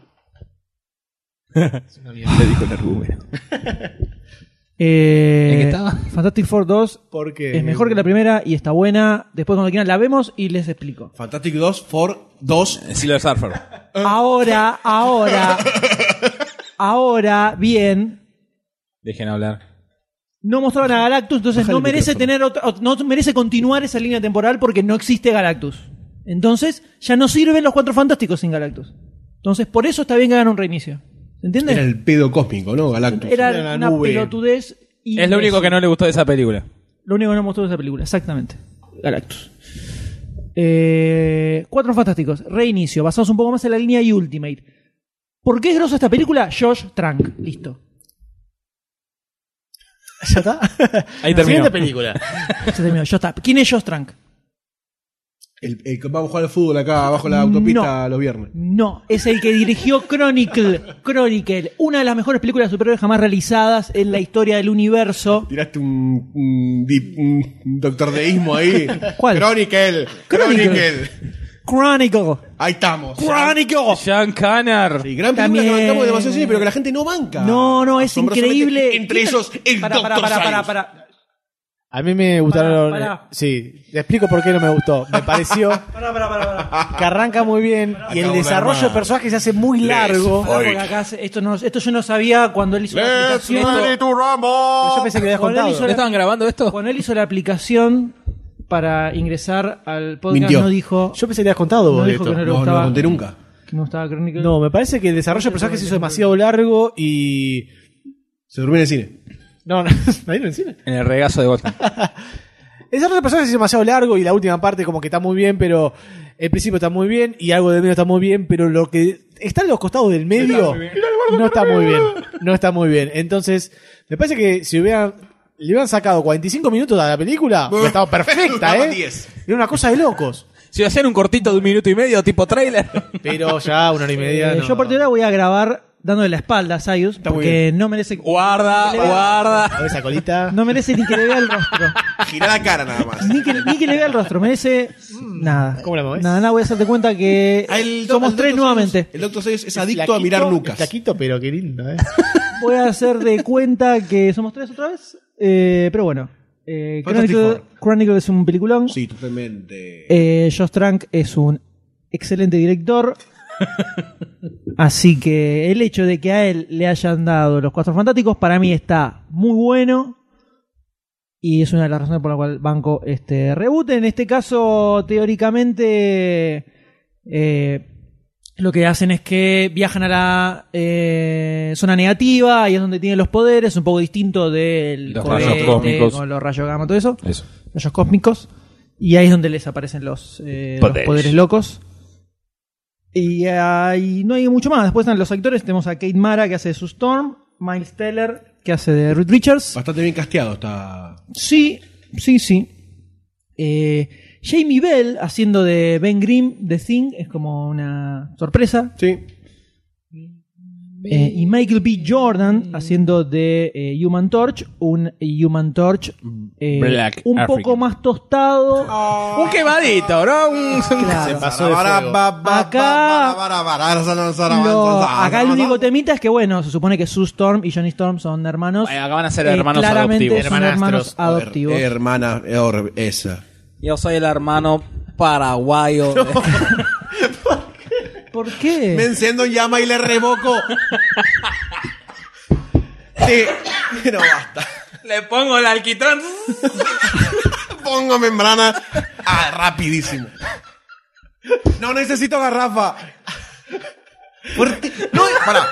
Eh, ¿En qué estaba? Fantastic Four 2 Porque es mejor que la primera y está buena. Después cuando quieran la vemos y les explico. Fantastic 2 for 2. Silver Surfer. Ah. Ahora, ahora, ahora, bien, Dejen hablar. no mostraron a Galactus, entonces no merece tener otra, ot- no merece continuar esa línea temporal porque no existe Galactus. Entonces, ya no sirven los cuatro fantásticos sin Galactus. Entonces, por eso está bien que hagan un reinicio. ¿Se entiende? Era el pedo cósmico, ¿no? Galactus. Era, era una una nube. pelotudez y Es lo único que no le gustó de esa película. lo único que no me gustó de esa película, exactamente. Galactus. Eh, cuatro fantásticos, reinicio, basados un poco más en la línea y Ultimate. ¿Por qué es grosa esta película? Josh Trank, listo. ¿Ya está? Ahí terminó. Siguiente película. Se terminó, ya está. ¿Quién es Josh Trank? El- el que vamos a jugar al fútbol acá abajo de la autopista los viernes. No, es el que dirigió Chronicle, Chronicle, una de las mejores películas de superhéroes jamás realizadas en la historia del universo. Tiraste un, un, dip- un doctor deísmo ahí. ¿Cuál? Chronicle. Chronicle. Chronicle. Chronicle, Ahí estamos. Chronicle. Sean Connor. Y gran película También. que bancamos de demasiado cine, pero que la gente no banca. No, no, es Asombrosamente, increíble. Entre ellos, el Pará, pará, doctor pará, pará, Sayus. pará. A mí me gustaron. Pará, pará. Sí, le explico por qué no me gustó. Me pareció Pará, pará, pará, pará. que arranca muy bien y el Acabo de desarrollo armar. de personajes se hace muy largo. Pará, porque acá se- esto, no- esto yo no sabía cuando él hizo la aplicación. Yo pensé que le habías Con él contado. hizo ¿No estaban grabando esto? Cuando él hizo la aplicación para ingresar al podcast, Mintió. no dijo, Yo pensé que le habías contado no eh. vos de dijo esto. que no le No, no lo gustaba. conté nunca. que no gustaba Chronicle. No, me parece que el desarrollo de personajes se hizo demasiado largo y. Se durmió en el cine. No, no, ¿la vieron en cine? En el regazo de Gotham. El desarrollo de personajes es demasiado largo y la última parte como que está muy bien, pero el principio está muy bien y algo de medio está muy bien, pero lo que está en los costados del medio no está muy bien. No está muy bien. Entonces, me parece que si hubieran le hubieran sacado 45 minutos a la película, hubiera estado perfecta, Daba ¿eh? 10. Era una cosa de locos. Si hacían un cortito de un minuto y medio, tipo trailer. Pero ya una hora y media. Eh, no. Yo a partir de ahora voy a grabar dándole la espalda a Sayus porque no merece, Guarda, guarda. A ver esa colita. no merece ni que le vea el rostro. Girá la cara nada más. Ni que, ni que le vea el rostro, merece nada. ¿Cómo la movés? Nada, nada, voy a hacerte cuenta que Mm. Ah, El doc- somos el tres Dr. Seuss- nuevamente. El Doctor Seuss es adicto a mirar nucas. Taquito, pero qué lindo, ¿eh? Voy a hacer de cuenta que somos tres otra vez. Eh, pero bueno. Eh, Fantastic Chronicle, Chronicle es un peliculón. Sí, totalmente. Eh, Josh Trank es un excelente director. Así que el hecho de que a él le hayan dado los Cuatro Fantásticos para mí está muy bueno. Y es una de las razones por la cual banco este reboot. En este caso, teóricamente, eh, lo que hacen es que viajan a la eh, zona negativa y es donde tienen los poderes, un poco distinto del Los rayos cohete cósmicos. con los rayos gamma, todo eso Eso. rayos cósmicos. Y ahí es donde les aparecen los, eh, los poderes. Poderes. locos. Y ahí no hay mucho más. Después están los actores. Tenemos a Kate Mara que hace de su Storm. Miles Teller que hace de Reed Ah. Richards. Bastante bien casteado está. Sí, sí, sí. Eh, Jamie Bell haciendo de Ben Grimm de Thing. Es como una sorpresa. Sí. Eh, y Michael B. Jordan haciendo de eh, Human Torch. Un Human Torch eh, Mm. Black un African. poco más tostado. Un quemadito, ¿no? Un- Claro. Pasó de fuego. Acá- Lo- Ah, acá el único temita es que, bueno, se supone que Sue Storm y Johnny Storm son hermanos. Bueno, acá van a ser Eh, hermanos claramente adoptivos. son hermanos Hermanastros. adoptivos. Hermana, eh, or- esa. Yo soy el hermano paraguayo. de- ¿Por Me qué? Ah, enciendo en llama y le revoco. Sí, no basta. Le pongo el alquitrán. Pongo membrana ah, rapidísimo. No necesito garrafa. Fuerte. No, pará.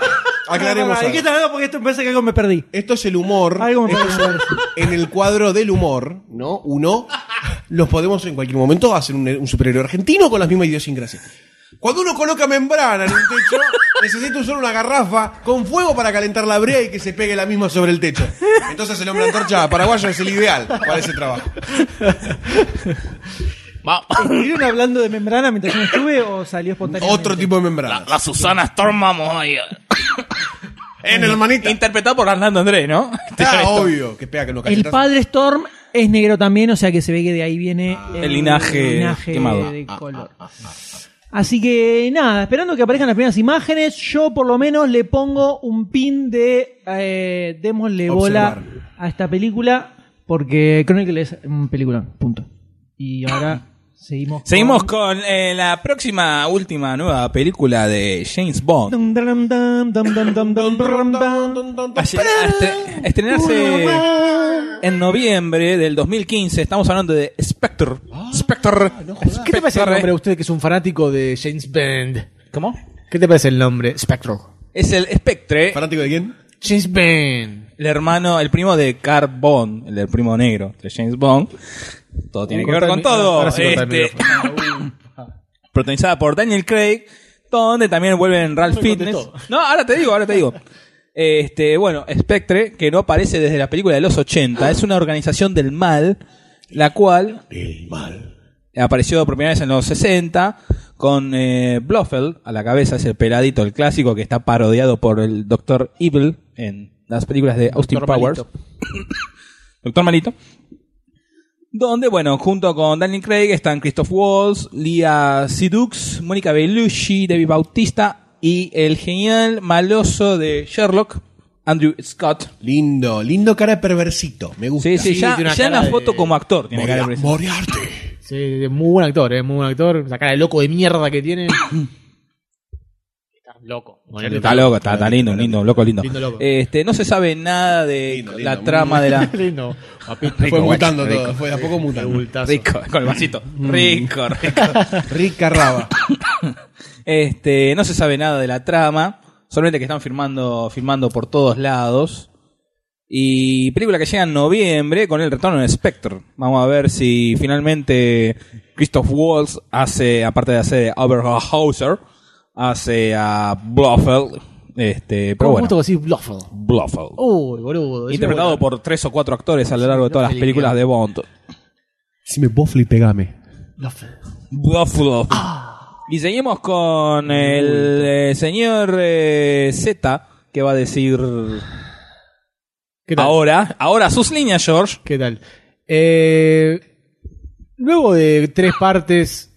Aclaremos. ¿Qué algo. estás hablando? Porque esto me parece que algo me perdí. Esto es el humor. Algo me Esto parece. es- en el cuadro del humor, ¿no? Uno, los podemos en cualquier momento hacer un, un superhéroe argentino con las mismas idiosincrasias. Cuando uno coloca membrana en un techo, necesita usar una garrafa con fuego para calentar la brea y que se pegue la misma sobre el techo. Entonces el hombre antorcha paraguayo es el ideal para ese trabajo. ¿Estuvieron hablando de membrana mientras yo no estuve o salió espontáneamente? Otro tipo de membrana. La Susana Storm, vamos ahí. en hermanita. Interpretado por Arnaldo Andrés, ¿no? Ah, obvio que pega que no El cachetas. padre Storm es negro también, o sea que se ve que de ahí viene El linaje quemado. de color. Así que nada, esperando que aparezcan las primeras imágenes, yo por lo menos le pongo un pin de eh, démosle Observar. bola a esta película, porque Chronicle es un peliculón, punto. Y ahora seguimos. con- Seguimos con eh, la próxima, última, nueva película de James Bond. Dum, dum, dum, dum, dum, dum, dum, dum, dum. A lle- a estre- a estrenarse en noviembre del 2015. Estamos hablando de Spectre. Spectre. Ah, ¿Qué te parece el Spectre. nombre usted que es un fanático de James Bond? ¿Cómo? ¿Qué te parece el nombre? Spectral. Es el Spectre, ¿Fanático de quién? James Bond. el hermano, el primo de Carl Bond, el del primo negro de James Bond. Todo tiene que ver Corta el con mi- todo. ahora sí corta el Este, protagonizada por Daniel Craig, donde también vuelven Ralph Fitness. No, ahora te digo, ahora te digo. Este, bueno, Spectre, que no aparece desde la película de los 80, es una organización del mal, la cual El mal. apareció por primera vez en los 60 con eh, Blofeld a la cabeza, ese peladito, el clásico que está parodiado por el Doctor Evil en las películas de Austin Powers. Doctor Malito. Donde, bueno, junto con Daniel Craig están Christoph Waltz, Lia Sidux, Mónica Bellucci, David Bautista y el genial maloso de Sherlock, Andrew Scott. Lindo, lindo cara de perversito. Me gusta. Sí, sí, Sí, ya, tiene una ya en la cara de- foto como actor. Tiene cara de Moria- Moriarty. Sí, sí, muy buen actor, ¿eh? Muy buen actor. Esa cara de loco de mierda que tiene. está loco. Está loco, está, está lindo, lindo, loco, lindo. Lindo, loco. Este, no se sabe nada de Lindo, la lindo. trama de la. Lindo. Papi, Fue guacho, mutando rico. todo, fue de a poco mutando. Bultazo. Rico, con el vasito. Rico, rico. Rica raba. Este, no se sabe nada de la trama. Solamente que están firmando, firmando por todos lados. Y película que llega en noviembre con el retorno de Spectre. Vamos a ver si finalmente Christoph Waltz hace, aparte de hacer a Albert Hauser, hace a Blofeld. Este, pero ¿Cómo bueno. bueno, decir Bluffle? Blofeld. Oh, Uy, boludo. interpretado por tres o cuatro actores a lo largo de todas las películas de Bond. Si me bofle y pegame. Buffalo. Y seguimos con el eh, señor eh, Z, que va a decir ¿Qué tal? ahora, ahora sus líneas, George. ¿Qué tal? Eh, luego de tres partes,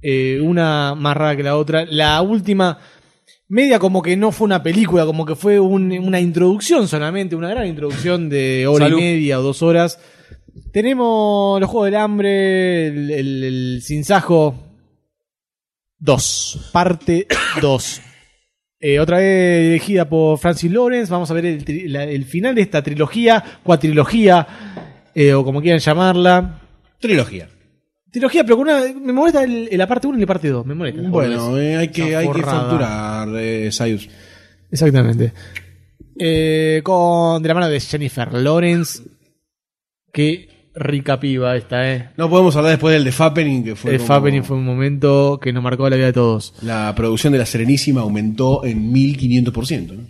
eh, una más rara que la otra, la última media como que no fue una película, como que fue un- una introducción solamente, una gran introducción de hora Salud. y media o dos horas. Tenemos los Juegos del Hambre, el, el, el Sinsajo 2, parte 2. Eh, otra vez dirigida por Francis Lawrence. Vamos a ver el, tri- la- el final de esta trilogía, cuatrilogía, eh, o como quieran llamarla. Trilogía. Trilogía, pero con una, me molesta el- la parte 1 y la parte 2. Me molesta. Bueno, eh, hay, que, Esa hay que forrada. facturar, eh, Sayus. Exactamente. Eh, con de la mano de Jennifer Lawrence. Qué rica piba esta, ¿eh? No podemos hablar después del de Fappening, que fue. el como- Fappening fue un momento que nos marcó la vida de todos. La producción de La Serenísima aumentó en 1500%. ¿no?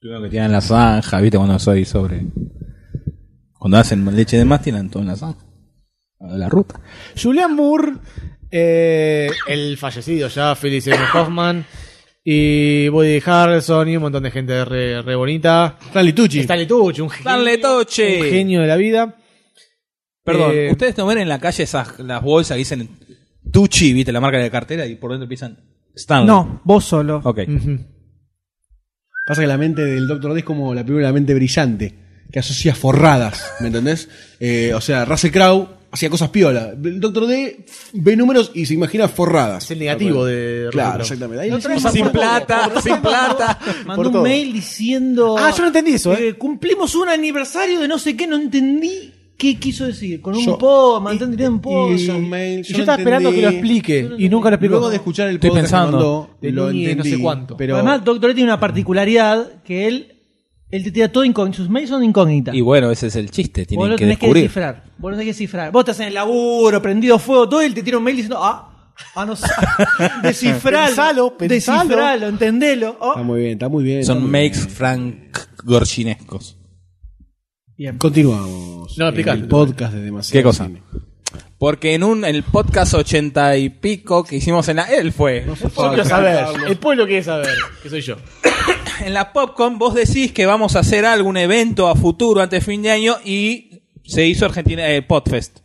Creo que tiran la zanja, viste cuando soy sobre. Cuando hacen leche de más, tiran todo en la zanja. La ruta. Julian Moore, eh, el fallecido ya, Felix Seymour Hoffman, y Woody Harrelson y un montón de gente re, re bonita. Stanley Tucci. Stanley Tucci, un genio, Stanley Tucci. un genio de la vida. Perdón, Eh, ustedes no ven en la calle esas las bolsas que dicen Tucci, viste, la marca de la cartera, y por dentro empiezan Stanley. No, Mm. vos solo. Ok. ujú. Pasa que la mente del Doctor D es como la primera mente brillante, que asocia forradas, ¿me entendés? Eh, o sea, Russell Crowe hacía cosas piola. El Doctor D ve números y se imagina forradas. Es el negativo de Claro, Russell exactamente. Ahí Sin plata, sin plata. Mandó Por un todo. mail diciendo. Ah, yo no entendí eso, ¿eh? eh, cumplimos un aniversario de no sé qué, no entendí qué quiso decir. Con un Yo- po, mantén un po. y- yo- mail, Y yo yo, no estaba esperando que lo entendí. explique y nunca lo explicó. Luego de escuchar el Estoy podcast que pensando. mandó, De lo Núñez, entendí. no sé cuánto. Pero Además, Doctor Who tiene una particularidad que él, él te tira todo incógnito. Sus mails son incógnitas. Y bueno, ese es el chiste, Vos tienen lo que tenés que, descubrir. descifrar. Vos lo tenés que descifrar. Vos estás en el laburo, prendido fuego, todo, y él te tira un mail diciendo, ah, ah, no sé. descifralo. Pensalo, pensalo. Descifralo, entendelo. está oh. muy bien, está muy bien. está Son muy makes bien. Frank Gorchinescos. Bien. Continuamos. No, en explica. El podcast de demasiado. ¿Qué cosa? Cine. Porque en un en el podcast ochenta y pico que hicimos en la él fue Yo quiero saber, el pueblo quiere saber, que soy yo. en la Popcom vos decís que vamos a hacer algún evento a futuro antes de fin de año y se hizo Argentina eh, Podfest.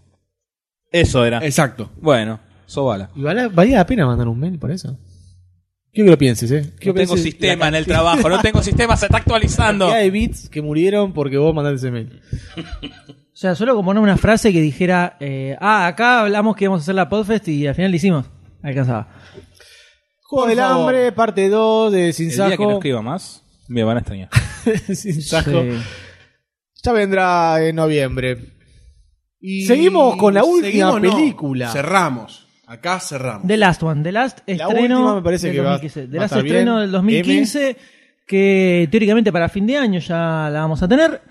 Eso era. Exacto. Bueno, sobala. Y valía, valía la pena mandar un mail por eso. Quiero que lo pienses, No ¿eh? Quiero que tengo pienses sistema la en el trabajo, no tengo sistema, se está actualizando. cantidad de bits que murieron porque vos mandaste ese mail. O sea, solo como poner una frase que dijera, eh, ah, acá hablamos que íbamos a hacer la Podfest y al final la hicimos. Alcanzaba. Juego Por del favor. hambre, parte 2 de Sin El día que no Sajo. escriba más, me van a extrañar. Sin Sajo. Sí. Ya vendrá en noviembre. Y Seguimos con la última seguimos, no. película. Cerramos. Acá cerramos. The Last One, The Last La estreno. última me parece del que va- 2015. The va a Last estar estreno bien. del 2015, que teóricamente para fin de año ya la vamos a tener.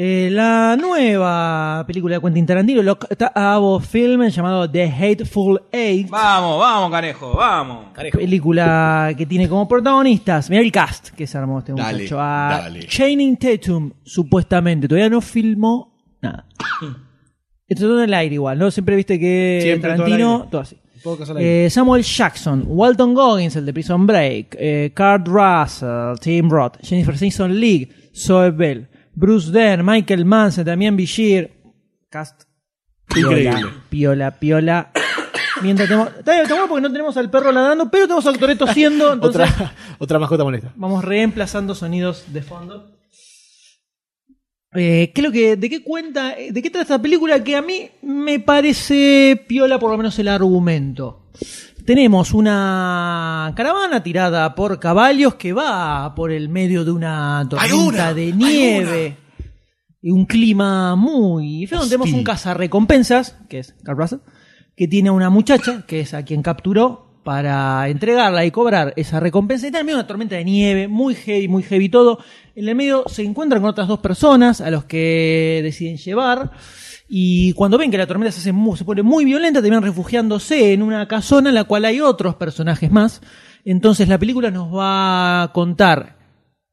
Eh, la nueva película de Quentin Tarantino, el octavo filme llamado The Hateful Eight. Vamos, vamos, canejo, vamos. Película que tiene como protagonistas, mira el cast que se armó este Dale, muchacho, a dale. Channing Tatum, supuestamente, todavía no filmó nada. Esto todo en el aire igual, ¿no? Siempre viste que Siempre todo al Tarantino, aire. todo así. Podcast al aire. Eh, Samuel Jackson, Walton Goggins, el de Prison Break, eh, Kurt Russell, Tim Roth, Jennifer Simpson League, Zoe Bell, Bruce Dern, Michael Manson, también Bashir. Cast. Piola, piola, piola. Mientras tenemos. Está bien, está bueno porque no tenemos al perro ladrando, pero tenemos al Toreto siendo. Entonces, Otra, otra mascota molesta. vamos reemplazando sonidos de fondo. Eh, ¿qué es lo que, ¿De qué cuenta? eh, ¿De qué trata esta película? Que a mí me parece piola, por lo menos el argumento. Tenemos una caravana tirada por caballos que va por el medio de una tormenta una! de ¡Hay nieve. Y un clima muy feo. donde Tenemos un cazarrecompensas, que es Carl Russell, que tiene a una muchacha, que es a quien capturó para entregarla y cobrar esa recompensa. Y está en medio de una tormenta de nieve, muy heavy, muy heavy todo. En el medio se encuentran con otras dos personas a los que deciden llevar. Y cuando ven que la tormenta se, hace mu- se pone muy violenta, terminan refugiándose en una casona en la cual hay otros personajes más. Entonces la película nos va a contar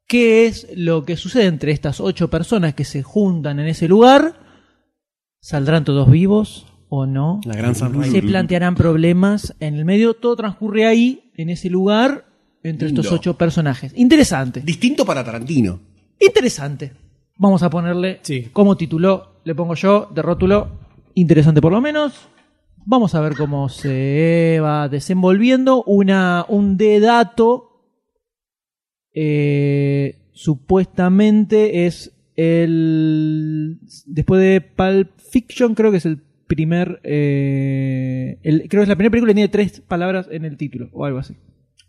qué es lo que sucede entre estas ocho personas que se juntan en ese lugar. ¿Saldrán todos vivos o no? La gran Sunrise. se plantearán problemas en el medio. Todo transcurre ahí, en ese lugar, entre estos Lindo. ocho personajes. Interesante. Distinto para Tarantino. Interesante. Vamos a ponerle Sí. como tituló, le pongo yo, de rótulo, interesante por lo menos. Vamos a ver cómo se va desenvolviendo una, un dedato. eh, supuestamente es el... Después de Pulp Fiction creo que es el primer... eh, el- creo que es la primera película que tiene tres palabras en el título o algo así.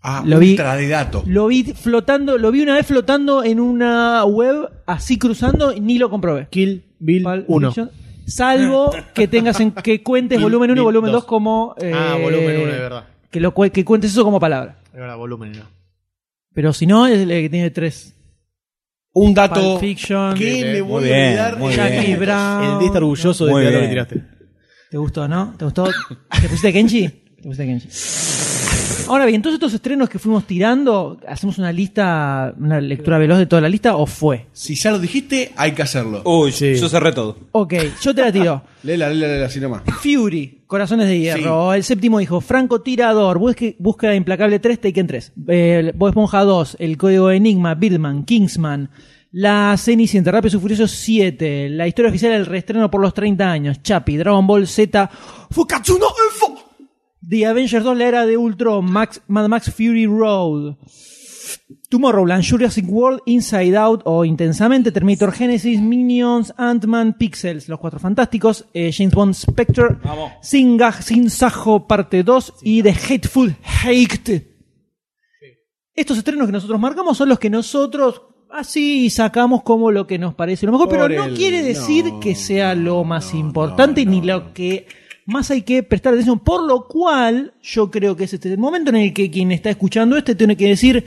Ah, Lo vi- ultra de dato. Lo vi flotando, lo vi una vez flotando en una web así cruzando y ni lo comprobé. Kill Bill Pal- 1. Yo- Salvo que tengas en que cuentes Bill- volumen 1 y Bill volumen 2 dos. como eh, Ah, volumen 1, de verdad. Que lo cu- que cuentes eso como palabra. De verdad, volumen 1. Pero si no es el que tiene tres. Un Pulp dato Fiction, que me muy voy bien, a olvidar. muy en bien. Jackie momentos. Brown. El de estar orgulloso del Muy teatro que bien. tiraste. ¿Te gustó, no? ¿Te gustó? ¿Te pusiste Kenji? ¿Te pusiste Kenji? Ahora bien, todos estos estrenos que fuimos tirando, ¿hacemos una lista, una lectura veloz de toda la lista o fue? Si ya lo dijiste, hay que hacerlo. Oh. Uy, Sí. yo cerré todo. Ok, yo te la tiro. Lela, lela, lela, así nomás. Fury, Corazones de Hierro. El séptimo hijo, Franco Tirador. Busque- Búsqueda Implacable 3, Taken 3. Eh, Bob Esponja 2, El Código de Enigma, Birdman, Kingsman. La Cenicienta, Rápidos y Furiosos 7. La historia oficial del reestreno por los 30 años. Chapi, Dragon Ball Z. Fukatsu no Ufo. The Avengers 2, La Era de Ultron. Max, Mad Max Fury Road. Tomorrowland, Jurassic World, Inside Out o Intensamente, Terminator Genesis, Minions, Ant-Man, Pixels, Los Cuatro Fantásticos, eh, James Bond Spectre, Vamos. Sin, Gaj- Sin Sajo Parte 2 y The Hateful Hate. Estos estrenos que nosotros marcamos son los que nosotros así sacamos como lo que nos parece lo mejor, Por pero no el- quiere decir no, que sea lo más no, importante no, ni no. lo que más hay que prestar atención. Por lo cual, yo creo que es este momento en el que quien está escuchando este tiene que decir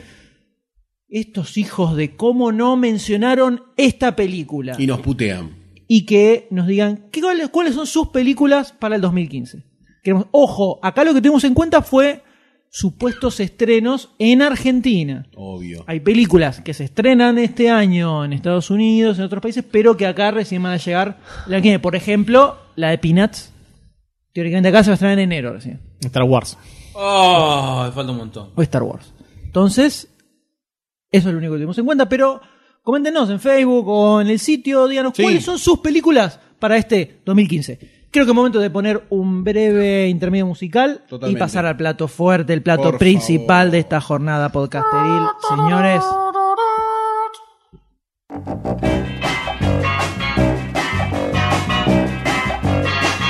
estos hijos de cómo no mencionaron esta película. Y nos putean. Y que nos digan ¿qué- cuáles, cuáles son sus películas para el 2015. Queremos- ojo, acá lo que tuvimos en cuenta fue supuestos estrenos en Argentina. Obvio. Hay películas que se estrenan este año en Estados Unidos, en otros países, pero que acá recién van a llegar. La que, por ejemplo, la de Peanuts. Teóricamente acá se va a estrenar en enero recién. Star Wars. Oh, falta un montón. O Star Wars. Entonces, eso es lo único que tuvimos en cuenta, pero coméntenos en Facebook o en el sitio, díganos Sí. cuáles son sus películas para este 2015. Creo que es momento de poner un breve intermedio musical y Totalmente. pasar al plato fuerte, el plato Por principal favor. de esta jornada podcasteril. Señores,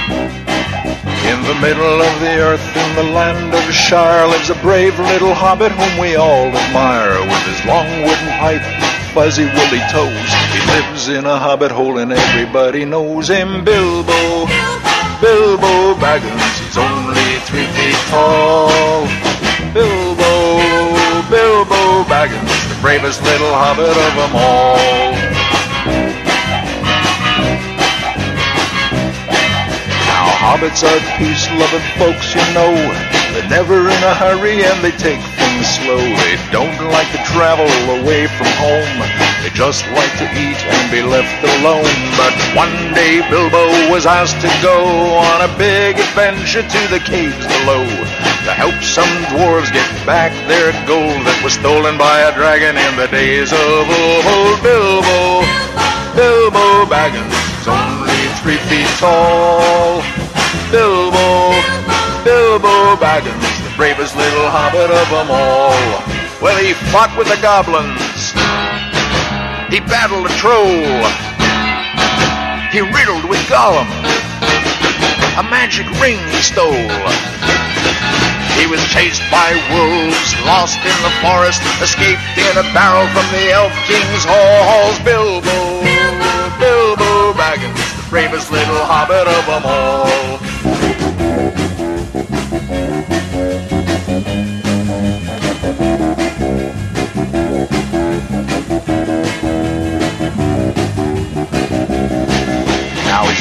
In the middle of the earth, in the land of Shire, lives a brave little hobbit whom we all admire. With his long wooden pipe, fuzzy woolly toes, he lives in a hobbit hole and everybody knows him. Bilbo, Bilbo Baggins, he's only three feet tall. Bilbo, Bilbo Baggins, the bravest little hobbit of them all. Now hobbits are peace-loving folks, you know. They're never in a hurry and they take things slow. They don't like to travel away from home. They just like to eat and be left alone. But one day Bilbo was asked to go on a big adventure to the caves below to help some dwarves get back their gold that was stolen by a dragon in the days of old. Bilbo, Bilbo Baggins, is only three feet tall. Bilbo, Bilbo Baggins, the bravest little hobbit of them all. Well, he fought with the goblins. He battled a troll. He riddled with Gollum. A magic ring he stole. He was chased by wolves, lost in the forest, escaped in a barrel from the Elf King's halls. Bilbo, Bilbo Baggins, the bravest little hobbit of them all.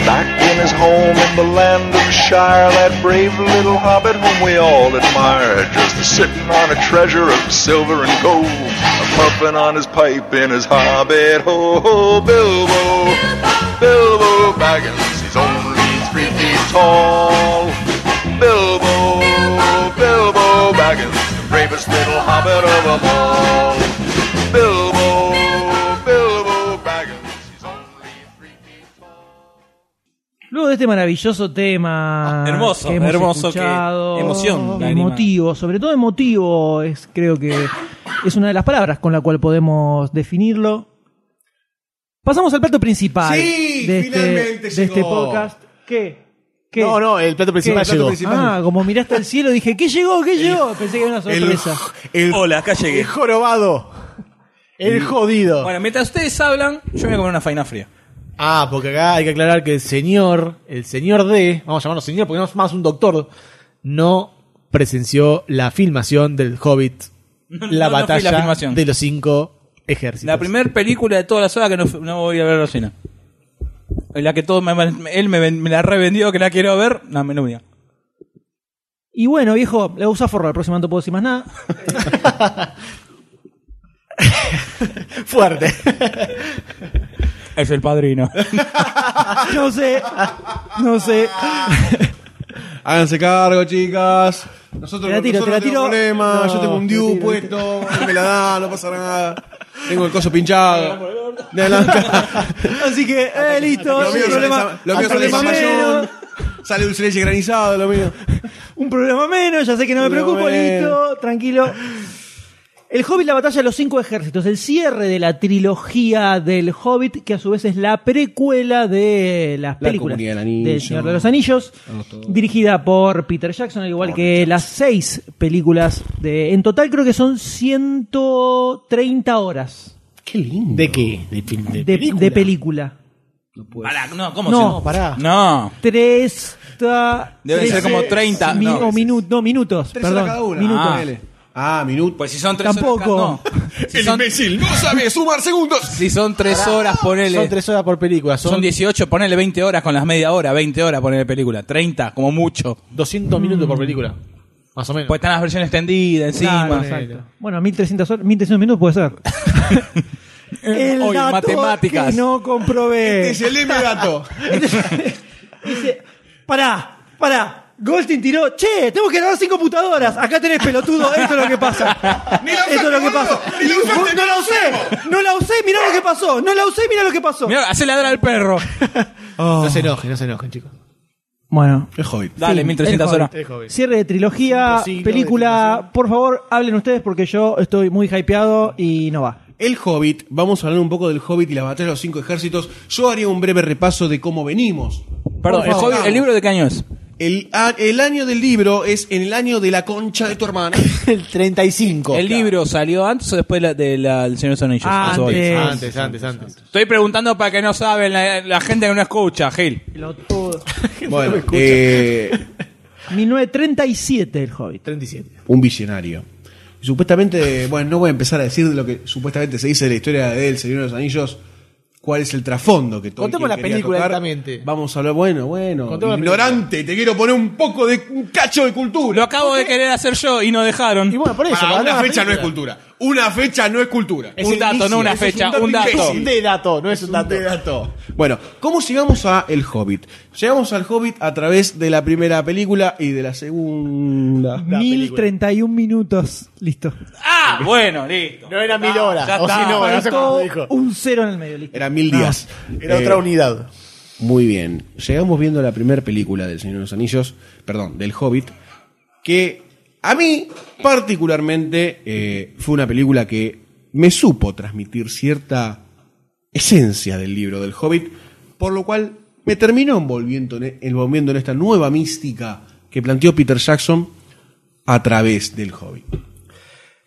Back in his home in the land of Shire, that brave little hobbit whom we all admire, just sitting on a treasure of silver and gold, puffing on his pipe in his hobbit hole. Bilbo, Bilbo Baggins, he's only three feet tall. Bilbo, Bilbo Baggins, the bravest little hobbit of them all. Bilbo, Bilbo Baggins, he's only three feet tall. Luego de este maravilloso tema. Ah, hermoso, que hemos hermoso, que escuchado, emoción, lágrima. Emotivo, sobre todo emotivo, es, creo que es una de las palabras con la cual podemos definirlo. Pasamos al plato principal Sí, de, este, finalmente de este llegó. podcast. ¿Qué? ¿Qué? No, no, el plato principal plato llegó. principal? Ah, como miraste al cielo, dije, ¿qué llegó? ¿Qué llegó? Pensé que era una sorpresa. El- Hola, acá llegué. El jorobado. El jodido. Bueno, mientras ustedes hablan, yo me voy a comer una faina fría. Ah, porque acá hay que aclarar que el señor, el señor D, vamos a llamarlo señor porque no es más un doctor, no presenció la filmación del Hobbit, no, la no fui la batalla filmación. de los cinco ejércitos. La primera película de toda la saga que no, fu- no voy a ver al cine. La que todo me- me- él me, ven- me la revendió que la quiero ver, no me lo voy a- Y bueno, viejo, le usa forro, la próxima no te puedo decir más nada. Fuerte. Es el padrino. No sé, no sé. Háganse cargo, chicas. Nosotros, Te la tiro, nosotros te la no tiro. tenemos problema. No, Yo tengo un te la diu tiro, puesto, no me la da, no pasa nada. Tengo el coso pinchado. De adelante. Así que, eh, listo, Lo no hay mío sale, problema. sa- lo mío Hasta sale primero. zapallón. Sale dulce de leche granizado, lo mío. Un problema menos, ya sé que no me Un preocupo, problema listo, tranquilo. El Hobbit, la batalla de los cinco ejércitos, el cierre de la trilogía del Hobbit, que a su vez es la precuela de las La películas Comunidad del Anillo. del Señor de los Anillos, dirigida por Peter Jackson, al igual que las seis películas de... En total creo que son 130 horas Qué lindo. ¿De qué? De, pil- de de, película. de película. Pará, no, ¿cómo No, se- No, pará. No. Tres... ta- Deben ser trece como 30, mi- no. o minu- no, minutos. Tres perdón, horas cada una. minutos. Ah. Ah, minuto. Pues si son tres Tampoco. horas. ca- No. Si, son, imbécil no sabe sumar segundos. si son tres horas, ponele. Son tres horas por película, son, Son 18, ponele 20 horas con las media hora, 20 horas ponele película, 30 como mucho. 200 minutos por película. Más o menos. Pues están las versiones extendidas encima. Claro, exacto. Bueno, 1300, horas- 1300 minutos puede ser. El Hoy, dato matemáticas. que no comprobé. Es el M dato. Dice, pará, pará. Goldstein tiró, che, tengo que grabar sin computadoras. Acá tenés pelotudo, esto es lo que pasa. esto es lo que pasa. no la usé, no la usé, mirá lo que pasó. No la usé, mirá lo que pasó. Mira, hace ladrar al perro. No se enojen, no se enojen, chicos. Bueno, Es hobbit. Dale, Fin, 1300 el horas. El Hobbit. cierre de trilogía, Cinco siglos de película. filmación. Por favor, hablen ustedes porque yo estoy muy hypeado y no va. El Hobbit, vamos a hablar un poco del Hobbit y la batalla de los cinco ejércitos. Yo haría un breve repaso de cómo venimos. Perdón, el, hobby- el libro de qué año es? El, a- el año del libro es en el año de la concha de tu hermana. El 35. ¿El libro salió antes o después de la- de la- del Señor de los Anillos? Antes. Eso voy. Antes, antes, antes. Estoy preguntando para que no saben la, la gente que no escucha, Gil. Pelotudo. bueno, eh, 1937 el Hobbit. 37. un visionario. Y Supuestamente, bueno, no voy a empezar a decir lo que supuestamente se dice de la historia de El Señor de los Anillos, cuál es el trasfondo que todo Contemos la película directamente. Vamos a hablar, bueno, bueno, Contemos la ignorante, te quiero poner un poco de un cacho de Lo cultura. acabo de querer hacer yo y no dejaron. Y bueno, por eso. Pará, para una la fecha no es película. cultura. Una fecha no es cultura. Es un dato, no una fecha, un dato. Es un de dato, no es un dato. Bueno, ¿cómo llegamos a El Hobbit? Llegamos al Hobbit a través de la primera película y de la segunda. 1031 minutos. Listo. Ah, bueno, listo. No eran mil horas. ya o está. si no, no sé cómo Faltó dijo. un cero en el medio. Listo. Era mil días. Era Eh, otra unidad. Muy bien. Llegamos viendo la primera película del Señor de los Anillos, perdón, del Hobbit, que a mí particularmente eh, fue una película que me supo transmitir cierta esencia del libro del Hobbit, por lo cual me terminó envolviendo en, e, envolviendo en esta nueva mística que planteó Peter Jackson a través del Hobbit.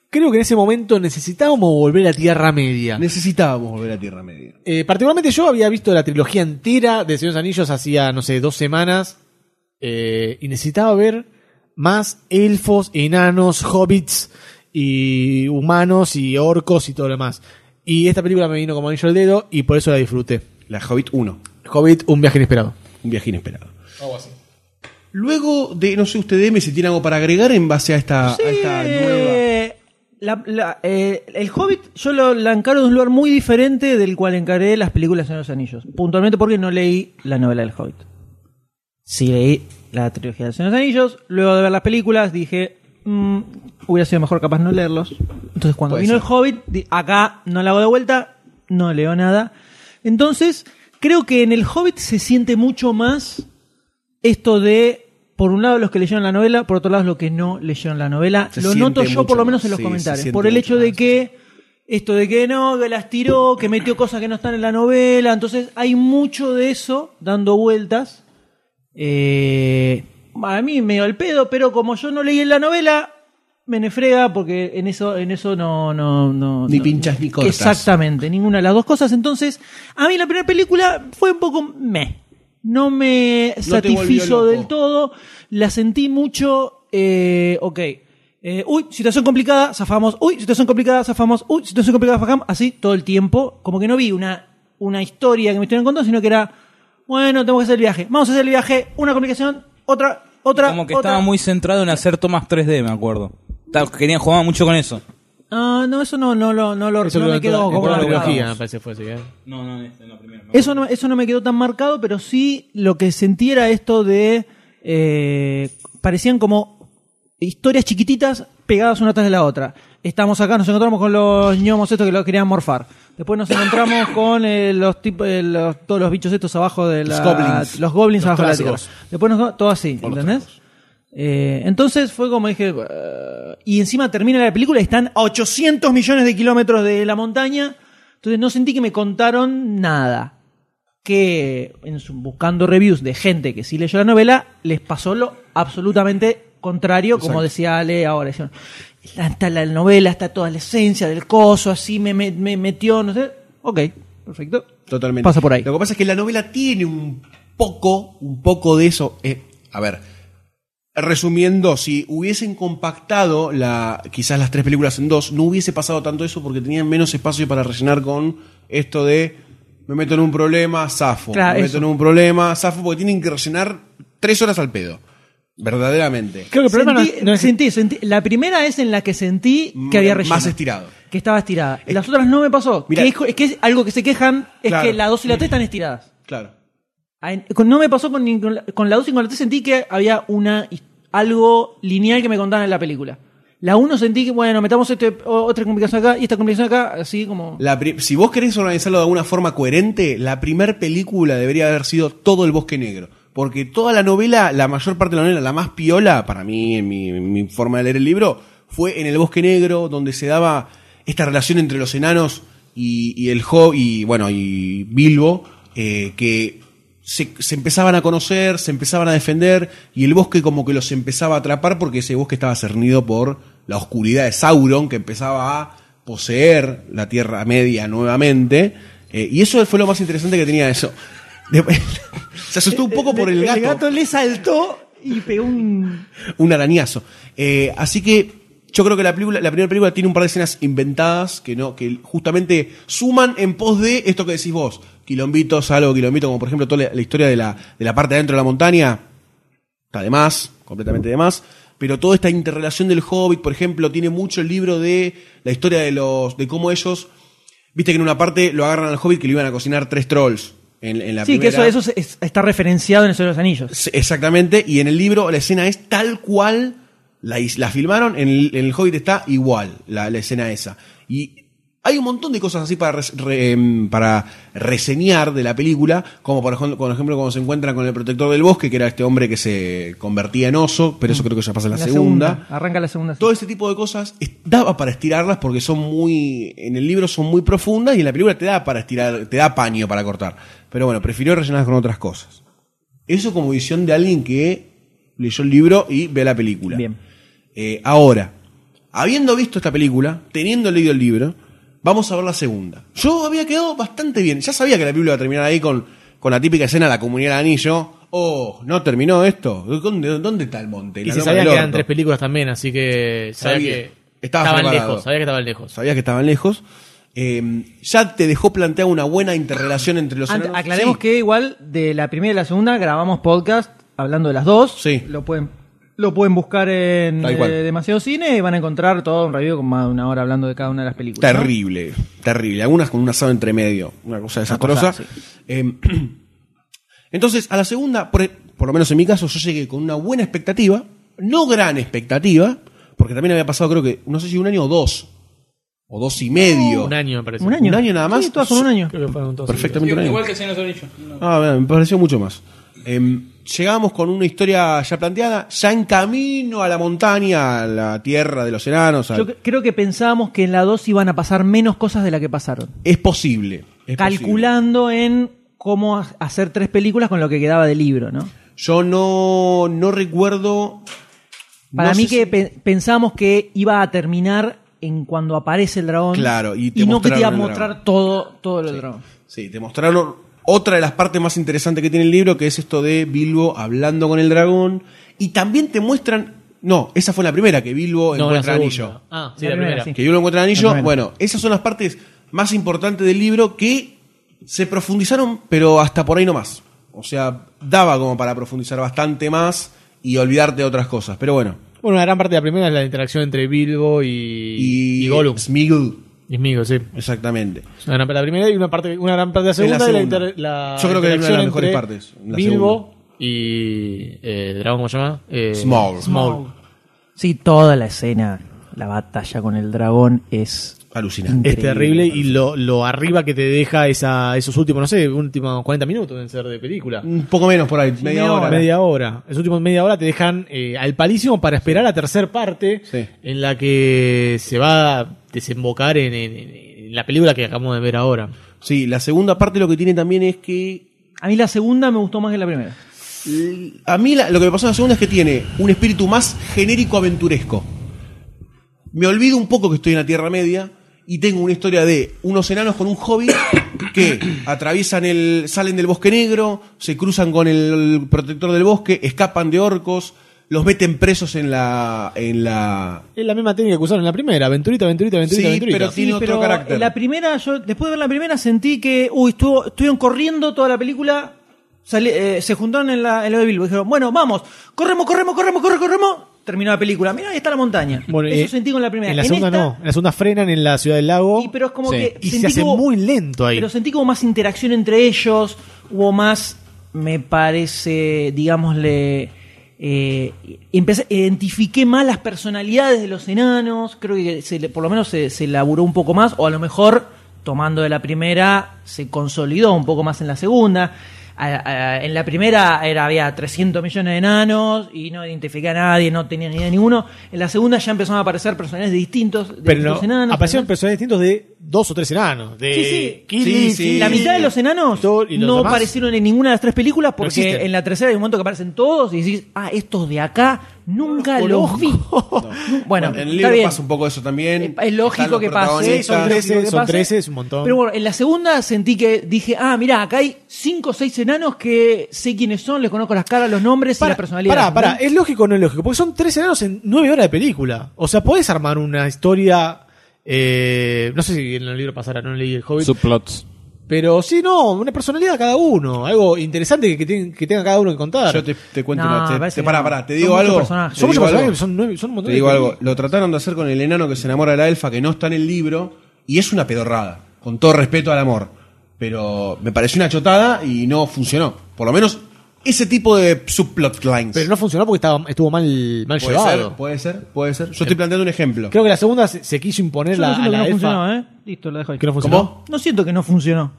Creo que en ese momento necesitábamos volver a Tierra Media. Necesitábamos volver a Tierra Media. Eh, particularmente yo había visto la trilogía entera de Señor de los Anillos hacía, no sé, dos semanas. eh, y necesitaba ver más elfos, enanos, hobbits y humanos y orcos y todo lo demás. Y esta película me vino como anillo al dedo y por eso la disfruté. La Hobbit 1. Hobbit, un viaje inesperado. un viaje inesperado. Luego de, no sé, usted deme si tiene algo para agregar en base a esta, a esta nueva. Eh, la- la- eh, el Hobbit yo lo, la encaro de un lugar muy diferente del cual encaré las películas en los anillos. Puntualmente porque no leí la novela del Hobbit. Sí leí la trilogía de los anillos. Luego de ver las películas dije, mm, hubiera sido mejor capaz no leerlos. Entonces cuando vino el Hobbit, di- acá no la hago de vuelta, no leo nada. Entonces creo que en el Hobbit se siente mucho más esto de, por un lado, los que leyeron la novela, por otro lado, los que no leyeron la novela. Se lo noto siente yo, por mucho lo menos, en más, los sí, se comentarios. siente Por el mucho hecho de más. que, esto de que no, que las tiró, que metió cosas que no están en la novela. Entonces, hay mucho de eso dando vueltas. Eh, a mí medio al pedo, pero como yo no leí en la novela, me nefrega porque en eso, en eso no, no, no. Ni no- pinchas ni cortas. Exactamente, ninguna de las dos cosas. Entonces, a mí la primera película fue un poco meh. No me satisfizo volvió loco. del todo. La sentí mucho. eh, ok. Eh, uy, situación complicada, zafamos. Uy, situación complicada, zafamos. Uy, situación complicada, zafamos. Así todo el tiempo. Como que no vi una, una historia que me estuvieran contando, sino que era, bueno, tenemos que hacer el viaje. Vamos a hacer el viaje. Una complicación, otra, otra. Como que otra. estaba muy centrado en hacer tomas 3D, me acuerdo. Estaba- Querían jugar mucho con eso. Ah, no, eso no, no, no, no, lo- Eso no quedó me en toda- quedó en como toda la marcado. trilogía, me parece fue así. ¿eh? No, no, en la primera. Eso no, eso no me quedó tan marcado, pero sí lo que sentí era esto de. eh, parecían como historias chiquititas pegadas una tras de la otra. Estamos acá, nos encontramos con los ñomos estos que lo querían morfar. Después nos encontramos con eh, los, tip- eh, los- todos los bichos estos abajo de la. Los goblins. los goblins Los abajo de la tierra. trasgos. Después nos. Todo así, ¿entendés? Eh, entonces fue como dije. eh, y encima termina la película y están a 800 millones de kilómetros de la montaña. Entonces no sentí que me contaron nada. Que en su- buscando reviews de gente que sí leyó la novela, les pasó lo absolutamente contrario, como decía Ale ahora. Decían, Está la novela, está toda la esencia del coso, así me, me- me metió, no sé. Ok, perfecto. Totalmente. Pasa por ahí. Lo que pasa es que la novela tiene un poco, un poco de eso. Eh, a ver, resumiendo, si hubiesen compactado la, quizás las tres películas en dos, no hubiese pasado tanto eso porque tenían menos espacio para rellenar con esto de me meto en un problema, zafo. Claro, me eso. meto en un problema, zafo, porque tienen que rellenar tres horas al pedo. Verdaderamente. Creo que el problema no Sentí- es- no es sentí, sentí- La primera es en la que sentí que había relleno. Más estirado. Que estaba estirada. Las otras no me pasó. Mirá. Que es, es que es algo que se quejan es Claro. que la 2 y la 3 están estiradas. Claro. Ay, con- No me pasó con, ni- con la- con la 2 y con la 3 sentí que había una his- algo lineal que me contaban en la película. La 1 sentí que, bueno, metamos este, o- otra complicación acá y esta complicación acá, así como... La pri- si vos querés organizarlo de alguna forma coherente, la primer película debería haber sido todo el bosque negro. Porque toda la novela, la mayor parte de la novela, la más piola, para mí, en mi, en mi forma de leer el libro, fue en el bosque negro, donde se daba esta relación entre los enanos y, y el Hob y bueno, y Bilbo, eh, que se, se empezaban a conocer, se empezaban a defender, y el bosque como que los empezaba a atrapar porque ese bosque estaba cernido por la oscuridad de Sauron, que empezaba a poseer la Tierra Media nuevamente. eh, y eso fue lo más interesante que tenía eso. Después- se asustó un poco por el gato, Eh, El gato le saltó y pegó un... un arañazo. Eh, así que yo creo que la, película, la primera película tiene un par de escenas inventadas que, no, que justamente suman en pos de esto que decís vos. Quilombitos, algo quilombito, como por ejemplo toda la, la historia de la, de la parte de adentro de la montaña, está de más, completamente de más. Pero toda esta interrelación del Hobbit, por ejemplo, tiene mucho el libro de la historia de los de cómo ellos. Viste que en una parte lo agarran al Hobbit que le iban a cocinar tres trolls en, en la Sí, que primera. eso, eso se- es- está referenciado en el Señor de los Anillos. Sí, Exactamente, y en el libro la escena es tal cual la, is- la filmaron, en el, en el Hobbit está igual la, la escena esa. Y hay un montón de cosas así para, res- re- em, para reseñar de la película, como por ejemplo, por ejemplo cuando se encuentran con el protector del bosque, que era este hombre que se convertía en oso, pero eso creo que ya pasa Mm. en la, segunda. Arranca la segunda. sí. Todo este tipo de cosas es- daba para estirarlas porque son muy. En el libro son muy profundas y en la película te da para estirar, te da paño para cortar. Pero bueno, prefirió rellenarlas con otras cosas. Eso como visión de alguien que leyó el libro y ve la película. Bien. Eh, ahora, habiendo visto esta película, teniendo leído el libro, vamos a ver la segunda. Yo había quedado bastante bien. Ya sabía que la película iba a terminar ahí con, con la típica escena de la comunidad del anillo. Oh, no terminó esto. ¿Dónde, dónde está el monte? Y La se loma sabía del que eran orto. tres películas también, así que sabía, Sabía. que Estaba estaban preparado. lejos, sabía que estaban lejos. sabía que estaban lejos. eh, ya te dejó plantear una buena interrelación entre los Ante- enanos. aclaremos Sí. que igual de la primera y la segunda grabamos podcast hablando de las dos. Sí. Lo pueden, lo pueden buscar en Tal eh, cual. Demasiado Cine y van a encontrar todo un review con más de una hora hablando de cada una de las películas. ¿no? Terrible, terrible. Algunas con un asado entre medio, una cosa desastrosa. cosa, Eh, entonces, a la segunda, por, por lo menos en mi caso, yo llegué con una buena expectativa, no gran expectativa, porque también había pasado, creo que, no sé si un año o dos, o dos y medio. Un año, me parece. Un año. Un año nada más. Sí, todas son un año. Creo que fueron todos Perfectamente un año. que el Señor Sorillo. Ah, bueno, me pareció mucho más. Em, llegamos con una historia ya planteada, ya en camino a la montaña, a la tierra de los enanos. al- Yo cre- creo que pensábamos que en la 2 iban a pasar menos cosas de la que pasaron. Es posible. es calculando en cómo ha- hacer tres películas con lo que quedaba del libro, ¿no? posible. Yo no, no recuerdo. Para no mí sé que si- pe- pensamos que iba a terminar en cuando aparece el dragón Claro, y te no que te iba a mostraron el mostrar dragón. todo, todo lo del dragón. Sí, te mostraron otra de las partes más interesantes que tiene el libro, que es esto de Bilbo hablando con el dragón. Y también te muestran. No, esa fue la primera, que Bilbo No, la encuentra el segunda. anillo. Ah, sí, La la, primera, primera. sí. Que Bilbo encuentra el anillo. Exactamente. Bueno, esas son las partes más importantes del libro que se profundizaron, pero hasta por ahí nomás. O sea, daba como para profundizar bastante más y olvidarte de otras cosas. Pero bueno. Bueno, una gran parte de la primera es la interacción entre Bilbo y, y, Gollum. Sméagol, Y Sméagol, sí. Exactamente. Es Una gran parte de la primera y una, parte, una gran parte de la segunda. la y segunda. inter- la Yo creo que es una de las interacción mejores entre partes, la Bilbo y. Eh, ¿Dragón cómo se llama? Eh, Smaug. Smaug. Sí, toda la escena, la batalla con el dragón es Alucinante. Es increíble. terrible y lo, lo arriba que te deja esa, esos últimos, no sé, últimos 40 minutos deben ser de película. Un poco menos por ahí, media media hora. Media hora. Esos últimos media hora te dejan eh, al palísimo para esperar la tercer parte Sí. en la que se va a desembocar en, en- en la película que acabamos de ver ahora. Sí, la segunda parte lo que tiene también es que. A mí la segunda me gustó más que la primera. l- A mí la- lo que me pasó en la segunda es que tiene un espíritu más genérico aventuresco. Me olvido un poco que estoy en la Tierra Media y tengo una historia de unos enanos con un hobby que atraviesan el. salen del bosque negro, se cruzan con el protector del bosque, escapan de orcos, los meten presos en la. en la. Es la misma técnica que usaron en la primera, aventurita, aventurita, aventurita, Sí, aventurita. pero tiene otro carácter. en La primera, yo después de ver la primera sentí que, uy, estuvo, estuvieron corriendo toda la película, sali- eh, se juntaron en, la, en lo de Bilbo y dijeron, bueno, vamos, corremos, corremos, corremos, corre, corremos. Terminó la película, mira, ahí está la montaña. Bueno, Eso eh, sentí con la primera. En la segunda esta- no, en la segunda frenan en la ciudad del lago y- pero es como Sí. que y se sentí hace que hubo- muy lento ahí. Pero sentí como más interacción entre ellos, hubo más, me parece, digámosle, eh, empecé- identifiqué más las personalidades de los enanos, creo que se le- por lo menos se, se elaboró un poco más, o a lo mejor, tomando de la primera, se consolidó un poco más en la segunda. A- a- en la primera era, había 300 millones de enanos y no identificé a nadie, no tenía ni idea de ninguno. En la segunda ya empezaron a aparecer personajes distintos de Pero los no, enanos. aparecieron ¿no? personajes distintos de dos o tres enanos. De Sí, sí. Killy, Sí, sí. Finn, La mitad de los enanos y todo- y los no demás. aparecieron en ninguna de las tres películas porque existen. en la tercera hay un momento que aparecen todos y decís, ah, estos de acá nunca los, vi. Bueno, en el está libro bien. pasa un poco eso también. Es Están lógico los que pase. Sí, son protagonistas. 13, lógico que son pase. 13, es un montón. Pero bueno, en la segunda sentí que dije, ah, mirá, acá hay cinco o seis enanos que sé quiénes son, les conozco las caras, los nombres y las personalidades. Pará, pará, ¿es lógico o no es lógico? Porque son tres enanos en nueve horas de película. O sea, podés armar una historia. eh, no sé si en el libro pasará, no leí el Hobbit. Subplots. pero sí, no, una personalidad cada uno. Algo interesante que, que ten- que tenga cada uno que contar. Yo te, te cuento No, una. me Te, parece te- que pará, no. pará, te Son digo muchos algo. personajes. te son muchos digo personajes, algo. son, nueve, son un montón Te de digo algo, películas. lo trataron de hacer con el enano que se enamora de la elfa, que no está en el libro, y es una pedorrada, con todo respeto al amor. Pero me pareció una chotada y no funcionó. Por lo menos ese tipo de subplot lines. Pero no funcionó porque estaba, estuvo mal, mal puede llevado. ser, puede ser, puede ser. Yo estoy planteando un ejemplo. Creo que la segunda se, se quiso imponer Yo la, no siento a que la no elfa. funcionó, ¿eh? Listo, lo dejo ahí. ¿Que no funcionó? ¿Cómo? No siento que no funcionó.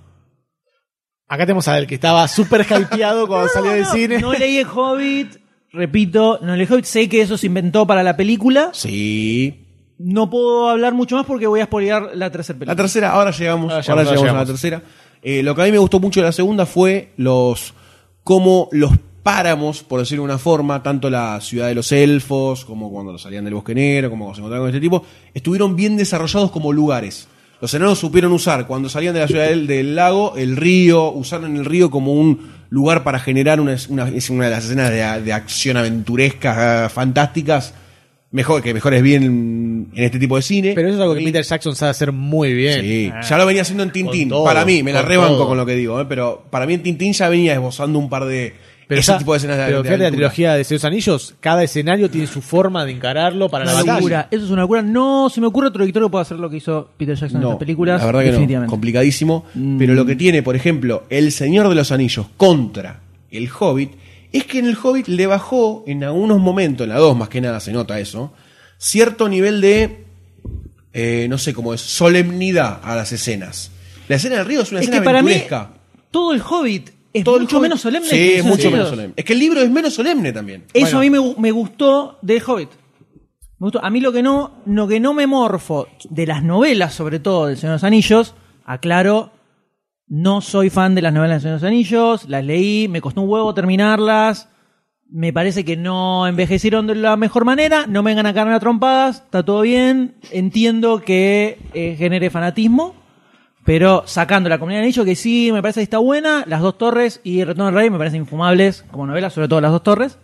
Acá tenemos a ver que estaba súper hypeado cuando No, salió del no, cine. No leí el Hobbit, repito, no leí el Hobbit, sé que eso se inventó para la película. Sí. No puedo hablar mucho más porque voy a spoilear la tercera La película. tercera, ahora llegamos, Ahora ahora llegamos, llegamos ahora a la tercera. Eh, lo que a mí me gustó mucho de la segunda fue los cómo los páramos, por decirlo de una forma, tanto la ciudad de los elfos, como cuando los salían del bosque negro, como cuando se encontraron con este tipo, estuvieron bien desarrollados como lugares. Los enanos supieron usar, cuando salían de la ciudad del, del lago, el río, usaron el río como un lugar para generar una, es- una- es una de las escenas de, de acción aventurescas, ah, fantásticas, mejor, que mejores bien en este tipo de cine. Pero eso es algo que Peter Jackson sabe hacer muy bien. Sí, Ah. ya lo venía haciendo en Tintín. todo, para mí, me la con rebanco todo. con lo que digo, ¿eh? pero para mí en Tintín ya venía esbozando un par de Pero ese ya- tipo de escenas de- pero de fíjate la aventura. trilogía de Seis Anillos, cada escenario tiene su forma de encararlo para la Una batalla. locura. Eso es una locura. No se me ocurre otro director que pueda hacer lo que hizo Peter Jackson en No, las películas. la verdad que no, definitivamente. Mm. complicadísimo. Pero lo que tiene, por ejemplo, El Señor de los Anillos contra El Hobbit, es que en El Hobbit le bajó en algunos momentos, en la 2 más que nada se nota eso, cierto nivel de, eh, no sé cómo es, solemnidad a las escenas. La escena del río es una es escena que para mí, aventuresca. todo el Hobbit es Todo el mucho Hobbit- menos solemne. Sí, que Eh, es Señor mucho de los menos Anillos. solemne. Es que el libro es menos solemne también. Eso a mí me, gu- me gustó del Hobbit. Me gustó. A mí lo que no, lo que no me morfo de las novelas, sobre todo del Señor de los Anillos, aclaro, no soy fan de las novelas del Señor de los Anillos, las leí, me costó un huevo terminarlas, me parece que no envejecieron de la mejor manera, no me vengan a cargar a trompadas, está todo bien, entiendo que eh, genere fanatismo, pero sacando la comunidad del anillo, que sí, me parece que está buena, las dos torres y el retorno del rey me parecen infumables como novelas, sobre todo las dos torres.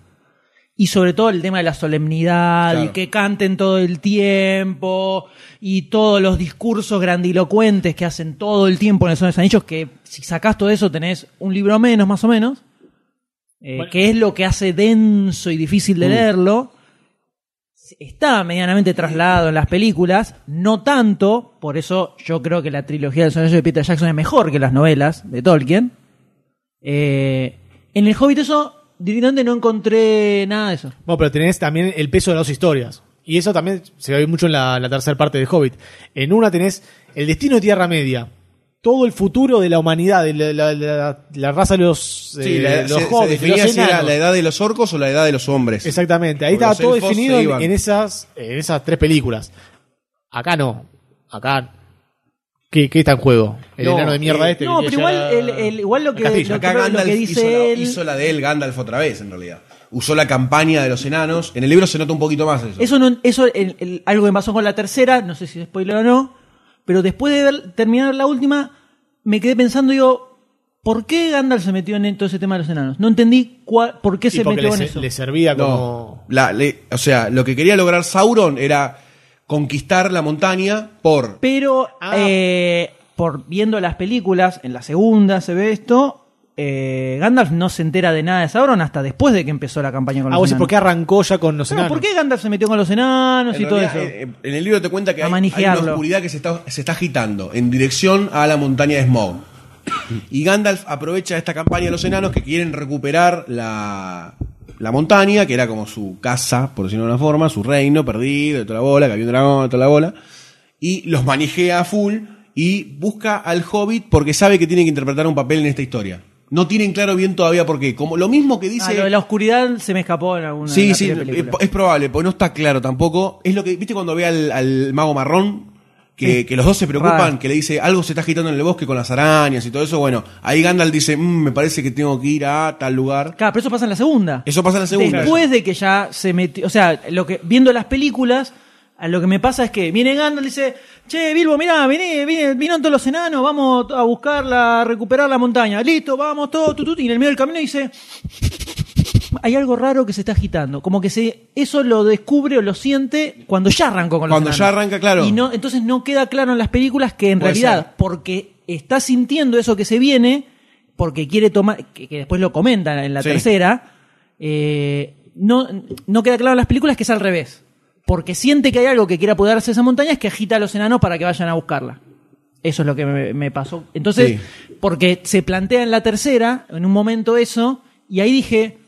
Y sobre todo el tema de la solemnidad y Claro. que canten todo el tiempo y todos los discursos grandilocuentes que hacen todo el tiempo en el Señor de los Anillos, que si sacás todo eso tenés un libro menos, más o menos, eh, que es lo que hace denso y difícil de leerlo está medianamente trasladado en las películas, no tanto, por eso yo creo que la trilogía del sonido de Peter Jackson es mejor que las novelas de Tolkien. Eh, en el Hobbit eso, directamente no encontré nada de eso. Bueno, pero tenés también el peso de las dos historias. Y eso también se ve mucho en la, la tercera parte de Hobbit. En una tenés el destino de Tierra Media. Todo el futuro de la humanidad, de la, la- la- la raza de los, eh, Sí, la- los se, se hobbits, de definía los si era enanos. la edad de los orcos o la edad de los hombres. Exactamente, ahí Porque estaba los todo elfos definido se en, iban. en esas, en esas tres películas. Acá no, acá. ¿Qué, qué está en juego? El No, enano de mierda eh, este. no, que pero llega- igual, el, el- igual lo que, lo Acá, acá que- lo que Gandalf hizo, la, dice él... hizo la de él, Gandalf otra vez, en realidad. Usó la campaña de los enanos. En el libro se nota un poquito más eso. Eso, no, eso el- el- algo que pasó con la tercera, no sé si es spoiler o no, pero después de ver- terminar la última, me quedé pensando, digo, ¿por qué Gandalf se metió en todo ese tema de los enanos? No entendí cua- por qué Sí, se porque metió le, en se- eso. le servía No, como. la- le- o sea, lo que quería lograr Sauron era conquistar la montaña por... Pero Ah. eh, por viendo las películas, en la segunda se ve esto. eh, Gandalf no se entera de nada de Sauron hasta después de que empezó la campaña con Ah, los vos decís, enanos. ¿por qué arrancó ya con los Claro, enanos? ¿Por qué Gandalf se metió con los enanos En y todo realidad, eso? eh, eh, en el libro te cuenta que A hay, hay una manijearlo. oscuridad que se está, se está agitando en dirección a la montaña de Smog. Y Gandalf aprovecha esta campaña de los enanos que quieren recuperar la, la montaña, que era como su casa, por decirlo de una forma, su reino perdido, de toda la bola, que había un dragón, de toda la bola. Y los manijea a full y busca al hobbit porque sabe que tiene que interpretar un papel en esta historia. No tienen claro bien todavía por qué. Como, lo mismo que Ah, dice... lo de la oscuridad se me escapó en alguna en Sí, la sí, primera es, película. es probable, porque no está claro tampoco. Es lo que, ¿viste cuando ve al, al mago marrón? Que, que los dos se preocupan, Raro. que le dice algo se está agitando en el bosque con las arañas y todo eso. Bueno, ahí Gandalf dice, "Mm, me parece que tengo que ir a tal lugar. Claro, pero eso pasa en la segunda. Eso pasa en la segunda. Después de que ya se metió, o sea, lo que viendo las películas, a lo que me pasa es que viene Gandalf y dice, che, Bilbo, mirá, vení, vine, vinieron todos los enanos, vamos a buscarla, a recuperar la montaña. Listo, vamos, todo, tutut, y en el medio del camino dice, hay algo raro que se está agitando. Como que se, eso lo descubre o lo siente cuando ya arrancó con los Cuando enanos. ya arranca, claro. Y no, entonces no queda claro en las películas que en Puede realidad, ser. porque está sintiendo eso que se viene, porque quiere tomar, que, que después lo comentan en la Sí. tercera, eh, no, no queda claro en las películas que es al revés. Porque siente que hay algo que quiere apoderarse de esa montaña, es que agita a los enanos para que vayan a buscarla. Eso es lo que me, me pasó. Entonces, porque se plantea en la tercera, en un momento eso, y ahí dije,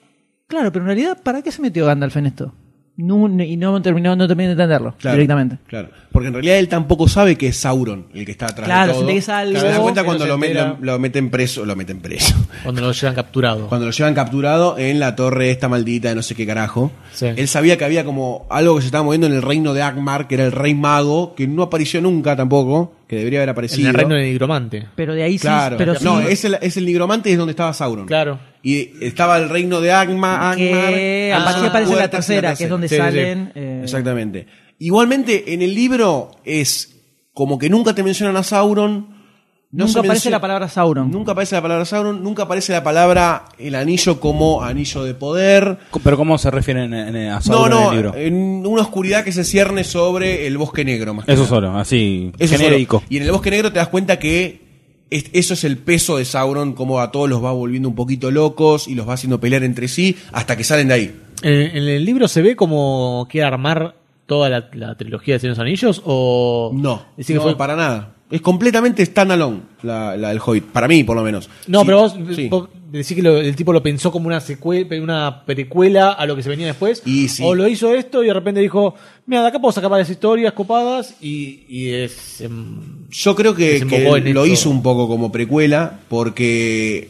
claro, pero en realidad, ¿para qué se metió Gandalf en esto? No- no- y no terminó, no terminé de entenderlo Claro, directamente. Claro. Porque en realidad él tampoco sabe que es Sauron el que está atrás Claro, de todo. se le dice algo. Se da cuenta Él cuando no se lo, met- entera. lo- lo meten preso, lo meten preso. Cuando los llevan capturado. Cuando lo llevan capturado en la torre esta maldita de no sé qué carajo. Sí. Él sabía que había como algo que se estaba moviendo en el reino de Akmar, que era el rey mago, que no apareció nunca tampoco, que debería haber En aparecido. el reino de Nigromante. Pero de ahí Claro. sí, pero sí. no, es el, es el nigromante es donde estaba Sauron. Claro. Y estaba el reino de Akma, Akmar. que Ah, así aparece la puertas en tercera, que es donde Sí, sí, sí. salen. eh, Exactamente. Igualmente, en el libro es como que nunca te mencionan a Sauron, No se nunca aparece menciona- la palabra Sauron. Nunca aparece la palabra Sauron, nunca aparece la palabra el anillo como anillo de poder. Pero ¿cómo se refieren en- en- a No, Sauron en el no, eh, libro? en una oscuridad que se cierne sobre el bosque negro. Más que Eso nada. solo, así, Eso solo. genérico. Y en el bosque negro te das cuenta que es- eso es el peso de Sauron, como a todos los va volviendo un poquito locos y los va haciendo pelear entre sí hasta que salen de ahí. Eh, ¿En, en el libro se ve como quiere armar toda la, la trilogía de Señor de los Anillos o No, Es decir que no, fue- para nada. Es completamente standalone la, la del Hobbit, para mí por lo menos. No, Sí, pero vos, sí. vos decís que lo- el tipo lo pensó como una secuela, una precuela a lo que se venía después. Y sí. O lo hizo esto y de repente dijo, mira, de acá puedo sacar varias historias copadas y, y es... em, Yo creo que, Desembocó que en lo esto. hizo un poco como precuela, porque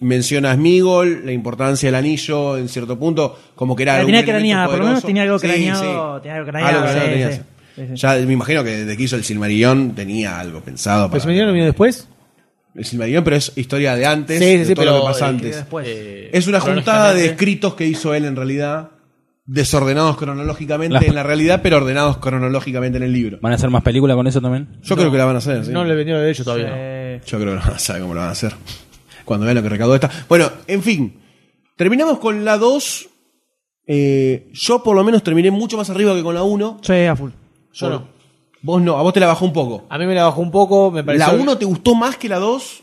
menciona a Smigol, la importancia del anillo en cierto punto, como que era. La algún tenía elemento craneada, por lo menos poderoso. tenía algo Sí, craneado, sí. tenía algo Algo craneado, craneado sí, tenías. sí, sí, sí. Ya me imagino que desde que hizo el Silmarillón tenía algo pensado. ¿Pero para- se venía vino después? El Silmarillón, pero es historia de antes, Sí, sí, de sí, todo pero lo que pasa el- antes. Después. Eh, Es una juntada de cronológicamente. escritos que hizo él en realidad, desordenados cronológicamente Las- en la realidad, pero ordenados cronológicamente en el libro. ¿Van a hacer más películas con eso también? Yo creo que la van a hacer. sí. No le vendió de ellos todavía. ¿no? Eh, Yo creo que no van a saber cómo lo van a hacer. Cuando vean lo que recaudó esta. Bueno, en fin. Terminamos con la 2. Eh, yo por lo menos terminé mucho más arriba que con la 1. sí, a full. Yo no. Vos no, a vos te la bajó un poco. A mí me la bajó un poco, me pareció... ¿La 1 te gustó más que la 2?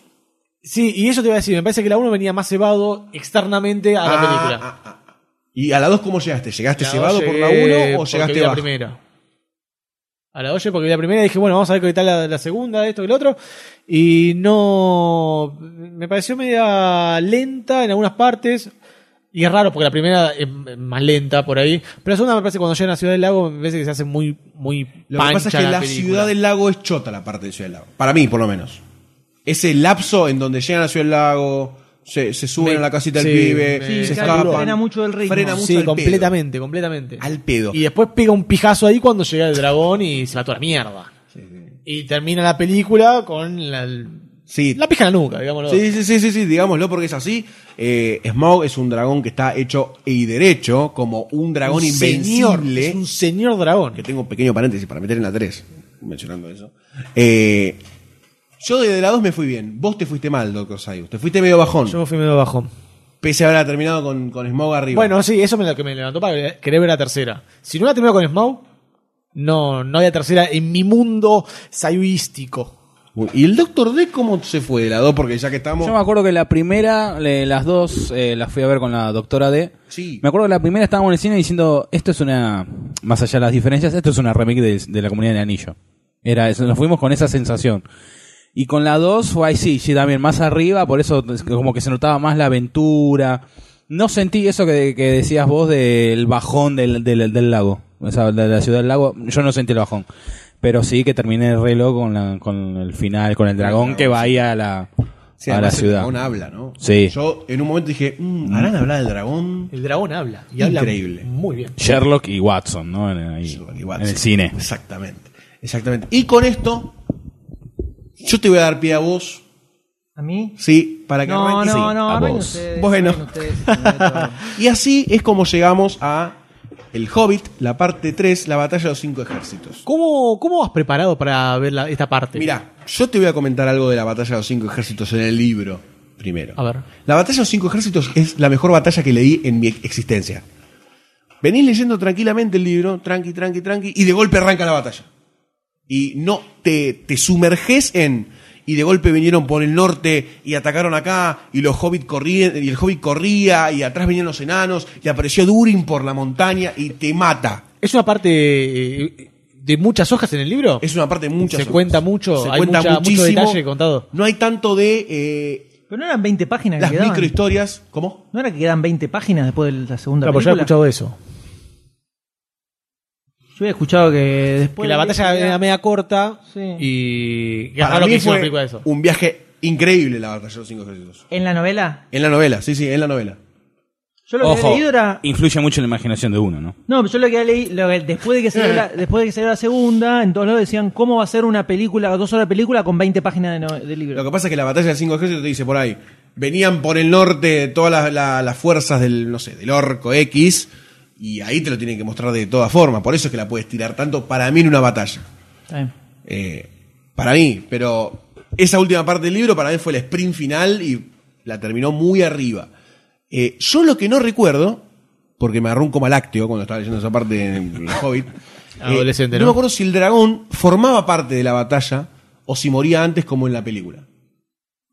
Sí, y eso te iba a decir, me parece que la 1 venía más cebado externamente a la Ah, película. ah, ah, ah. ¿Y a la 2 cómo llegaste? ¿Llegaste La dos cebado por la llegué 1 o porque llegaste vi la bajo? primera? A la 2 porque vi la primera y dije, bueno, vamos a ver qué tal la, la segunda, esto y lo otro. Y no. Me pareció media lenta en algunas partes. Y es raro porque la primera es más lenta por ahí. Pero la segunda me parece que cuando llegan a Ciudad del Lago, me parece que se hace muy, muy Lo que pasa es pancha que la, película. ciudad del lago es chota la parte de Ciudad del Lago. Para mí, por lo menos. Ese lapso en donde llegan a Ciudad del Lago, se, se suben Me- a la casita del sí, pibe, me- se Sí, claro, escapan. frena mucho el ritmo. Frena mucho al Sí, pedo. completamente, completamente. Al pedo. Y después pega un pijazo ahí cuando llega el dragón y se va toda la mierda. Y termina la película con la, Sí. la pija en la nuca, digámoslo. Sí, sí, sí, sí, sí, digámoslo porque es así. Eh, Smaug es un dragón que está hecho y derecho, como un dragón Un señor, invencible. es un señor dragón. Que tengo un pequeño paréntesis para meter en la 3, mencionando eso. Eh, yo desde la 2 me fui bien. Vos te fuiste mal, Doctor Sayus. Te fuiste medio bajón. Yo fui medio bajón. Pese a haber terminado con, con Smaug arriba. Bueno, sí, eso es lo que me levantó para querer ver la tercera. Si no hubiera terminado con Smaug, no, no había tercera en mi mundo sayuístico. Uy, ¿Y el Doctor D cómo se fue de la 2? Porque ya que estamos. Yo me acuerdo que la primera, le- las dos, eh, las fui a ver con la doctora D. Sí. Me acuerdo que la primera estábamos en el cine diciendo, esto es una, más allá de las diferencias, esto es una remake de, de la comunidad del anillo. Era eso, nos fuimos con esa sensación. Y con la 2 fue ahí sí, sí, también más arriba, por eso es que como que se notaba más la aventura. No sentí eso que, que decías vos del bajón del, del, del lago, o sea, de la ciudad del lago, yo no sentí el bajón. Pero sí que terminé re loco con, la- con el final, con el dragón que va ahí a la, Sí, a la además el ciudad. dragón habla, ¿no? Sí. Yo en un momento dije, mm, harán hablar del dragón. El dragón habla. Y Increíble. habla muy bien. Sherlock y Watson, ¿no? En, ahí, Igual, en el cine. Exactamente. Exactamente. Y con esto, yo te voy a dar pie a vos, ¿A mí? ¿sí? Para que No, arranques. no, no, a arranquen vos. ustedes, Bueno. arranquen ustedes, sobre todo. Y así es como llegamos a El Hobbit, la parte 3, la batalla de los cinco ejércitos. ¿Cómo, cómo vas preparado para ver la- esta parte? Mirá, yo te voy a comentar algo de la batalla de los cinco ejércitos en el libro primero. A ver. La batalla de los cinco ejércitos es la mejor batalla que leí en mi existencia. Venís leyendo tranquilamente el libro, tranqui, tranqui, tranqui, y de golpe arranca la batalla. Y no, te, te sumerges en. Y de golpe vinieron por el norte y atacaron acá, y los hobbit corrían, y el hobbit corría, y atrás venían los enanos, y apareció Durin por la montaña y te mata. ¿Es una parte eh, de muchas hojas en el libro? Es una parte de muchas ¿Se horas. cuenta mucho? Se ¿Hay cuenta mucha- mucho muchísimo. detalle contado? No hay tanto de eh, Pero no eran 20 páginas las que quedaban. microhistorias. ¿Cómo? ¿No era que quedan 20 páginas después de la segunda Claro, porque yo película? había escuchado eso. Yo había escuchado que después... Que la de batalla esa- era media corta Sí. y... Para Raro mí que hicieron fue película de eso. un viaje increíble la batalla de los cinco ejércitos. ¿En la novela? En la novela, sí, sí, en la novela. Yo lo que había Ojo, leído era... influye mucho en la imaginación de uno, ¿no? No, pero yo lo que había leído... lo que- Después de que salió la, después de que salió la segunda, en todos lados decían cómo va a ser una película, dos horas de película con 20 páginas de, no- de Lo libro. que pasa es que la batalla de los cinco ejércitos te dice por ahí. Venían por el norte todas las, la- las fuerzas del, no sé, del orco X. Y ahí te lo tienen que mostrar de todas formas. Por eso es que la puedes tirar tanto para mí en una batalla. Está bien. Eh, para mí, pero esa última parte del libro para mí fue el sprint final y la terminó muy arriba. Eh, yo lo que no recuerdo, porque me agarró un coma lácteo cuando estaba leyendo esa parte en El Hobbit. eh, Adolescente, ¿no? me acuerdo si el dragón formaba parte de la batalla o si moría antes como en la película.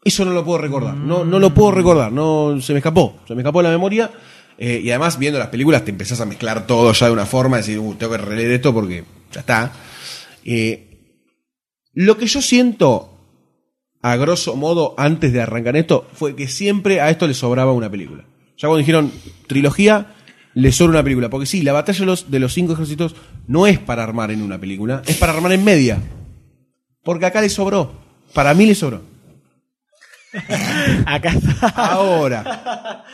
Eso no lo puedo recordar. No, no lo puedo recordar. No, se me escapó. Se me escapó la memoria. Eh, y además, viendo las películas, te empezás a mezclar todo ya de una forma. Decir, "Uh, tengo que releer esto porque ya está. Eh, lo que yo siento, a grosso modo, antes de arrancar esto, fue que siempre a esto le sobraba una película. Ya cuando dijeron trilogía, le sobra una película. Porque sí, la batalla de los, de los cinco ejércitos no es para armar en una película, es para armar en media. Porque acá le sobró. Para mí le sobró. Acá está Ahora,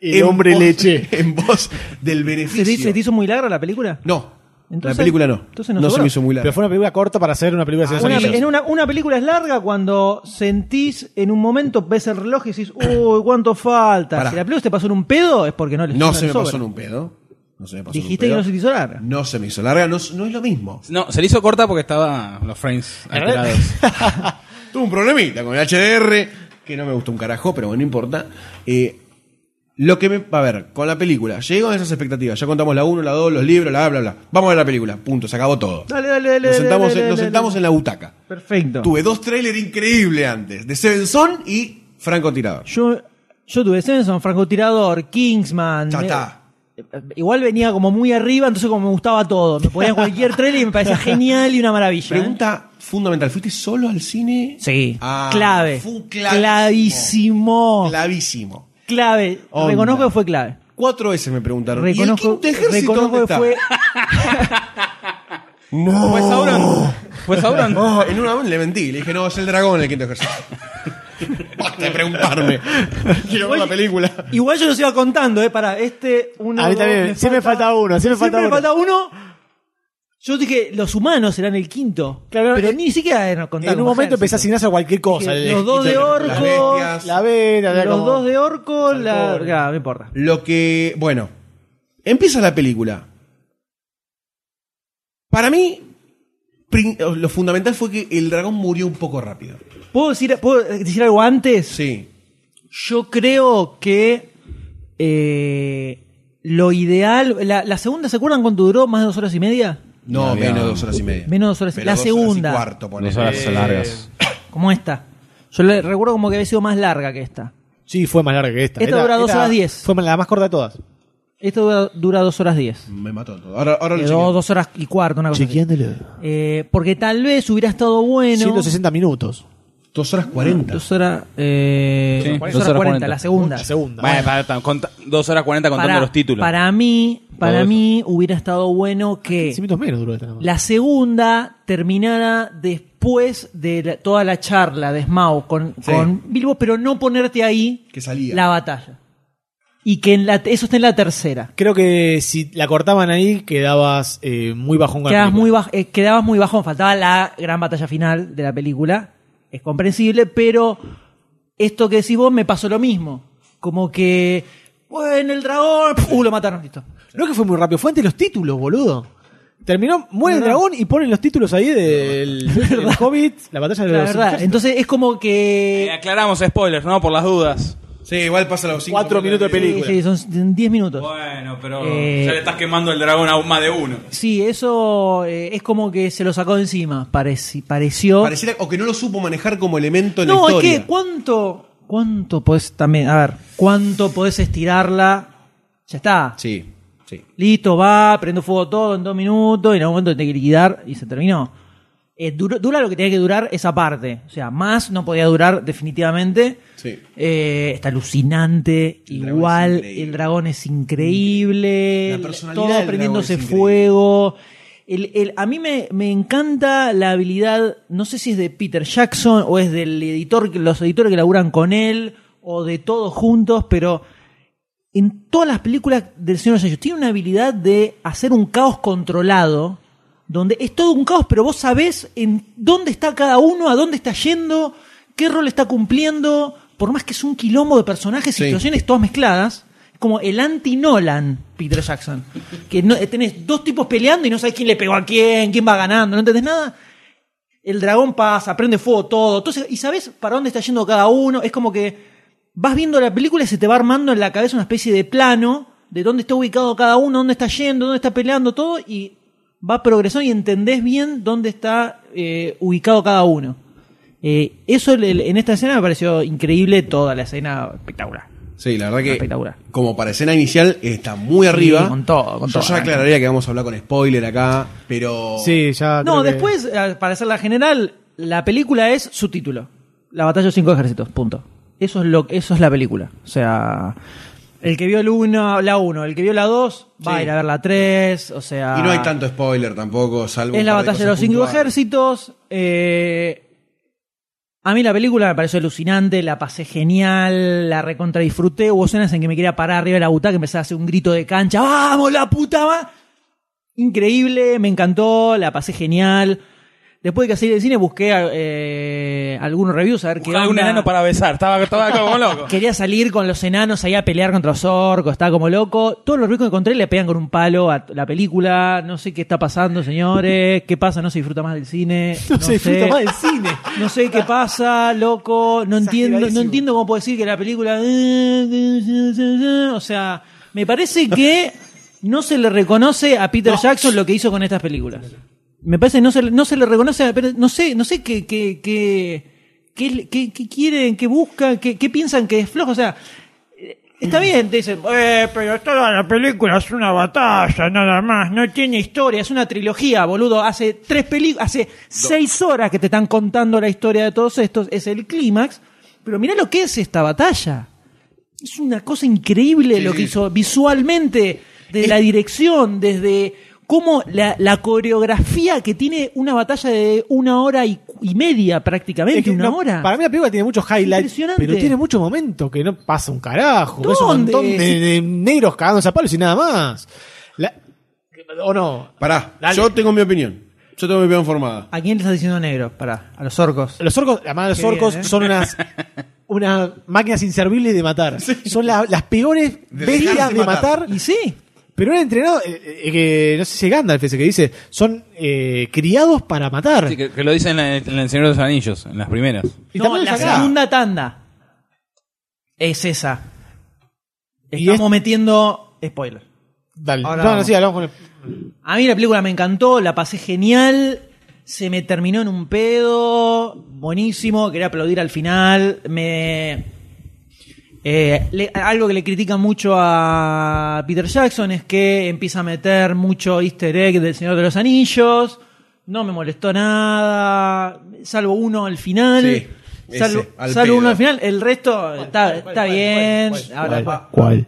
el hombre voz- leche. En voz del ¿Se, te- se beneficio. te hizo muy larga la película? No, Entonces- la película no. entonces no no se sobró. me hizo muy larga. Pero fue una película corta para hacer una película de Ah, Una, Señor de los en Anillos. una, una película es larga cuando sentís en un momento, ves el reloj y decís, uy, cuánto falta. Pará. Si la película te pasó en un pedo es porque no le No le se me sobra. pasó en un pedo. No se me pasó en un Dijiste que pedo. no se te hizo larga. No se me hizo larga, no, no es lo mismo. No, se le hizo corta porque estaba los frames alterados. Tuve un problemita con el HDR, que no me gustó un carajo, pero bueno, no importa. Eh, lo que me. A ver, con la película, llego a esas expectativas. Ya contamos la 1, la 2, los libros, la bla, bla, bla. Vamos a ver la película, punto, se acabó todo. Dale, dale, dale. nos dale, sentamos, dale, en, nos dale, sentamos dale. en la butaca. Perfecto. Tuve dos trailers increíbles antes: de Seven Son y Franco Tirador. Yo, yo tuve Senson, francotirador, Kingsman. Ya me- eh, está. Igual venía como muy arriba, entonces como me gustaba todo. Me ponía cualquier trailer y me parecía genial y una maravilla. ¿eh? Pregunta fundamental: ¿fuiste solo al cine? Sí. Ah, clave. fue un clavísimo. Clavísimo. Clave. Onda. Reconozco que fue clave. Cuatro veces me preguntaron. ¿Y el Reconozco, quinto ejército reconozco dónde que está? fue. No. Pues ahora. Pues ahora. No, Oh, en una le mentí, le dije, no, es el dragón el quinto ejercicio. Basta de preguntarme. Quiero ver la película. Igual yo los iba contando, ¿eh? Para este, uno. A mí dos, también. me Siempre falta uno, siempre falta Siempre me uno. falta uno. Yo dije, los humanos serán el quinto. Claro, pero eh, ni siquiera nos contaron. En un momento empecé a asignarse a cualquier cosa. El- Los dos de Las orco. bestias. La vena, era Los como- dos de orco, la. Ya, no importa. Lo que. Bueno. Empieza la película. Para mí, prin- lo fundamental fue que el dragón murió un poco rápido. ¿Puedo decir, ¿puedo decir algo antes? Sí. Yo creo que eh, lo ideal. La, la segunda, ¿se acuerdan cuánto duró? ¿Más de dos horas y media? No, menos de dos horas y media. Menos de dos horas y Pero La dos horas segunda. y cuarto, ponele. Dos horas largas. Como esta. Yo le recuerdo como que había sido más larga que esta. Sí, fue más larga que esta. Esta Era- dura dos era- horas diez. Fue la más corta de todas. Esta dura, dura dos horas diez. Me mató todo. Ahora, ahora lo Quedó chequeo. dos horas y cuarto, una cosa. así. Chequeándolo. Eh, porque tal vez hubiera estado bueno. 160 minutos. Dos horas cuarenta. Dos horas. eh, Sí, dos dos horas horas cuarenta, cuarenta. la segunda. La segunda. Bueno, para- para- conta- dos horas cuarenta contando Para- los títulos. Para mí, para eso. mí hubiera estado bueno Ah, que 15 minutos menos duró esta. nada más. la segunda terminara después de la- toda la charla de Smaug con, con Bilbo, pero no ponerte ahí Que salía. la batalla. Y que en la, eso esté en la tercera. Creo que si la cortaban ahí, quedabas eh, muy bajón con la quedabas película. muy, baj- eh, quedabas muy bajón. Faltaba la gran batalla final de la película. Es comprensible, pero esto que decís vos me pasó lo mismo. Como que, bueno, el dragón, uh, lo mataron, listo. No que fue muy rápido, fue antes los títulos, boludo. Terminó, muere el No, no. dragón y ponen los títulos ahí del del Hobbit, la batalla de La los verdad. ejércitos. Entonces es como Eh, que. aclaramos spoilers, ¿no? Por las dudas. Sí, igual pasa los cinco Cuatro minutos de película. Sí, son 10 minutos. Bueno, pero Eh, ya le estás quemando el dragón a un más de uno. Sí, eso eh, es como que se lo sacó de encima, pareci- pareció. Pareciera, o que no lo supo manejar como elemento en la no, es historia. que cuánto, cuánto podés también, a ver, cuánto podés estirarla. Ya está. Sí, sí. Listo, va, prendo fuego todo en dos minutos y en algún momento tiene que liquidar y se terminó. Eh, duró- dura lo que tenía que durar esa parte. O sea, más no podía durar definitivamente. Sí. Eh, está alucinante. El dragón es Igual increíble. el dragón es increíble. La el- personalidad del Todo dragón prendiéndose es increíble. fuego. El- el- a mí me, me encanta la habilidad, no sé si es de Peter Jackson o es del editor, que- los editores que laburan con él o de todos juntos, pero en todas las películas del Señor de los Anillos tiene una habilidad de hacer un caos controlado, donde es todo un caos, pero vos sabés en dónde está cada uno, a dónde está yendo, qué rol está cumpliendo, por más que es un quilombo de personajes y Sí. situaciones todas mezcladas. es Como el anti-Nolan, Peter Jackson. eh, Que no, tenés dos tipos peleando y no sabés quién le pegó a quién, quién va ganando, no entendés nada. el dragón pasa, prende fuego todo. Entonces, y sabes para dónde está yendo cada uno. Es como que vas viendo la película y se te va armando en la cabeza una especie de plano de dónde está ubicado cada uno, dónde está yendo, dónde está peleando todo. Y va progresando y entendés bien dónde está eh, ubicado cada uno. Eh, eso el- el- en esta escena me pareció increíble, toda la escena espectacular. Sí, la verdad que Espectacular. como para escena inicial está muy arriba. con todo, con Yo todo. ya aclararía que vamos a hablar con spoiler acá, pero Sí, ya. No, creo que- después, eh, para hacerla general, la película es su título. La batalla de los cinco ejércitos, punto. Eso es lo eso es la película. O sea, el que vio el uno, la 1, el que vio la 2, va a Sí. ir a ver la 3, o sea... y no ah. hay tanto spoiler tampoco, salvo Es un la par batalla de los cosas cinco puntuales. ejércitos. eh, a mí la película me pareció alucinante, la pasé genial, la recontra disfruté. Hubo escenas en que me quería parar arriba de la butaca, empecé a hacer un grito de cancha. ¡Vamos, la puta va! Increíble, me encantó, la pasé genial. Después de que salí del cine busqué eh, algunos reviews a ver qué Buscaba un onda. enano para besar. Estaba, estaba como loco. Quería salir con los enanos ahí a pelear contra los orcos, estaba como loco. Todos los ricos que encontré le pegan con un palo a la película. No sé qué está pasando, señores. ¿Qué pasa? No se disfruta más del cine. No, se disfruta sé. más del cine. No sé qué pasa, loco. No entiendo, no entiendo cómo puedo decir que la película. eh, O sea, me parece que no se le reconoce a Peter Jackson lo que hizo con estas películas. Me parece que no se, le- no se le reconoce a pero No sé, no sé qué, qué, qué, qué, qué- qué quieren, qué buscan, qué, qué piensan que es flojo. O sea, Está bien, te dicen, "Eh, pero toda la película es una batalla, nada más, no tiene historia, es una trilogía, boludo. Hace tres películas, hace seis horas que te están contando la historia de todos estos, es el clímax. Pero mirá lo que es esta batalla. Es una cosa increíble lo que hizo visualmente, de la dirección, desde cómo la, la coreografía que tiene una batalla de una hora y, y media prácticamente, Es que una no, hora. Para mí la película tiene muchos highlights, Impresionante. pero tiene muchos momentos que no pasa un carajo. Ves un ¿Dónde? montón de, de negros cagándose a palos y nada más. La- ¿O no? Pará, Dale. yo tengo mi opinión. Yo tengo mi opinión formada. ¿A quién le estás diciendo negro? Pará, a los orcos. Los orcos, además los Qué orcos bien, ¿eh? son unas, unas máquinas inservibles de matar. Son la- las peores bestias dejarse de matar. matar. Y sí. Pero un entrenado, eh, eh, que no sé si es Gandalf ese que dice, son eh, criados para matar. Sí, que, que lo dicen en, el- en El Señor de los Anillos, en las primeras. Y No, también la es acá. segunda tanda es esa. Y Estamos es- metiendo spoiler. Dale. Ahora no, no, vamos. sí, hablamos con el- A mí la película me encantó, la pasé genial, se me terminó en un pedo, buenísimo, quería aplaudir al final, me... eh, le- algo que le critica mucho a Peter Jackson es que empieza a meter mucho easter egg del Señor de los Anillos, no me molestó nada, salvo uno al final. Sí, ese, salvo al salvo uno pedo. al final, el resto está, está bien. Ahora, ¿Cuál?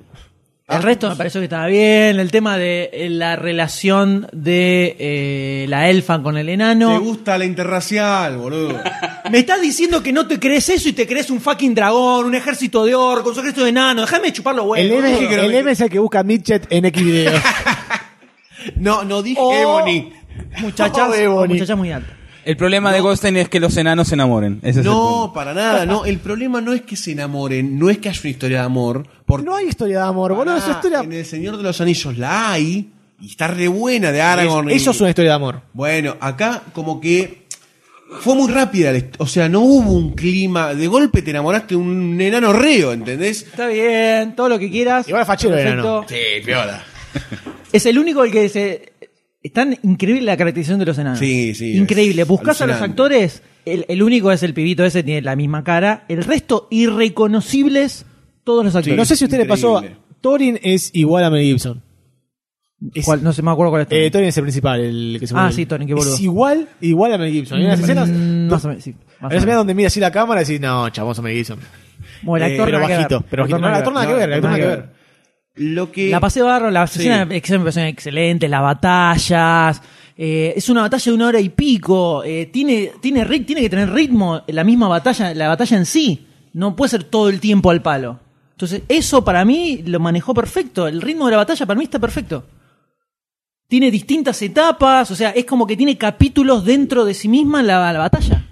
el resto Ah, me pareció que estaba bien. El tema de eh, la relación de eh, la elfa con el ¿Te enano. gusta la interracial, boludo? Me estás diciendo que no te crees eso y te crees un fucking dragón, un ejército de orcos, un ejército de enano. Déjame de chupar los huevos. El M, creo el que- M es el que busca Midget en X video. No, no dije O- Ebony. Muchachas, Oh, Ebony. muchachas muy altas. El problema de Goldstein es que los enanos se enamoren. Ese es el No, punto. para nada, no. El problema no es que se enamoren, no es que haya una historia de amor. Porque No hay historia de amor, boludo. Es Pará, historia... En El Señor de los Anillos la hay y está re buena de Aragorn. y- Eso es una historia de amor. Bueno, acá como que fue muy rápida, la hist- o sea, no hubo un clima. De golpe te enamoraste de un enano reo, ¿entendés? Está bien, todo lo que quieras. Igual es fachero el enano. Sí, piola. Es el único el que se. Es tan increíble la caracterización de los enanos. Sí, sí, Increíble. es Buscas a los alucinante. actores, el, el único es el pibito ese, tiene la misma cara. El resto, irreconocibles, todos los actores. no sé si a usted le increíble. pasó... Torin es igual a Mel Gibson. Es- ¿Cuál? No sé, me acuerdo cuál es. Eh, Torin es el principal, el que se Ah, muere. sí, Thorin, qué boludo. Es igual, igual a Mel Gibson. Hay unas Mm, escenas... más o menos, sí, Hay más unas o escenas menos. donde mira así la cámara y decís, no, chavos, a Mel Gibson. Bueno, el Eh, actor pero nada que bajito, ver. pero bajito. No, el actor nada que ver, el actor nada que ver. Lo que. La pasé barro, la escena me pareció excelente, las batallas. eh, es una batalla de una hora y pico. eh, tiene, tiene, rit- tiene que tener ritmo la misma batalla, la batalla en sí. No puede ser todo el tiempo al palo. Entonces, eso para mí lo manejó perfecto. El ritmo de la batalla para mí está perfecto. Tiene distintas etapas, o sea, es como que tiene capítulos dentro de sí misma la, la batalla.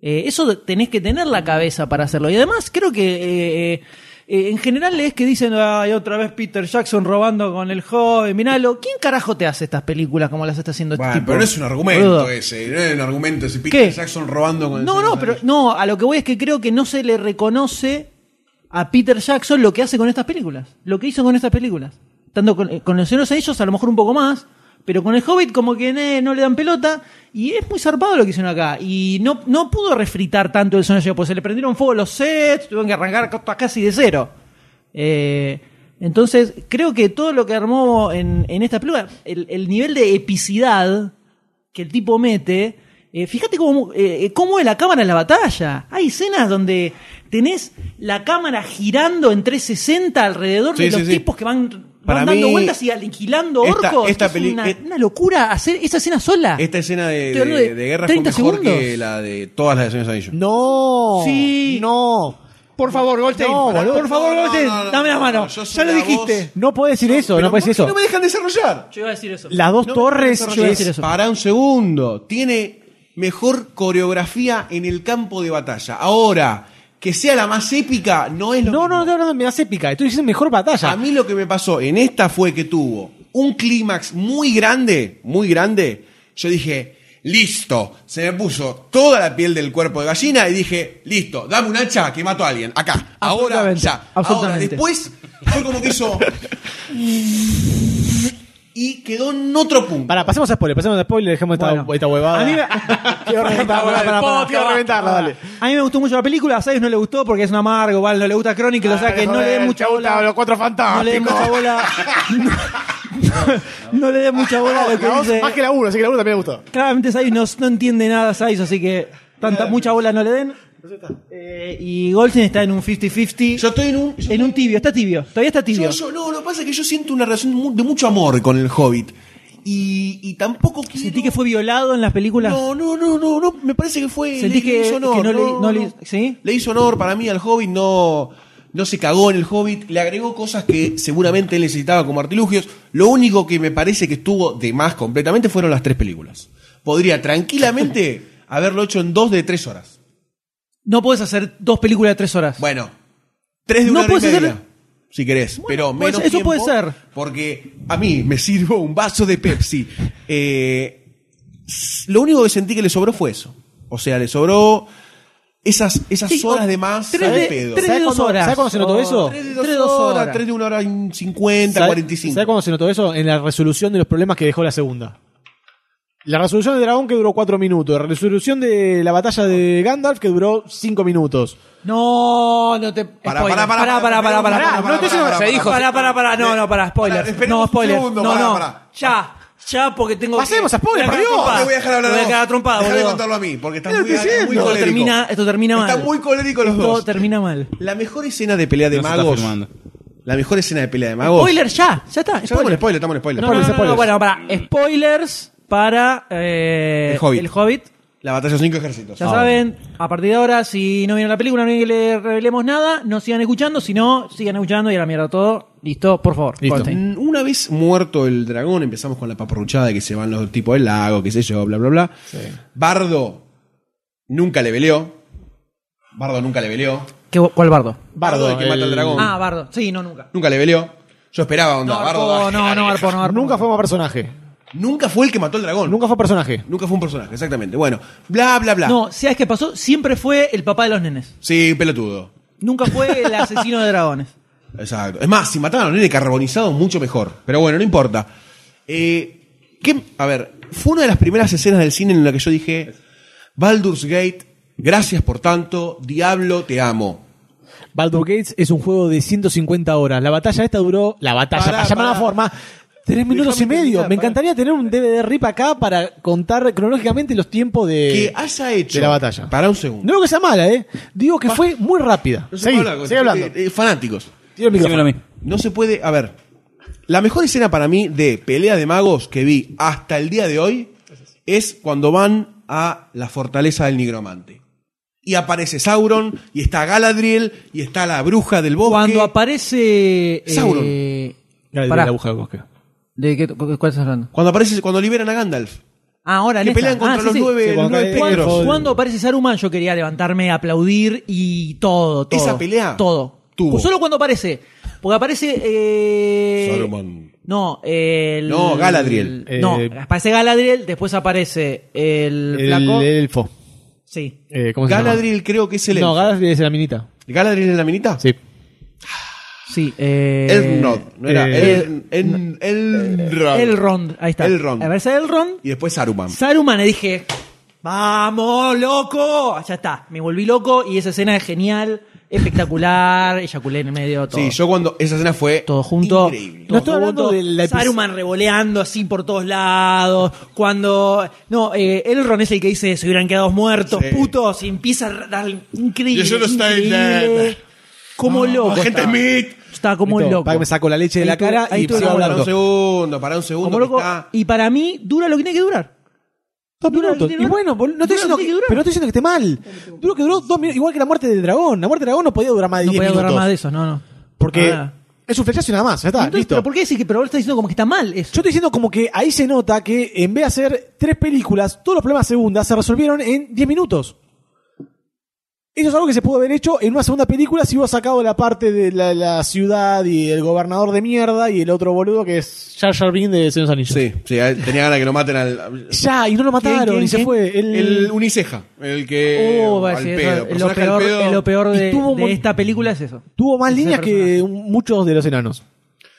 Eh, eso tenés que tener la cabeza para hacerlo. Y además creo que eh, eh, eh, en general es que dicen, ay, otra vez Peter Jackson robando con el joven, miralo. ¿Quién carajo te hace estas películas como las está haciendo Bueno, este tipo? pero no es un argumento Boludo. ese, no es un argumento ese Peter ¿Qué? Jackson robando con el No, Señor no, de pero los no, a lo que voy es que creo que no se le reconoce a Peter Jackson lo que hace con estas películas, lo que hizo con estas películas. Tanto con, eh, con los Señores ellos a lo mejor un poco más, pero con el Hobbit como que eh, no le dan pelota y es muy zarpado lo que hicieron acá y no, no pudo refritar tanto el Señor pues se le prendieron fuego los sets, tuvieron que arrancar ca- casi de cero. Eh, entonces, creo que todo lo que armó en, en esta película, el, el nivel de epicidad que el tipo mete. eh, fíjate cómo, eh, cómo es la cámara en la batalla. Hay escenas donde tenés la cámara girando en 360 alrededor Sí, de los sí, sí. tipos que van, van Para dando mí, vueltas y alquilando esta- orcos. esta es peli- una, eh, una locura hacer esa escena sola. Esta escena de, Ah. Estoy hablando de, de de guerra fue 30 mejor que segundos. la de todas las de Señor de los Anillos. No. Sí. No. Por favor, Goldstein. No, Pará, boludo. por favor, No, no, Goldstein. no, no, Dame la no, mano. yo soy ya lo la dijiste. voz. No puedes decir eso, no Pero puedes decir ¿por qué No eso. me dejan desarrollar. Yo iba a decir eso. Las dos No me torres dejan yo iba a es- decir eso. Para un segundo. Tiene mejor coreografía en el campo de batalla. Ahora, que sea la más épica no es lo No, mismo. no, no, no, me das épica. Tú dices mejor batalla. A mí lo que me pasó en esta fue que tuvo un clímax muy grande, muy grande. Yo dije, listo. Se me puso toda la piel del cuerpo de gallina y dije, listo, dame un hacha que mato a alguien. Acá, ahora, Absolutamente, ya. Ahora, absolutamente. después fue como que hizo... Y quedó en otro punto. Para, pasemos a spoiler, pasemos a spoiler, dejemos esta, Bueno. esta huevada. A mí me- quiero reventarla, pará, pará, pará, quiero reventarla, dale. Ah, A mí me gustó mucho la película, a Sayus no le gustó porque es un amargo, ¿vale? no le gusta Chronicle, o sea que no le den mucha bola. Los cuatro No le den fantásticos. mucha bola. No le den mucha bola a lo que La dos, dice. Más que la 1, así que la 1 también me gustó. Claramente Sayus no, no entiende nada Sayus, así que tanta mucha bola no le den. Eh, y Goldstein está en un 50-50. Yo estoy en un. yo- En un tibio, está tibio, todavía está yo- tibio. yo- no, lo que pasa es que yo siento una relación mu- de mucho amor con el Hobbit. Y, y tampoco quiero. Sentí que fue violado en las películas. No, no, no, no, no, me parece que fue. Sentí le- le que- hizo honor, que no le- no le- ¿sí? Le hizo honor para mí al Hobbit, no. No se cagó en el Hobbit, le agregó cosas que seguramente él necesitaba como artilugios. Lo único que me parece que estuvo de más completamente fueron las tres películas. Podría tranquilamente haberlo hecho en dos de tres horas. No puedes hacer dos películas de tres horas. Bueno, tres de No una hora y puedes media, hacer- si querés, pero puede menos ser- eso tiempo, puede ser. Porque a mí me sirvo un vaso de Pepsi. Eh, s- lo único que sentí que le sobró fue eso. O sea, le sobró esas, esas Sí, o- horas de más tres al de- pedo. tres de ¿Sabes dos cuándo- horas. sabes cuándo se notó O- eso? Tres de Tres dos, horas. tres de una hora y cincuenta, ¿Sabe- cuarenta y cinco. ¿Sabe cuándo se notó eso? En la resolución de los problemas que dejó la segunda. La resolución de Dragón que duró 4 minutos. La resolución de la batalla de Gandalf que duró 5 minutos. No, no te. Pará, spoiler. pará, pará, Pará, pará, pará, pará, pará, pará. pará, No estoy diciendo- pará, Se pará, dijo. Pará, pará, pará. No, no, pará. Pará, Spoiler. esperemos No, un spoiler. segundo, No, pará, no. pará. Ya. Ya, porque tengo. que- Pasemos a spoiler, Voy por Dios. trompada. Te voy a dejar hablar Voy a a vos. quedar trompada, Dejá de boludo. contarlo a mí, porque están Pero muy, te muy siento. Esto colérico. termina, esto termina mal. Están muy coléricos los Esto dos. termina mal. La mejor escena de pelea de No se está magos. filmando. La mejor escena de pelea de magos. Spoiler ya. Ya está. Ya estamos en Spoiler. spoiler, estamos en spoiler. No, no, no, no, spoilers. Bueno, para. Spoilers para. eh, El Hobbit. Ah, El Hobbit. La batalla de los cinco ejércitos. Ya saben, a partir de ahora, si no vieron la película, no le revelemos nada, no sigan escuchando, si no, sigan escuchando y a la mierda todo. Listo, por favor. Listo. Goldstein. Mm, Una vez muerto el dragón, empezamos con la paparruchada de que se van los tipos del lago, qué sé yo, bla, bla, bla. Bardo nunca le peleó. Bardo nunca le peleó. ¿Qué- ¿Cuál bardo? Bardo, el que mata al dragón. Ah, bardo. Sí, no, nunca. Nunca le peleó. Yo esperaba onda. No, Bardo. Arpo, ah, no, no, Arpo, no, Arpo. Nunca fue más personaje. Nunca fue el que mató al dragón. Nunca fue personaje. Nunca fue un personaje, exactamente. Bueno, bla, bla, bla. No, ¿sabes qué pasó? Siempre fue el papá de los nenes. Sí, pelotudo. Nunca fue el asesino de dragones. Exacto. Es más, si mataban a un nene carbonizado, mucho mejor. Pero bueno, no importa. Eh, ¿qué- A ver, fue una de las primeras escenas del cine en la que yo dije: Baldur's Gate, gracias por tanto, Diablo, te amo. Baldur Gates es un juego de 150 horas. La batalla esta duró, la batalla, Pará, para llamar la pará. forma, 3 minutos y Déjame medio. terminar, pará. Me encantaría tener un DVD rip acá para contar cronológicamente los tiempos de, que haya hecho. Eh, de la batalla. Para un segundo. No digo que sea mala, ¿eh? Digo que fue muy rápida. No se Seguí, puede hablar con- seguí hablando. eh, eh, fanáticos. Tiro el Dímelo a micrófono. mí. No se puede. A ver, la mejor escena para mí de pelea de magos que vi hasta el día de hoy es cuando van a la fortaleza del nigromante. Y aparece Sauron, y está Galadriel, y está la bruja del bosque. Cuando aparece. eh, Sauron. pará. Dale, dale, Ah, la aguja del bosque. ¿De qué, cu- cuál estás hablando? Cuando aparece, cuando liberan a Gandalf. Ah, ahora en Que esta. pelean contra Ah, sí, los sí. nueve, Sí, los cuando nueve cae- espectros. Cuando- Cuando aparece Saruman, yo quería levantarme, aplaudir y todo, todo. Esa pelea. Todo. Pues Tuvo. Solo cuando aparece. Porque aparece. eh, Saruman. No, el. No, Galadriel. el- no, Eh, aparece Galadriel, después aparece el, El, flaco. elfo. Sí. Eh, ¿Cómo se Galadriel creo que es el llama? No, elfo. Galadriel es la minita. ¿Galadriel es la minita? Sí. Sí. Eh, Elrond, no era eh, El- En- Elrond. Elrond, ahí está. Elrond. Aparece Elrond. Y después Saruman. Saruman, le dije. ¡Vamos, loco! Ya está. Me volví loco y esa escena es genial, espectacular. Eyaculé en el medio todo. Sí, yo cuando esa escena fue todo junto. increíble. todo No estoy hablando junto. del episodio- Saruman revoleando así por todos lados. Cuando. No, eh, Elrond es el que dice: se hubieran quedado muertos, Sí. putos. Y empieza a dar. Increíble. Y yo no estoy increíble. dead. Como loco. Agente estaba. Smith. Estaba como Listo, loco. Para que me saco la leche de Ahí la tú- cara ahí y tú sigo lo Para un hablando. segundo, para un segundo. Como que loco. está- Y para mí, dura lo que tiene que durar. Dos Dura lo que minutos. tiene Y que durar. bueno, bol- no estoy Dura lo diciendo que que, tiene que pero no estoy diciendo que esté mal. Duro que duró dos minutos. Igual que la muerte del dragón. La muerte del dragón no podía durar más de No 10 podía minutos. durar más de eso, no, no. Porque Nada. es un flechazo y nada más. Ah, Ya está, Entonces, listo. ¿Pero por qué decís que pero ahora estás diciendo como que está mal eso? Yo estoy diciendo como que ahí se nota que en vez de hacer tres películas, todos los problemas segundas se resolvieron en 10 minutos. Eso es algo que se pudo haber hecho en una segunda película si hubo sacado la parte de la, la ciudad y el gobernador de mierda y el otro boludo que es Jar Jar Binks de Señor de los Anillos. Sí, sí, a- tenía ganas de que lo maten al Ya, y no lo mataron ¿Quién, quién, y se quién? fue. El, el uniceja, el que Oh, va a eh, al ser- pedo, es lo personaje al peor, pedo. es lo peor Y de, tuvo un de mon- esta película es eso. Tuvo más Ese líneas que personaje. muchos de los enanos.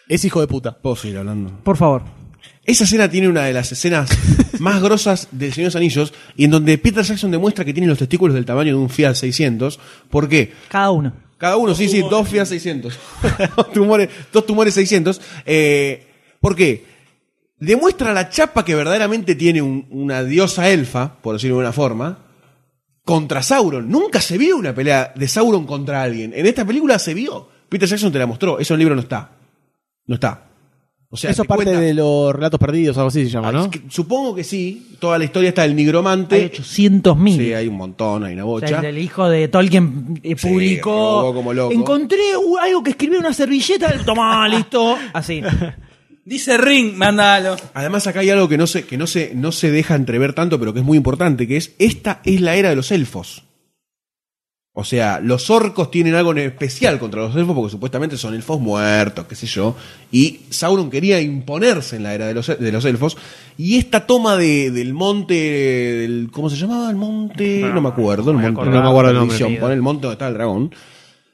Es hijo de puta. Puedo seguir hablando. Por favor. Esa escena tiene una de las escenas más grosas del Señor de los Anillos y en donde Peter Jackson demuestra que tiene los testículos del tamaño de un Fiat 600. ¿Por qué? Cada uno. Cada uno, sí, sí, dos Fiat 600. dos, tumores, dos tumores 600. Eh, ¿Por qué? Demuestra la chapa que verdaderamente tiene un- una diosa elfa, por decirlo de una forma, contra Sauron. Nunca se vio una pelea de Sauron contra alguien. En esta película se vio. Peter Jackson te la mostró. Eso en el libro no está. No está. O sea, Eso te es parte cuenta- de los relatos perdidos, algo así se llama, ¿no? Es que Supongo que sí. Toda la historia está del nigromante. Hay 800 mil. Sí, hay un montón, hay una O bocha. sea, el, el hijo de Tolkien eh, Sí, publicó. robó como loco. Encontré u- algo que escribió en una servilleta. Tomá, listo. Así. Dice Ring, mándalo. Además acá hay algo que no se que no se no se deja entrever tanto, pero que es muy importante, que es esta es la era de los elfos. O sea, los orcos tienen algo en especial contra los elfos porque supuestamente son elfos muertos, qué sé yo, y Sauron quería imponerse en la era de los, de los elfos y esta toma de, del monte del ¿cómo se llamaba? El monte, no, me acuerdo, el monte, acordar, No me acuerdo el la nombre. división, pon el monte donde estaba el dragón.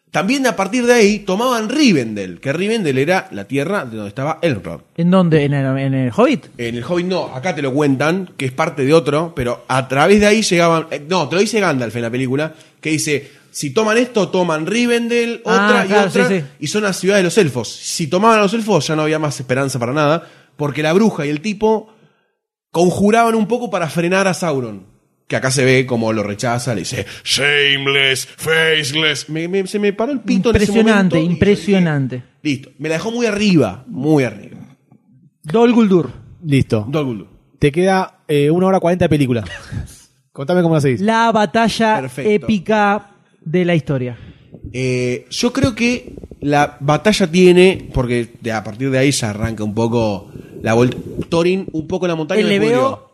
También a partir de ahí tomaban Rivendell, que Rivendell era la tierra de donde estaba Elrond. ¿En dónde? ¿En el, en el Hobbit? En el Hobbit no, acá te lo cuentan, que es parte de otro, pero a través de ahí llegaban. eh, no, te lo dice Gandalf en la película, que dice: si toman esto, toman Rivendell, Ah, otra y claro, otra, sí, sí. y son las ciudades de los elfos. Si tomaban a los elfos, ya no había más esperanza para nada, porque la bruja y el tipo conjuraban un poco para frenar a Sauron. Que acá se ve como lo rechaza, le dice: Shameless, faceless. me- me- Se me paró el pito Impresionante, en ese momento. y- impresionante. Listo, me la dejó muy arriba, muy arriba. Dol Guldur. Listo. Dol Guldur. Te queda eh, una hora cuarenta de película. Contame cómo la seguís. La batalla Perfecto. épica de la historia. Eh, yo creo que la batalla tiene, porque de- a partir de ahí se arranca un poco la vuelta. Thorin, un poco en la montaña. El del leveo. Curio.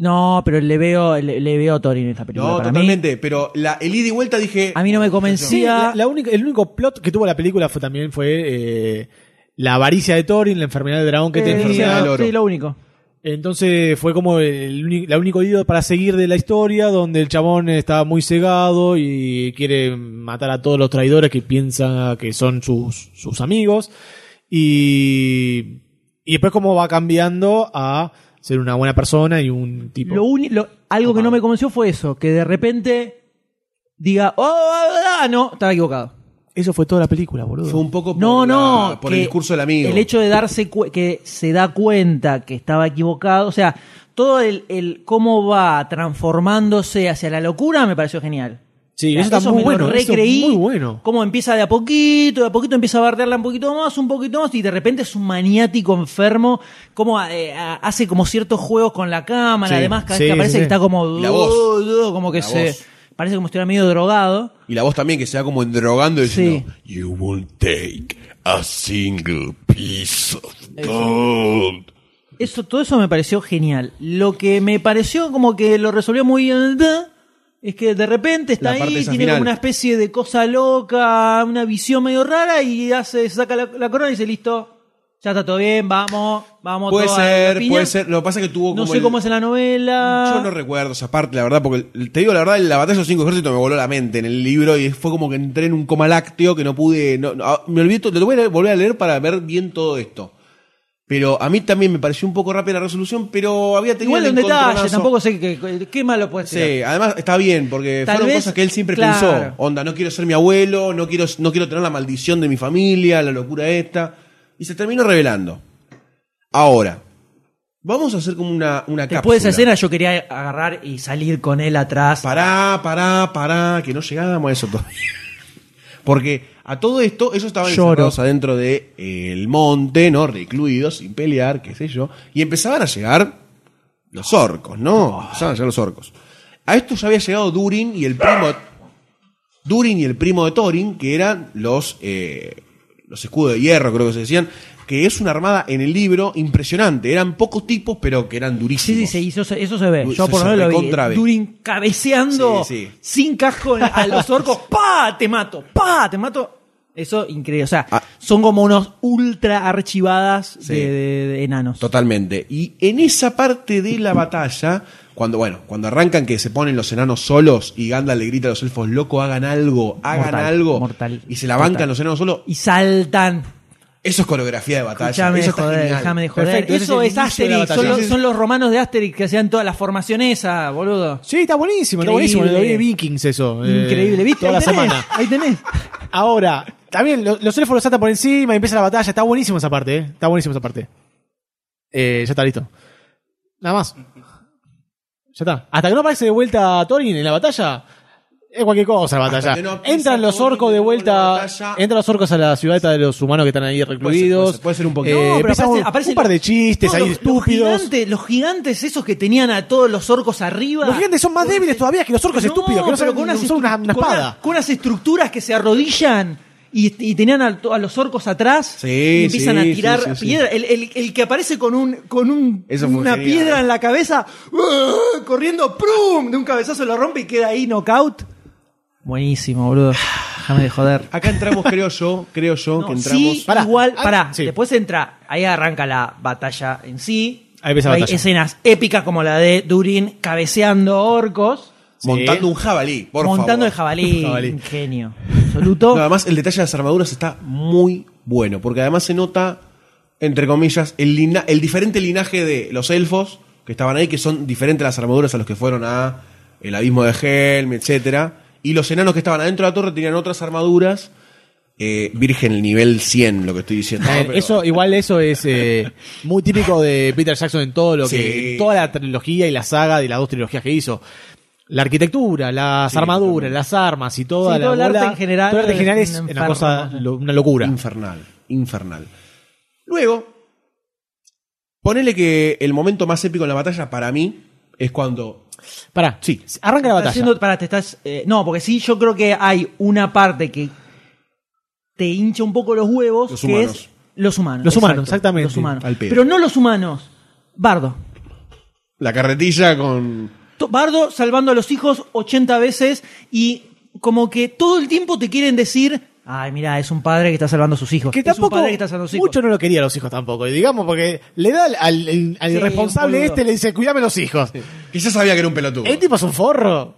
No, pero el leveo, el leveo a Thorin en esta película. No, para totalmente. Pero la, el ida y vuelta dije. Mí, a mí no me Sí, convencía. la, la única, el único plot que tuvo la película fue también fue eh, la avaricia de Thorin, la enfermedad del dragón que Eh, tenía. enfermedad del oro. Sí, lo único. Entonces fue como el, uni- la único hilo para seguir de la historia, donde el chabón está muy cegado y quiere matar a todos los traidores que piensa que son sus, sus amigos. Y, y después cómo va cambiando a ser una buena persona y un tipo... Lo uni- lo- algo que no me convenció fue eso, que de repente diga, oh, ah, ah, no, estaba equivocado. Eso fue toda la película, boludo. Fue un poco por, No, la- no, por que el discurso del amigo. El hecho de darse cu- que se da cuenta que estaba equivocado, o sea, todo el, el cómo va transformándose hacia la locura me pareció genial. Sí, O sea, eso está muy me lo bueno, eso recreí, muy bueno. Cómo empieza de a poquito, de a poquito empieza a bardearla un poquito más, un poquito más, y de repente es un maniático enfermo. Cómo eh, a- hace como ciertos juegos con la cámara, Sí, además, cada vez sí, que aparece sí, que sí. está como. Y la voz. "Duh, duh", como que La se. voz. Parece como si estuviera medio drogado. Y la voz también que se va como endrogando y Sí. diciendo. You won't take a single piece of gold. Eso, todo eso me pareció genial. Lo que me pareció como que lo resolvió muy bien, Es que de repente está La parte ahí, esa tiene final. como una especie de cosa loca, una visión medio rara y hace, saca la, la corona y dice, listo, ya está todo bien, vamos, vamos. Puede todo a la ser, piña". puede ser. Lo que pasa es que tuvo como. No sé el- cómo es en la novela. Yo no recuerdo esa parte, la verdad, porque el- te digo la verdad, la batalla de los cinco ejércitos me voló la mente en el libro y fue como que entré en un coma lácteo que no pude. no- no, ah, me olvidé, to- lo voy a leer- volver a leer para ver bien todo esto. Pero a mí también me pareció un poco rápida la resolución, pero había tenido. Igual el un detalle, encontronazo. tampoco sé qué, qué malo puede ser. Sí, además está bien, porque Tal fueron vez, cosas que él siempre claro. pensó. Onda, no quiero ser mi abuelo, no quiero, no quiero tener la maldición de mi familia, la locura esta. Y se terminó revelando. Ahora, vamos a hacer como una, una Después de esa cápsula. escena yo quería agarrar y salir con él atrás. Pará, pará, pará, que no llegábamos a eso todavía. Porque a todo esto, ellos estaban Lloro. encerrados adentro de, eh, el monte, ¿no? Recluidos, sin pelear, qué sé yo. Y empezaban a llegar los orcos, Oh. ¿no? Empezaban a llegar los orcos. A esto ya había llegado Durin y el primo. Durin y el primo de Thorin, que eran los. eh, los escudos de hierro, creo que se decían. Que es una armada en el libro impresionante. Eran pocos tipos, pero que eran Sí, durísimos. sí, se hizo- eso se ve. Du- Yo se- por lo se menos lo vi. recontra ve. Durin cabeceando Sí, sí. sin casco a los orcos. ¡Pa! Te mato. ¡Pa! Te mato. Eso increíble. O sea, Ah. son como unos ultra archivadas Sí. de, de- de enanos. Totalmente. Y en esa parte de la batalla, cuando, bueno, cuando arrancan que se ponen los enanos solos y Gandalf le grita a los elfos, loco, hagan algo, hagan Mortal, algo. mortal. y se la bancan Total. los enanos solos. Y saltan. Eso es coreografía de batalla. Escuchame eso de está joder, genial. déjame de joder. Perfecto, ese Eso es el es inicio de la Asterix. Son batalla. los, Sí, sí, sí. son los romanos de Asterix que hacían toda la formación esa, ah, boludo. Sí, está buenísimo, está Increíble. buenísimo. Lo vi en Vikings eso. eh, Increíble, ¿viste? Toda la ahí, tenés, semana. ahí tenés. Ahora, también lo- los elfos los atan por encima y empieza la batalla. Está buenísimo esa parte, ¿eh? Está buenísimo esa parte. Eh, ya está listo. Nada más. Ya está. Hasta que no aparece de vuelta Thorin en la batalla, es cualquier cosa la Hasta batalla. que no aparece entran los Thorin orcos de de nuevo en la vuelta. batalla. Entran los orcos a la ciudad de los humanos que están ahí recluidos. puede ser un poquito. Eh, No, pero empieza aparece- un- aparece un par de los- chistes no, ahí los- estúpidos. Los gigantes, los gigantes esos que tenían a todos los orcos arriba. Los gigantes son más débiles todavía que los orcos estúpidos, que no pero saben con unas usar una, estru- una con espada. una- con unas estructuras que se arrodillan y, y tenían al- a, los orcos atrás Sí, y empiezan sí, a tirar sí, sí, sí. piedra. El, el- el que aparece con un con un- Eso fue una genial. piedra en la cabeza, ¡ah! corriendo, ¡prum! De un cabezazo lo rompe y queda ahí knockout. Buenísimo, boludo. Déjame de joder. Acá entramos, creo yo, creo yo, No, que entramos. sí, Pará. igual, Ah, pará. sí. Después entra, ahí arranca la batalla en sí. Ahí empieza la Hay batalla. escenas épicas como la de Durin cabeceando orcos, Montando un jabalí, por montando favor. el jabalí. Jabalí. Un genio. Absoluto. No, además, el detalle de las armaduras está muy bueno, porque además se nota, entre comillas, el, lina- el diferente linaje de los elfos que estaban ahí, que son diferentes las armaduras a los que fueron a el abismo de Helm, etcétera Y los enanos que estaban adentro de la torre tenían otras armaduras. eh, virgen el nivel 100, lo que estoy diciendo. A ver, ¿no? Pero- Eh, eso igual eso es eh, muy típico de Peter Jackson en todo lo que Sí. en toda la trilogía y la saga de las dos trilogías que hizo la arquitectura las armaduras las armas y toda Sí, la todo el arte bola- en general todo el arte en general es es un una cosa enfermo. lo- una locura Mm. Infernal, infernal. Luego, ponele que el momento más épico en la batalla para mí es cuando pará Sí. arranca Estás la batalla haciendo- pará, te estás. eh, no, porque sí, yo creo que hay una parte que te hincha un poco los huevos, Los que humanos. es los humanos. Los humanos, exactamente. Los humanos. Al pedo. Pero no los humanos. Bardo. la carretilla con To- Bardo salvando a los hijos 80 veces y como que todo el tiempo te quieren decir, ay, mira, es un padre que está salvando a sus hijos. que es un tampoco padre que está salvando a sus hijos. mucho no lo quería a los hijos tampoco y digamos porque le da al, al- al Sí, responsable boludo. este le dice cuídame los hijos Que ya sabía que era un pelotudo. El tipo es un forro.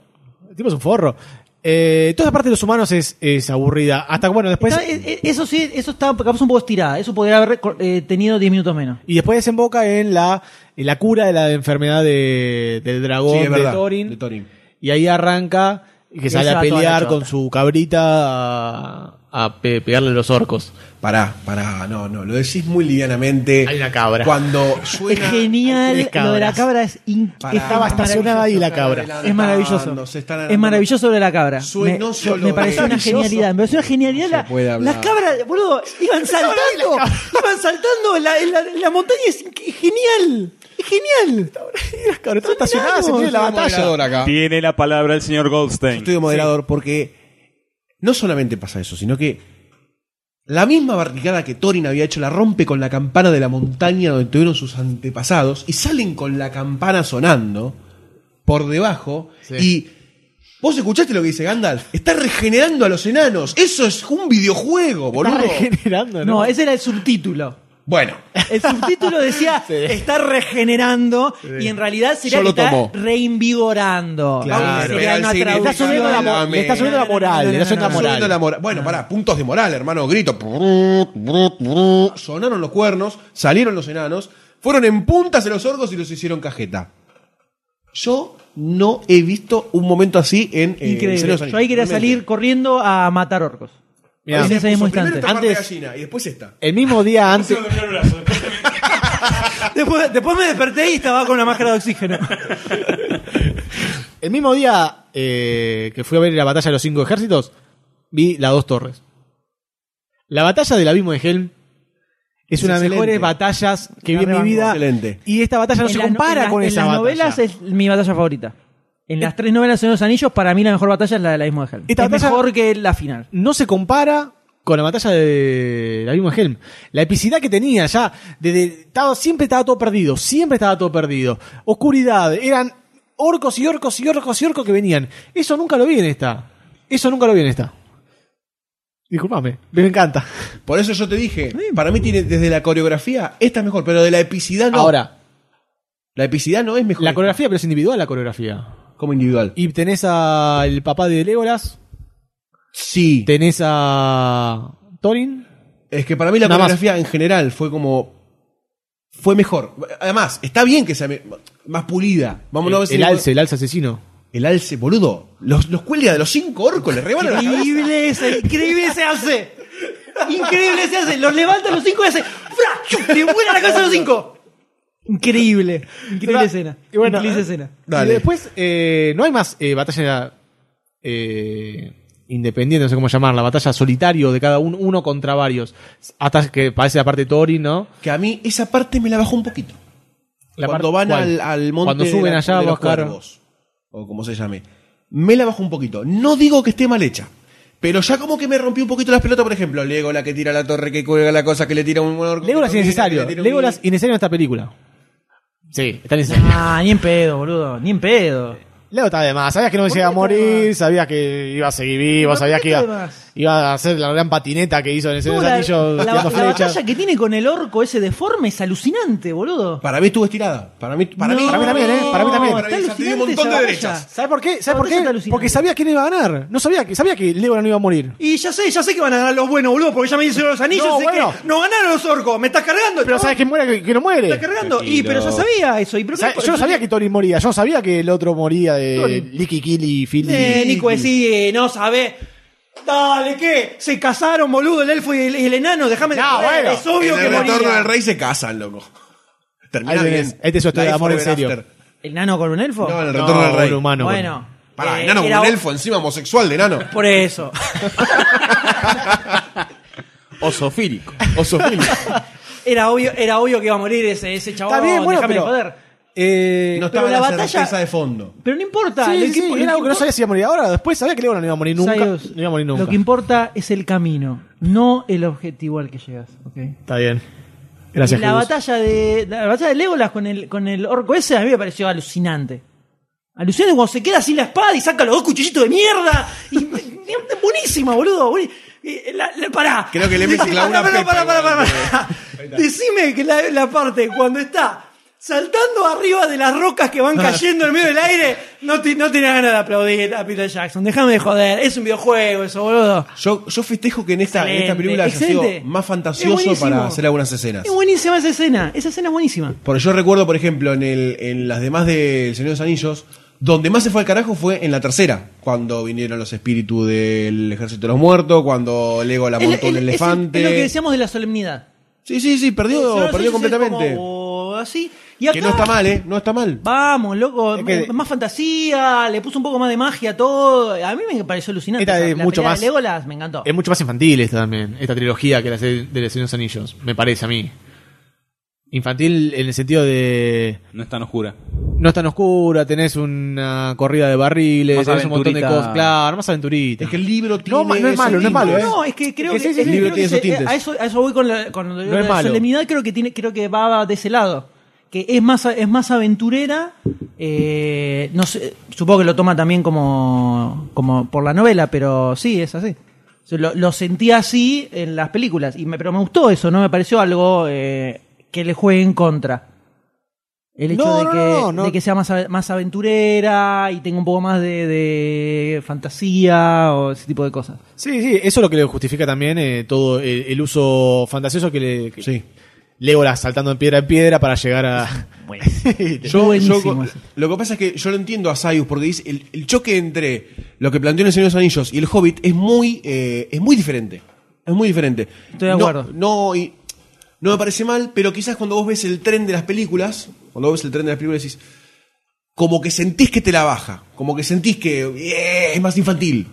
El tipo es un forro. Eh, toda esa parte de los humanos es, es aburrida. Hasta que, bueno, después. Está- eh, eh, eso sí, eso está capaz un poco estirada. Eso podría haber recor- eh, tenido 10 minutos menos. Y después desemboca en la, en la cura de la enfermedad de- del dragón Sí, es de, verdad, Thorin, de Thorin. Y ahí arranca y que Y sale se a va toda la pelear chota. con su cabrita a, a pe- pegarle los orcos. Pará, pará, no, no, lo decís muy livianamente. Hay una cabra. Cuando suena. es genial, tres lo de la cabras. cabra es in- Pará, es Estaba estacionada ahí la cabra. Es maravilloso. Se están adelantando. Es maravilloso lo de la cabra. Suena me, no solo me pareció una maravilloso. genialidad. Me pareció una genialidad. la- puede hablar. las cabras, boludo, iban saltando. iban saltando en la, en la- en la montaña. Es, inc- es genial. Es genial. Las cabras están estacionadas en Yo medio de la soy moderador batalla. acá. Yo Tiene la palabra el señor Goldstein. estoy de moderador porque no solamente pasa eso, sino que la misma barricada que Thorin había hecho la rompe con la campana de la montaña donde tuvieron sus antepasados y salen con la campana sonando por debajo y ¿Vos escuchaste lo que dice Gandalf? Está regenerando a los enanos. Eso es un videojuego, boludo. regenerando, No, ese era el subtítulo. Bueno, El subtítulo decía está regenerando y en realidad sería Yo que lo está tomo. reinvigorando. Claro, Sería pero el una significado- traducción. subiendo la mo- Dame. le está subiendo la moral, le está subiendo la Está moral. subiendo la moral. Ah. Bueno, pará, puntos de moral, hermano. Grito. Brut, brut, brut. Sonaron los cuernos, salieron los enanos, fueron en puntas de los orcos y los hicieron cajeta. Yo no he visto un momento así en. eh, El Señor de Increíble. los Yo ahí quería Anillos, salir realmente. corriendo a matar orcos. Mirá. en ese Puso mismo primero instante. esta parte de Antes- gallina y después esta. El mismo día antes. Después, después me desperté y estaba con la máscara de oxígeno. El mismo día eh, que fui a ver la batalla de los cinco ejércitos, vi las dos torres. La batalla del abismo de Helm es, Es una de las excelente. mejores batallas que La vi en mi rebanco. vida. Excelente. Y esta batalla no En se la- compara en la- con en esa las batalla. novelas es mi batalla favorita. En las tres novelas de Señor de los Anillos, para mí la mejor batalla es la del Abismo de Helm. Esta es batalla- mejor que la final. no se compara con la batalla de la misma Helm. La epicidad que tenía ya, desde, estaba, siempre estaba todo perdido, siempre estaba todo perdido. Oscuridad, eran orcos y orcos y orcos y orcos que venían. Eso nunca lo vi en esta. Eso nunca lo vi en esta. Disculpame, me encanta. Por eso yo te dije, para mí tiene desde la coreografía, esta es mejor, pero de la epicidad no. Ahora, La epicidad no es mejor. la coreografía, pero es individual la coreografía. Como individual. Y tenés al papá de Legolas, Sí. tenés a Thorin. Es que para mí la Nada más. coreografía en general fue como. Fue mejor. Además, está bien que sea me- más pulida. Vamos no El, decir- el alce, el alce asesino. El alce, boludo. Los, los cuelga de los cinco orcos, le rebanan la cabeza. Increíble ese, increíble se hace. Increíble se hace. Los levanta los cinco y hace. ¡fra! ¡Chu! Le vuela la cabeza a los cinco. Increíble. Increíble Va- escena. y bueno, eh, increíble escena. Dale. Y después, eh, no hay más eh, batalla eh, independiente, no sé cómo llamarla, batalla solitario de cada uno, uno contra varios. Hasta que parece la parte Tori, ¿no? Que a mí esa parte me la bajó un poquito. La Cuando parte- van ¿cuál? al, al monte. Cuando de suben la- allá de a los buscar- cuervos, O como se llame. Me la bajó un poquito. No digo que esté mal hecha. Pero ya como que me rompió un poquito las pelotas, por ejemplo. Lego la que tira la torre, que cuelga la cosa, que le tira un orco. Legolas que le innecesario. tira un- Legolas innecesario en esta película. Sí, está necesario. Ah, ni en pedo, boludo. Ni en pedo. Lego está de más. Sabías que no ¿Por se iba a qué está de morir, más? sabías que iba a seguir vivo, ¿Por sabías qué que está de iba, más? iba a hacer la gran patineta que hizo en el Señor No, de los la, Anillos, la- tirando la flechas. batalla que tiene con el orco ese deforme es alucinante, boludo. Para mí estuvo estirada. Para mí, para mí, Para mí también, ¿eh? Para mí también. Está Para mí, tiene un alucinante montón esa de batalla. derechas. ¿Sabes por qué? La ¿Sabes por batalla está qué? alucinante. Porque sabía quién iba a ganar. No sabía que sabía que Legolas no iba a morir. Y ya sé, ya sé que van a ganar los buenos, boludo, porque ya me dicen los anillos, No, sé bueno. que no ganaron los orcos, me estás cargando, Pero chabón, sabes que muere que, que no muere. me estás cargando. Y pero ya sabía eso, y pero Eh, Sa- Yo no sabía que Tony moría, yo no sabía que el otro moría de Licky Killy, Philly. Eh, Nico, sí, no sabés. Dale, ¿qué? Se casaron, boludo, el elfo y el, y el enano, déjame de No, joder, bueno. Es obvio en que el retorno moría. del rey se casan, loco. Ahí Termina tenés. bien. Este es su historia de Life amor en forever serio. after. ¿El enano con un elfo? No, en el No, retorno del rey. un humano. bueno. Pará, eh, enano con era un o- elfo encima homosexual de enano. Por eso. Osofílico. Era obvio, era obvio que iba a morir ese, ese chabón. Está bien, bueno, déjame de pero- joder. Eh, No estaba la la, batalla- certeza de fondo. Pero no importa. sí, lo sí, que- sí, lo era algo que no importa- sabía si iba a morir ahora. Después sabía que Legolas no iba a morir nunca. Sayos, no iba a morir nunca. Lo que importa es el camino, no el objetivo al que llegas. ¿ok? Está bien. Y Gracias, la Jesús. batalla de la batalla de Legolas con el con el orco ese a mí me pareció alucinante. Alucinante cuando se queda sin la espada y saca los dos cuchillitos de mierda. Y, buenísima, boludo. buen- y la- la- pará. Creo que le he mezclado una Pará, pará, pepa pará, pará, igual, pará. Decime que la, la parte cuando está saltando arriba de las rocas que van cayendo en medio del aire, no, te- no tenía ganas de aplaudir a Peter Jackson. Déjame de joder. Es un videojuego eso, boludo. Yo, yo festejo que en esta, en esta Excelente, película haya sido excelente. más Es fantasioso buenísimo. para hacer algunas escenas. Es buenísima esa escena. Esa escena es buenísima. Porque yo recuerdo, por ejemplo, en, el, en las demás de El Señor de los Anillos, donde más se fue al carajo fue en la tercera, cuando vinieron los espíritus del Ejército de los Muertos, cuando Lego la Es- montó es- un es- elefante. Es, lo que decíamos de la solemnidad. Sí, sí, sí, El Señor de perdió, los perdió Anillos es completamente. como oh, así. Y acá, Que no está mal, ¿eh? No está mal. Vamos, loco. Es que- m- más fantasía, le puso un poco más de magia a todo. A mí me pareció alucinante. Esta esa- es la mucho pelea más- de Legolas me encantó. Es mucho más infantil esta también, esta trilogía que la serie de los Señor de los Anillos, me parece a mí. Infantil en el sentido de No es tan oscura. no es tan oscura, tenés una corrida de barriles, Más tenés un montón de aventurita. cosas, claro, más aventurita. Es que el libro tiene. ma- no es ese malo, no es malo, tinte, No, ¿eh? no, es que creo que, Es que sí, sí, es sí, que el creo libro tiene que esos se- eh, tintes. a eso a eso voy con la, con lo de No es la malo. solemnidad creo que tiene creo que va de ese lado que es más, es más aventurera. eh, no sé, supongo que lo toma también como, como por la novela, pero sí, es así. O sea, Lo, lo sentí así en las películas, y me, pero me gustó eso, ¿no? Me pareció algo eh, que le juegue en contra. El hecho No, de, no, que, no, no. de que sea más, ave- más aventurera y tenga un poco más de, de fantasía o ese tipo de cosas. Sí, sí, eso es lo que le justifica también eh, todo el, el uso fantasioso que le. que- Legolas saltando en piedra en piedra para llegar a. Yo, yo- Buenísimo ese. lo que pasa es que yo lo entiendo a Sayus porque dice el, el choque entre lo que planteó en el Señor de los Anillos y el Hobbit es muy, eh, es muy diferente. Es muy diferente. Estoy de No- acuerdo. No, y- no me parece mal, pero quizás cuando vos ves el tren de las películas, cuando vos ves el tren de las películas decís, como que sentís que te la baja, como que sentís que "Eh, es más infantil.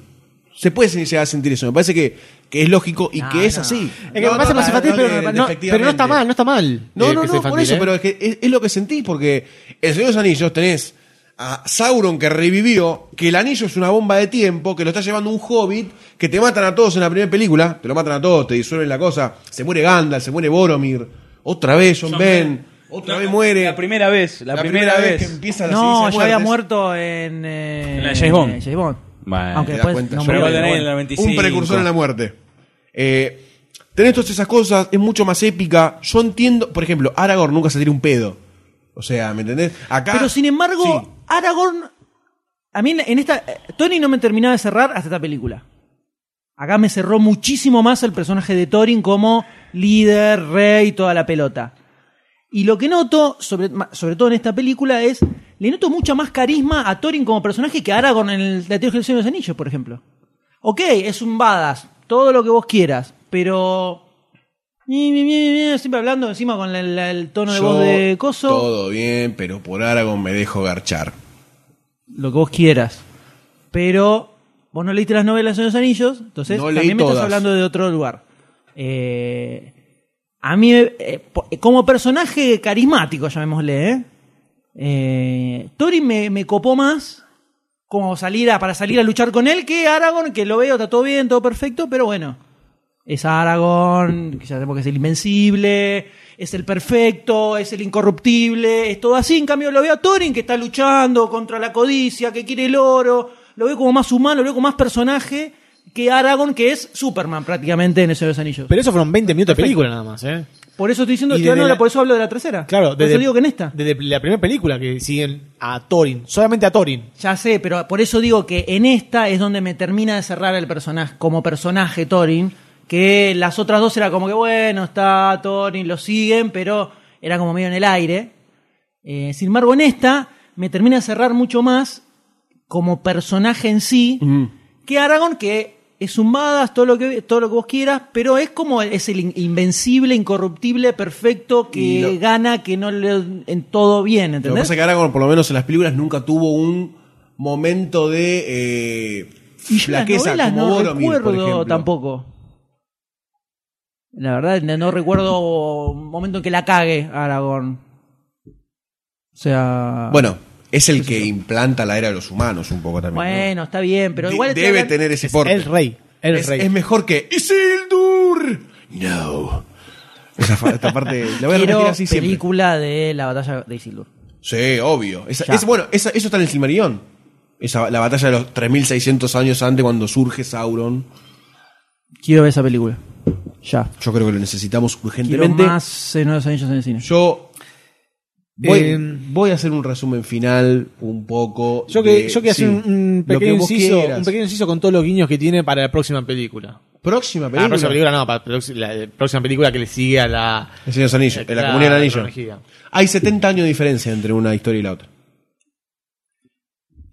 Se puede llegar a sentir eso, me parece que, que es lógico y No, que es no. así. Es que me pasa más infantil, pero, no, pero no está mal, no está mal. No, eh, no, que no, sea por infantil, eso, ¿eh? pero es que es, es lo que sentí, porque en Señor de los Anillos tenés a Sauron que revivió, que el anillo es una bomba de tiempo, que lo está llevando un hobbit, que te matan a todos en la primera película, te lo matan a todos, te disuelven la cosa, se muere Gandalf, se muere Boromir, otra vez John John Ben, Ben. otra vez muere. La primera vez, la, primera, vez. que empieza la No, serie de ya había muertes. muerto en. eh, En la de James Bond. en James Bond. Bueno, Aunque te das después. cuenta, no yo murió, creo que pero tenés bueno. la- 95. Un precursor en la muerte. Eh, tenés todas esas cosas, es mucho más épica. Yo entiendo, por ejemplo, Aragorn nunca se tira un pedo. O sea, ¿me entendés? Acá. Pero sin embargo, Sí. Aragorn. A mí en- en esta. eh, Tony no me terminaba de cerrar hasta esta película. Acá me cerró muchísimo más el personaje de Thorin como líder, rey, toda la pelota. Y lo que noto, sobre, ma- sobre todo en esta película, es. Le noto mucha más carisma a Thorin como personaje que a Aragorn en el, la trilogía del Señor de los Anillos, por ejemplo. Ok, es un badass, todo lo que vos quieras, pero. Ni, ni, ni, ni, Siempre hablando encima con la- la- el tono de Yo, voz de Coso. Todo bien, pero por Aragorn me dejo garchar. lo que vos quieras. Pero vos no leíste las novelas de los Anillos, entonces No leí también me todas. estás hablando de otro lugar. Eh, a mí, eh, po- como personaje carismático, llamémosle, ¿eh? Eh, Thorin me, me copó más como salir a- para salir a luchar con él que Aragorn, que lo veo, está todo bien, todo perfecto, pero bueno. Es Aragorn, que ya sabemos que es el invencible, es el perfecto, es el incorruptible, es todo así. En cambio, lo veo a Thorin que está luchando contra la codicia, que quiere el oro. Lo veo como más humano, lo veo como más personaje que Aragorn, que es Superman prácticamente en El Señor de los Anillos. Pero eso fueron 20 minutos de película nada más, ¿eh? por eso estoy diciendo, y estoy desde hablando- la- por eso hablo de la tercera. Claro, por eso digo que en esta. Desde la primera película que siguen a Thorin, solamente a Thorin. Ya sé, pero por eso digo que en esta es donde me termina de cerrar el personaje, como personaje Thorin, que las otras dos era como que bueno, está Thorin, lo siguen, pero era como medio en el aire. Eh, sin embargo, en esta me termina de cerrar mucho más como personaje en sí que Aragorn, que es un badass, todo lo que todo lo que vos quieras, pero es como es el in- invencible, incorruptible, perfecto, que Lo- gana, que no le en todo bien, Lo que ¿entendés? pasa es que Aragorn, por lo menos en las películas, nunca tuvo un momento de eh, Y yo las flaqueza novelas como no Boromir, por recuerdo ejemplo. tampoco. La verdad, no, no recuerdo un momento en que la cague Aragorn. O sea. Bueno, es el que implanta la era de los humanos un poco también. ¿no? bueno, está bien, pero De- igual. estoy debe hablando- tener ese porte. El rey, el es, rey. es mejor que Isildur. No. Esa fa- esta parte la voy a repetir Quiero así siempre. película de la batalla de Isildur. Sí, obvio. Esa- Ya. es- bueno, esa- eso está en el Silmarillón. Esa, la batalla de los 3600 años antes cuando surge Sauron. Quiero ver esa película. Ya. Yo creo que lo necesitamos Quiero urgentemente. más Señor de los Anillos en el cine. Yo voy, Eh, voy a hacer un resumen final un poco. Yo que, de- yo que hacer sí, un, un lo que pequeño vos inciso, quieras. un pequeño inciso con todos los guiños que tiene para la próxima película. Próxima Ah, La película. próxima película no, para la prox- la, eh, próxima película que le sigue a la. El Señor de los Anillos, en la Claro, Comunidad del Anillo. cronología. Hay 70 años de diferencia entre una historia y la otra.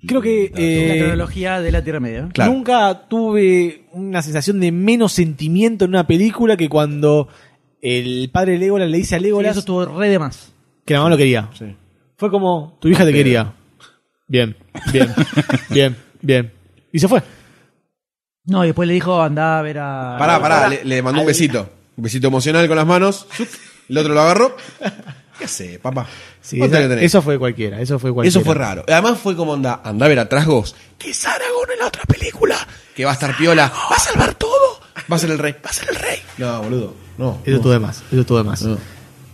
Creo que la eh, cronología de la Tierra Media. ¿eh? Claro. nunca tuve una sensación de menos sentimiento en una película que cuando el padre Legolas le dice a Sí, Legolas Eso estuvo re de más. que la mamá lo quería. Fue como, tu hija te quería. Bien, bien, bien, bien. Y se fue. No, y después le dijo, andá a ver a. Pará, pará, le, le mandó un besito. Un besito emocional con las manos. El otro lo agarró. ¿Qué hace, papá? Sí, Otra esa- que tenés. eso fue cualquiera, eso fue cualquiera. Eso fue raro. Además fue como onda, anda a ver a Trasgos, que es Aragorn en la otra película, que va a estar piola, va a salvar todo, va a ser el rey, va a ser el rey. No, boludo, no. Eso estuvo de más, eso estuvo de más.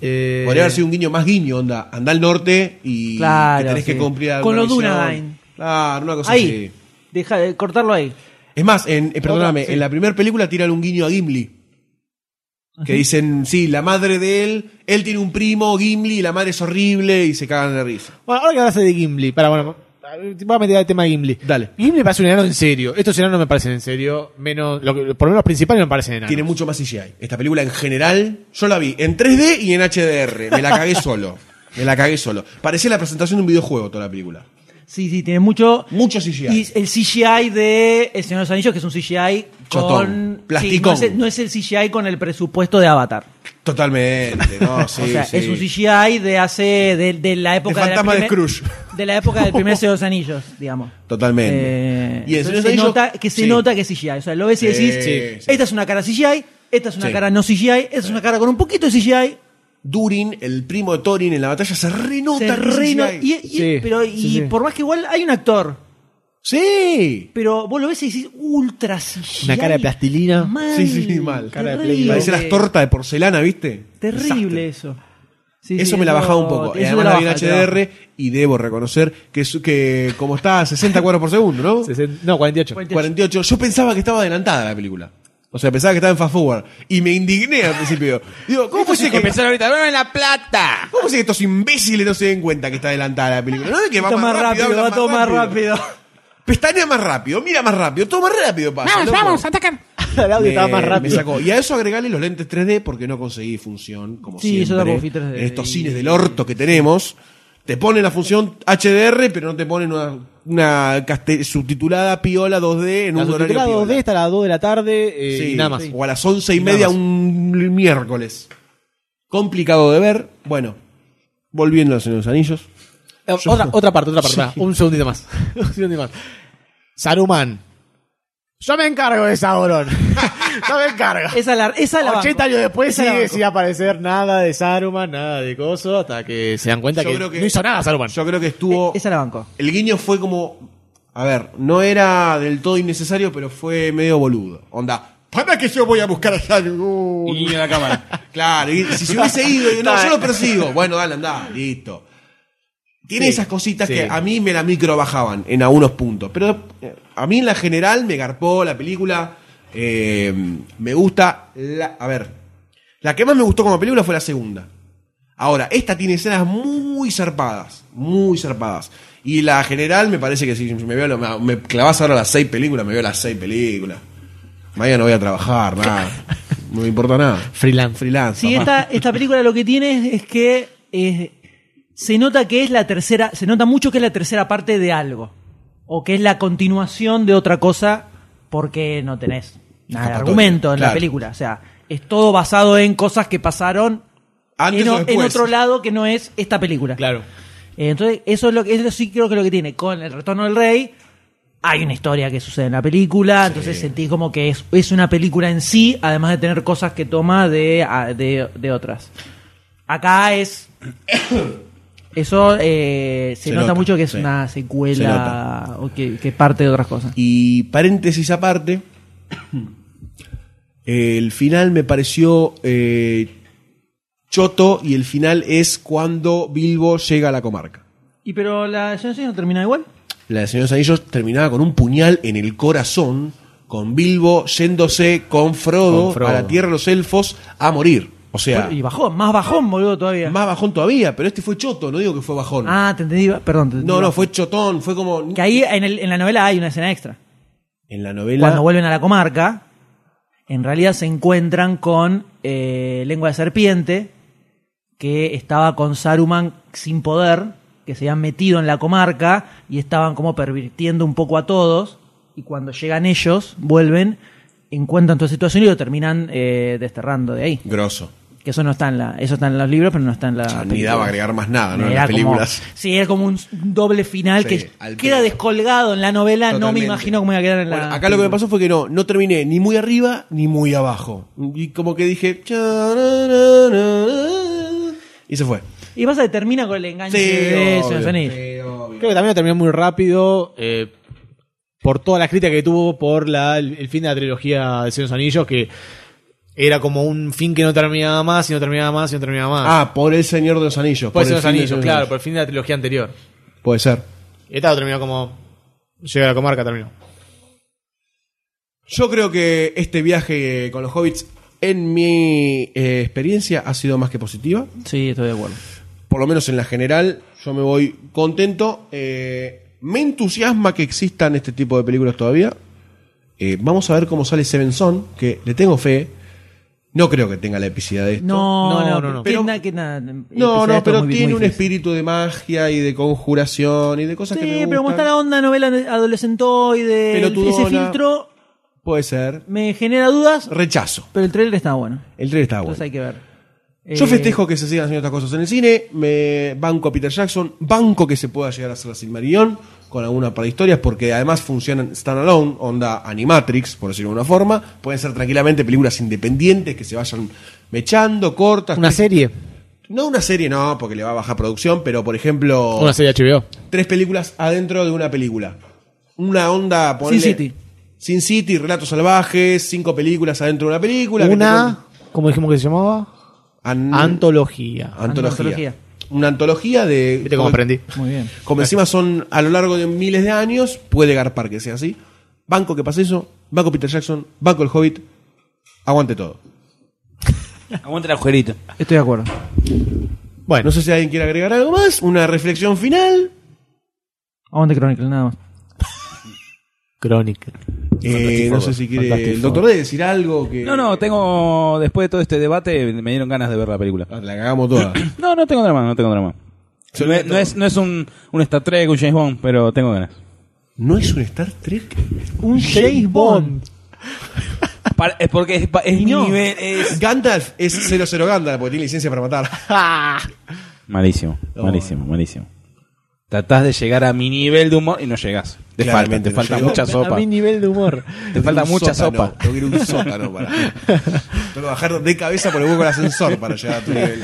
Eh, Podría haber sido un guiño más guiño, onda. Anda al norte y Claro, que tenés sí. que cumplir alguna Con lo misión. Dunadan. Claro, una cosa Ahí. así. Deja de cortarlo ahí. Es más, en, eh, perdóname, Otra, sí. en la primera película tiran un guiño a Gimli. Que Ajá. dicen, sí, la madre de él, él tiene un primo, Gimli, y la madre es horrible y se cagan de risa. Bueno, ahora que hablaste de Gimli, para bueno, voy a meter el tema de Gimli. Dale. Gimli parece un enano en serio. Estos enanos me parecen en serio, menos lo que, por lo menos los principales me parecen enanos. Tiene mucho más CGI. Esta película en general, yo la vi en 3D y en HDR. Me la cagué solo. Me la cagué solo. Parecía la presentación de un videojuego toda la película. Sí, sí, tiene mucho. Mucho CGI. Y el CGI de El Señor de los Anillos, que es un CGI Chotón, con. plasticón. Sí, no, es, no es el CGI con el presupuesto de Avatar. Totalmente, no, sí, o sea, sí. es un CGI de hace. de, de la época. De fantasma de la primer- Scrooge. De la época del primer Señor de los Anillos, digamos. Totalmente. Eh, Y el entonces Señor de los se Anillos- nota que se sí. nota que es CGI. O sea, lo ves y Sí, decís, sí. esta es una cara CGI, esta es una Sí. cara no CGI, esta es una cara con un poquito de CGI. Durin, el primo de Thorin en la batalla, se se renota. reino- y, y- Sí, pero, sí, y sí. por más que igual hay un actor, Sí. pero vos lo ves y decís ultra CGI. Una cara de plastilina. Mal, Sí, sí, sí, mal. Cara de terrible. Parece las tortas de porcelana, ¿viste? Terrible eso. Sí, Eso sí, me la bajaba un poco. eso Y te además la la vi en baja, te la baja. HDR y debo reconocer que, su- que como está a 60 cuadros por segundo, ¿no? Sesen- No, 48. 48. Yo pensaba que estaba adelantada la película. O sea, pensaba que estaba en fast forward. Y me indigné al principio. Digo, ¿cómo Pues puede sí, que ser que, empezaron ahorita. ¡Dame la plata! cómo puede ser que estos imbéciles no se den cuenta que está adelantada la película? No es que va Está más rápido, habla va todo más rápido. Pestaña más rápido, mira más rápido, todo más rápido pasa. loco. atacan! El audio Me- estaba más me rápido. sacó. Y a eso agregarle los lentes 3D porque no conseguí función, como Sí, yo siempre. tampoco fui 3D. En estos Y- cines del orto que tenemos, te ponen la función HDR, pero no te ponen una, una caste- subtitulada piola 2D en La un horario subtitulada piola. 2D está a las 2 de la tarde eh, Sí, y nada más. O a las once Y y nada media más. un miércoles. Complicado de ver. Bueno, volviendo a los Señores de los anillos. Eh, Otra, otra parte, otra parte. pará. Un segundito más. Un segundito más. Saruman. Yo me encargo de Sauron. Yo me encargo. Esa la, esa la 80 banco. años después Esa la sigue banco. sin aparecer nada de Saruman, nada de coso, hasta que se dan cuenta Yo que, creo que- no hizo nada Saruman. Yo creo que Eh, estuvo. Eh, Esa la banco. El guiño fue como. A ver, no era del todo innecesario, pero fue medio boludo. Onda. ¿Para que yo voy a buscar a Saruman? Y la cámara. Claro, y si se hubiese ido, y no, yo lo persigo. Bueno, dale, andá, listo. Tiene Sí, esas cositas sí. que a mí me la micro bajaban en algunos puntos. Pero eh, a mí en la general me garpó la película. eh, me gusta. la- a ver, la que más me gustó como película fue la segunda. Ahora, esta tiene escenas muy zarpadas. Muy zarpadas. Y la general me parece que si me, veo, lo- me clavas ahora las seis películas, me veo las seis películas. Mañana no voy a trabajar, nada. No me importa nada. Freelance. Freelance. Sí, papá. esta, esta película lo que tiene es, es que eh, se nota que es la tercera, se nota mucho que es la tercera parte de algo. O que es la continuación de otra cosa porque no tenés nada de Escapatoria, argumento en la claro. película. O sea, es todo basado en cosas que pasaron Antes en, o o- en después. otro lado que no es esta película. Claro. Eh, Entonces, eso es lo que eso sí creo que es lo que tiene. Con el retorno del rey, hay una historia que sucede en la película. Entonces sentís como que es, es una película en sí, además de tener cosas que toma de, a- de, de otras. Acá es. Eso eh, se, Se nota, nota, mucho que es sí. una Se secuela nota. o que, que parte de otras cosas. Y paréntesis aparte, el final me pareció eh, choto y el final es cuando Bilbo llega a la comarca. ¿Y pero la Johnson no termina igual? La de Señor de los Anillos terminaba con un puñal en el corazón, con Bilbo yéndose con Frodo, Con Frodo. a la tierra de los elfos a morir. O sea, Y bajón, más bajón, boludo, todavía. más bajón todavía, pero este fue choto, no digo que fue bajón. Ah, te entendí. Perdón. te no, entendí. no, fue chotón, fue como... Que ahí en, el- en la novela hay una escena extra. En la novela... cuando vuelven a la comarca, en realidad se encuentran con eh, Lengua de Serpiente, que estaba con Saruman sin poder, que se habían metido en la comarca y estaban como pervirtiendo un poco a todos. Y cuando llegan ellos, vuelven, encuentran toda situación y lo terminan eh, desterrando de ahí. Grosso. Que eso no está en la, eso está en los libros, pero no está en la. Ya ni película. daba agregar más nada, ¿no? En Era las como- películas. sí, era como un doble final Sí, que al queda pedo. descolgado en la novela. Ah, No me Totalmente. imagino cómo iba a quedar en la. Bueno, acá lo que me pasó fue que no, no terminé ni muy arriba ni muy abajo. Y como que dije. "Cha-ra-ra-ra-ra", Y se fue. Y pasa que termina con el enganche de obvio. Señor de los Anillos. Creo que también lo terminó muy rápido eh, por toda la crítica que tuvo por la, el, el fin de la trilogía de Señor de los Anillos, que Era como un fin que no terminaba más y no terminaba más y no terminaba más. Ah, por el Señor de los Anillos. Puede por el ser los fin de anillos, Señor de los claro, por el fin de la trilogía anterior. Anillos. Puede ser. Y esta lo terminó como. Llega a la comarca, terminó. Yo creo que este viaje con los hobbits, en mi eh, experiencia, ha sido más que positiva. Sí, estoy de acuerdo. Por lo menos en la general, yo me voy contento. Eh, me entusiasma que existan este tipo de películas todavía. Eh, vamos a ver cómo sale Seven Son, que le tengo fe. No creo que tenga la epicidad de esto. No, no, no. Pero- tiene que nada, No, no, pero tiene espíritu un espíritu de magia y de conjuración y de cosas Sí, que me gustan. pero como está la onda novela adolescentoide, el- ese Pelotudona. filtro Puede ser. me genera dudas, Rechazo. pero el trailer está bueno. El trailer está bueno. Entonces hay que ver. Yo Eh, festejo que se sigan haciendo estas cosas en el cine. Me banco a Peter Jackson. Banco que se pueda llegar a hacer la Silmarillion con alguna para historias porque además funcionan standalone, onda Animatrix, por decirlo de alguna forma. Pueden ser tranquilamente películas independientes que se vayan mechando, cortas. Una Que- serie. No una serie, no, porque le va a bajar producción, pero por ejemplo, Una serie HBO. tres películas adentro de una película. Una onda, ponele- City. Sin City, Relatos Salvajes, cinco películas adentro de una película. que te Una. ¿Cómo dijimos que se llamaba? cuentan- An- Antología. Antología. Antología. Una antología de. ¿Viste cómo como- aprendí? Muy bien. Como encima son a lo largo de miles de años, puede garpar que sea así. Banco que pase eso, banco Peter Jackson, banco el Hobbit, aguante todo. Aguanta el agujerito. Estoy de acuerdo. Bueno, No sé si alguien quiere agregar algo más, una reflexión final. Aguante Chronicle, nada más. Crónica. Eh, no sé si quiere el doctor D decir algo que. No, no, tengo. Después de todo este debate, me dieron ganas de ver la película. Ah, La cagamos toda. No, no tengo drama, no tengo drama. No es, no es, no es un, un Star Trek, un James Bond, pero tengo ganas. ¿No es un Star Trek? Un James Bond. Para- es porque es, pa- es mi No. nivel. Es... Gandalf es 00 Gandalf porque tiene licencia para matar. Malísimo, malísimo, malísimo. Tratás de llegar a mi nivel de humor y no llegás. Te falta, Claramente te no falta llegó. mucha sopa. nivel de humor. Te falta Un mucha sótano, sopa. Tengo que ir a un sótano para. Tengo que bajar de cabeza por el hueco del ascensor para llegar a tu nivel.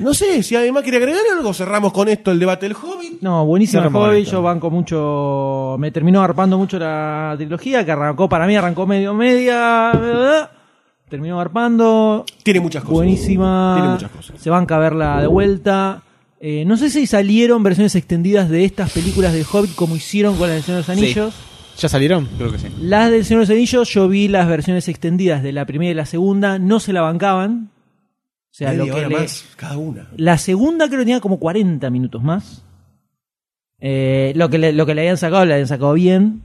No sé, si además quiere agregar algo, cerramos con esto el debate del Hobbit. No, buenísimo el Cerramos hobby. esto. Yo banco mucho. Me terminó arpando mucho la trilogía que arrancó para mí, arrancó medio media. ¿verdad? Terminó arpando. Tiene muchas cosas. Buenísima. Tiene muchas cosas. Se van a verla de vuelta. Eh, no sé si salieron versiones extendidas de estas películas del Hobbit como hicieron con las del Señor de los Anillos. ¿Ya salieron? Creo que sí. Las del Señor de los Anillos, yo vi las versiones extendidas de la primera y la segunda, no se la bancaban. O sea, Media lo que hora le- más, cada una. la segunda creo que tenía como 40 minutos más. Eh, lo, que le, lo que le habían sacado, le habían sacado bien.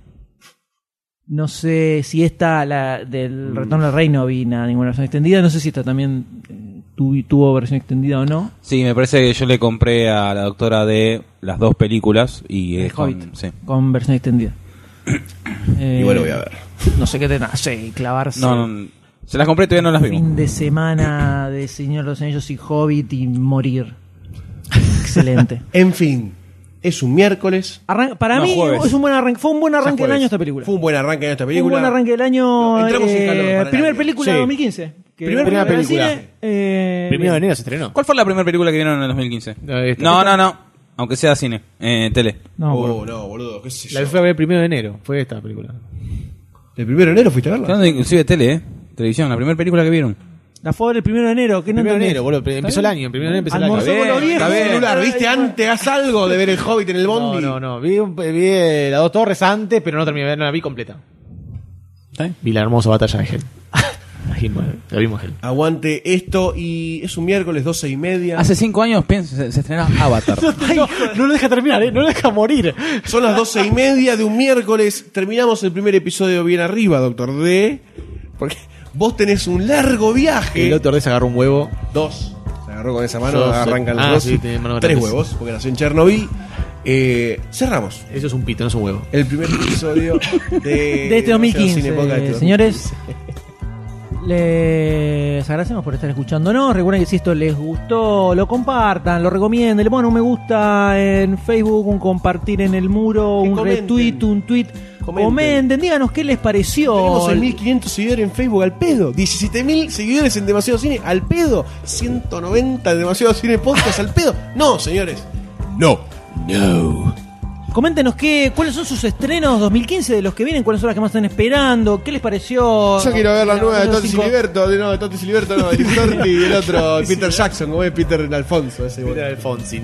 No sé si esta, la Mm. del Retorno al Reino, vi nada, ninguna versión extendida. No sé si esta también eh, tuvi- tuvo versión extendida o no. Sí, me parece que yo le compré a la doctora de las dos películas y El es con- Hobbit. sí. Con versión extendida. Eh, Igual lo voy a ver. No sé qué te hace clavarse. No, no, se las compré todavía no las vimos. Fin de semana de Señor de los Anillos y Hobbit y morir. Excelente. En fin, es un miércoles. Arran- para No, mí jueves. es un buen arranque, fue un buen arranque del Jueves. año esta película. Fue un buen arranque de esta Fue un película. buen arranque del año. No, entramos en eh, calor para el primer año. película Sí. de 2015. Que Primera fue en el película. cine, eh, Primero de enero se estrenó. ¿Cuál fue la primera película que vieron en el 2015? Ahí está. No, no, no. Aunque sea cine, eh, tele. No, bueno. Oh, no, boludo, qué sé yo. La que fui a ver el primero de enero. Fue esta película. ¿El primero de enero fuiste a verla? Hablando de Inclusive tele, eh. Televisión, la primera película que vieron. La fue el primero de enero. Que no Primero entendés. de Ah, enero, boludo. Empezó el año. el Primero de enero empezó el año. Almorzó con los Está viejos. bien, celular, ¿viste? Antes haz algo de ver el Hobbit en el No, bondi. no, no. Vi, un- vi eh, la dos torres antes, pero no terminé de ver, no la vi completa. Vi la hermosa batalla de Hell. la vimos Hell. Aguante esto y es un miércoles 12 y media. Hace cinco años pienso, se, se estrenaba Avatar. no, no lo deja terminar, ¿eh? No lo deja morir. Son las doce y media de un miércoles. Terminamos el primer episodio bien arriba, doctor D. Porque vos tenés un largo El viaje. otro día se agarró un huevo. Dos. Se agarró con esa mano, Yo sé. arrancan los Ah, dos. sí, tiene mano Tres grande. huevos, porque nació en Chernobyl. Eh, cerramos Eso es un pito, no es un huevo. el primer episodio de, De este Cine 2015. Podcast de señores, les agradecemos por estar escuchándonos. Recuerden que si esto les gustó, lo compartan, lo recomienden, le pongan un me gusta en Facebook, un compartir en el muro, Que un comenten. retweet, un tweet. Comenten. Comenten. díganos qué les pareció. Tenemos 6.500 seguidores en Facebook al pedo. 17.000 seguidores en Demasiado Cine al pedo. 190 en Demasiado Cine Podcast al pedo. No, señores. No. No. Coméntenos qué, cuáles son sus estrenos 2015 de los que vienen, cuáles son las que más están esperando, qué les pareció. Yo quiero ver la nueva de Totti Cinco- Siliberto, de- no, de Totti Siliberto, no, de Sorti y el otro, Peter Jackson, como es Peter Alfonso, ese Peter Alfonsin.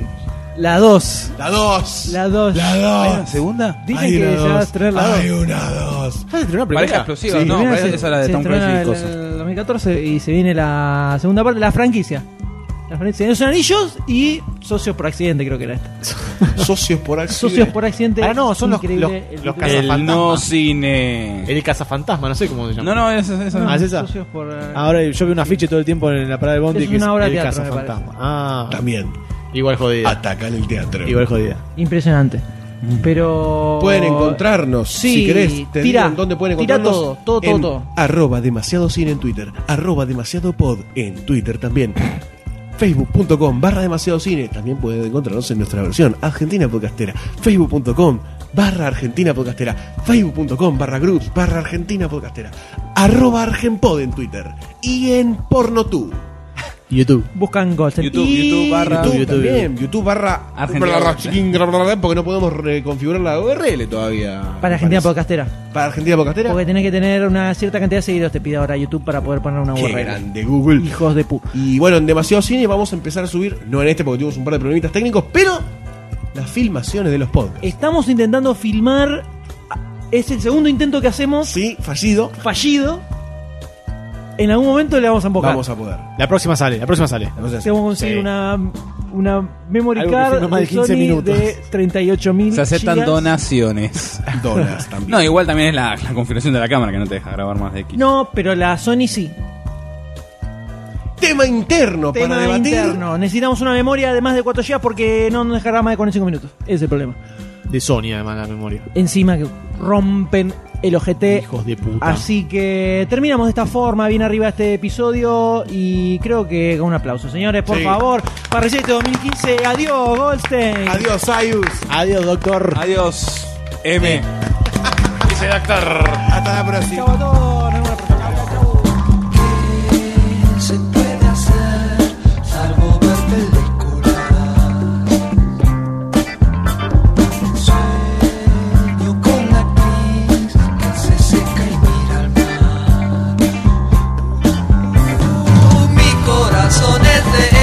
La 2. La 2. La 2. La 2. segunda? Dicen que ya va a estrenar la 2. Hay una 2. ¿Vas a estrenar primera? Pareja explosiva, Sí, no, primera parece- se- esa es la de se Tom Cruise estrenó y el- cosas. el 2014 y se viene la segunda parte, la franquicia. La franquicia de los anillos y socios por accidente, creo que era esta. Socios por Socios accidente. por accidente. Ah, no, son los- increíble los- el los título. Casa El Fantasma. no cine. El cazafantasma, no sé cómo se llama. No, no, esa es Ah, ¿es esa? Socios por, eh, Ahora yo veo una afiche todo el tiempo en la parada de Bondi Es que una obra es de el teatro, me cazafantasma. Ah, También igual jodida. atacan el teatro. Igual jodida. Impresionante. Pero. Mm. Pueden encontrarnos, si Sí, querés, te tirá, digo dónde pueden tirá encontrarnos. todo, todo, todo, en todo. Arroba demasiado cine en Twitter, arroba demasiado pod en Twitter también. Facebook.com barra demasiado cine, también pueden encontrarnos en nuestra versión Argentina Podcastera. Facebook.com barra Argentina Podcastera. Facebook.com barra groups barra Argentina Podcastera. Arroba Argenpod en Twitter. Y en PornoTu. YouTube. Buscan Goldstein. YouTube, Y- YouTube barra. YouTube, YouTube. también, YouTube barra Argentina barra- Podcastera. barra- porque no podemos reconfigurar la URL todavía. Para Argentina Parece. Podcastera. Para Argentina Podcastera. Porque tenés que tener una cierta cantidad de seguidores, te pide ahora YouTube para poder poner una Qué URL. grande Google. Hijos de pu. Y bueno, en demasiado cine vamos a empezar a subir, no en este porque tuvimos un par de problemitas técnicos, pero las filmaciones de los podcasts. Estamos intentando filmar. Es el segundo intento que hacemos. Sí, fallido. fallido, en algún momento le vamos a embocar. Vamos a poder. La próxima sale, la próxima sale. Vamos a Si hacer. vamos a conseguir Sí. una, una memory Algo que card firme más de 15 Sony minutos. de 38.000 Se aceptan gigas. donaciones. Donas también. No, igual también es la, la configuración de la cámara que no te deja grabar más de X. No, pero la Sony sí. Tema interno Tema para debatir. interno. Necesitamos una memoria de más de 4 GB porque no nos dejará más de 45 minutos. Ese es el problema. De Sony, además, la memoria. Encima que rompen el OGT. Hijos de puta. Así que terminamos de esta forma, bien arriba este episodio y creo que con un aplauso. Señores, por Sí. favor, para este 2015, adiós Goldstein. Adiós, Sayus. Adiós, doctor. Adiós, M. Dice doctor. Hasta la próxima. Chau a todos, nos vemos la próxima. Chau, chau. se puede hacer salvo ver películas. Sueño con la actriz que se seca y mira al mar. Uh, mi corazón es de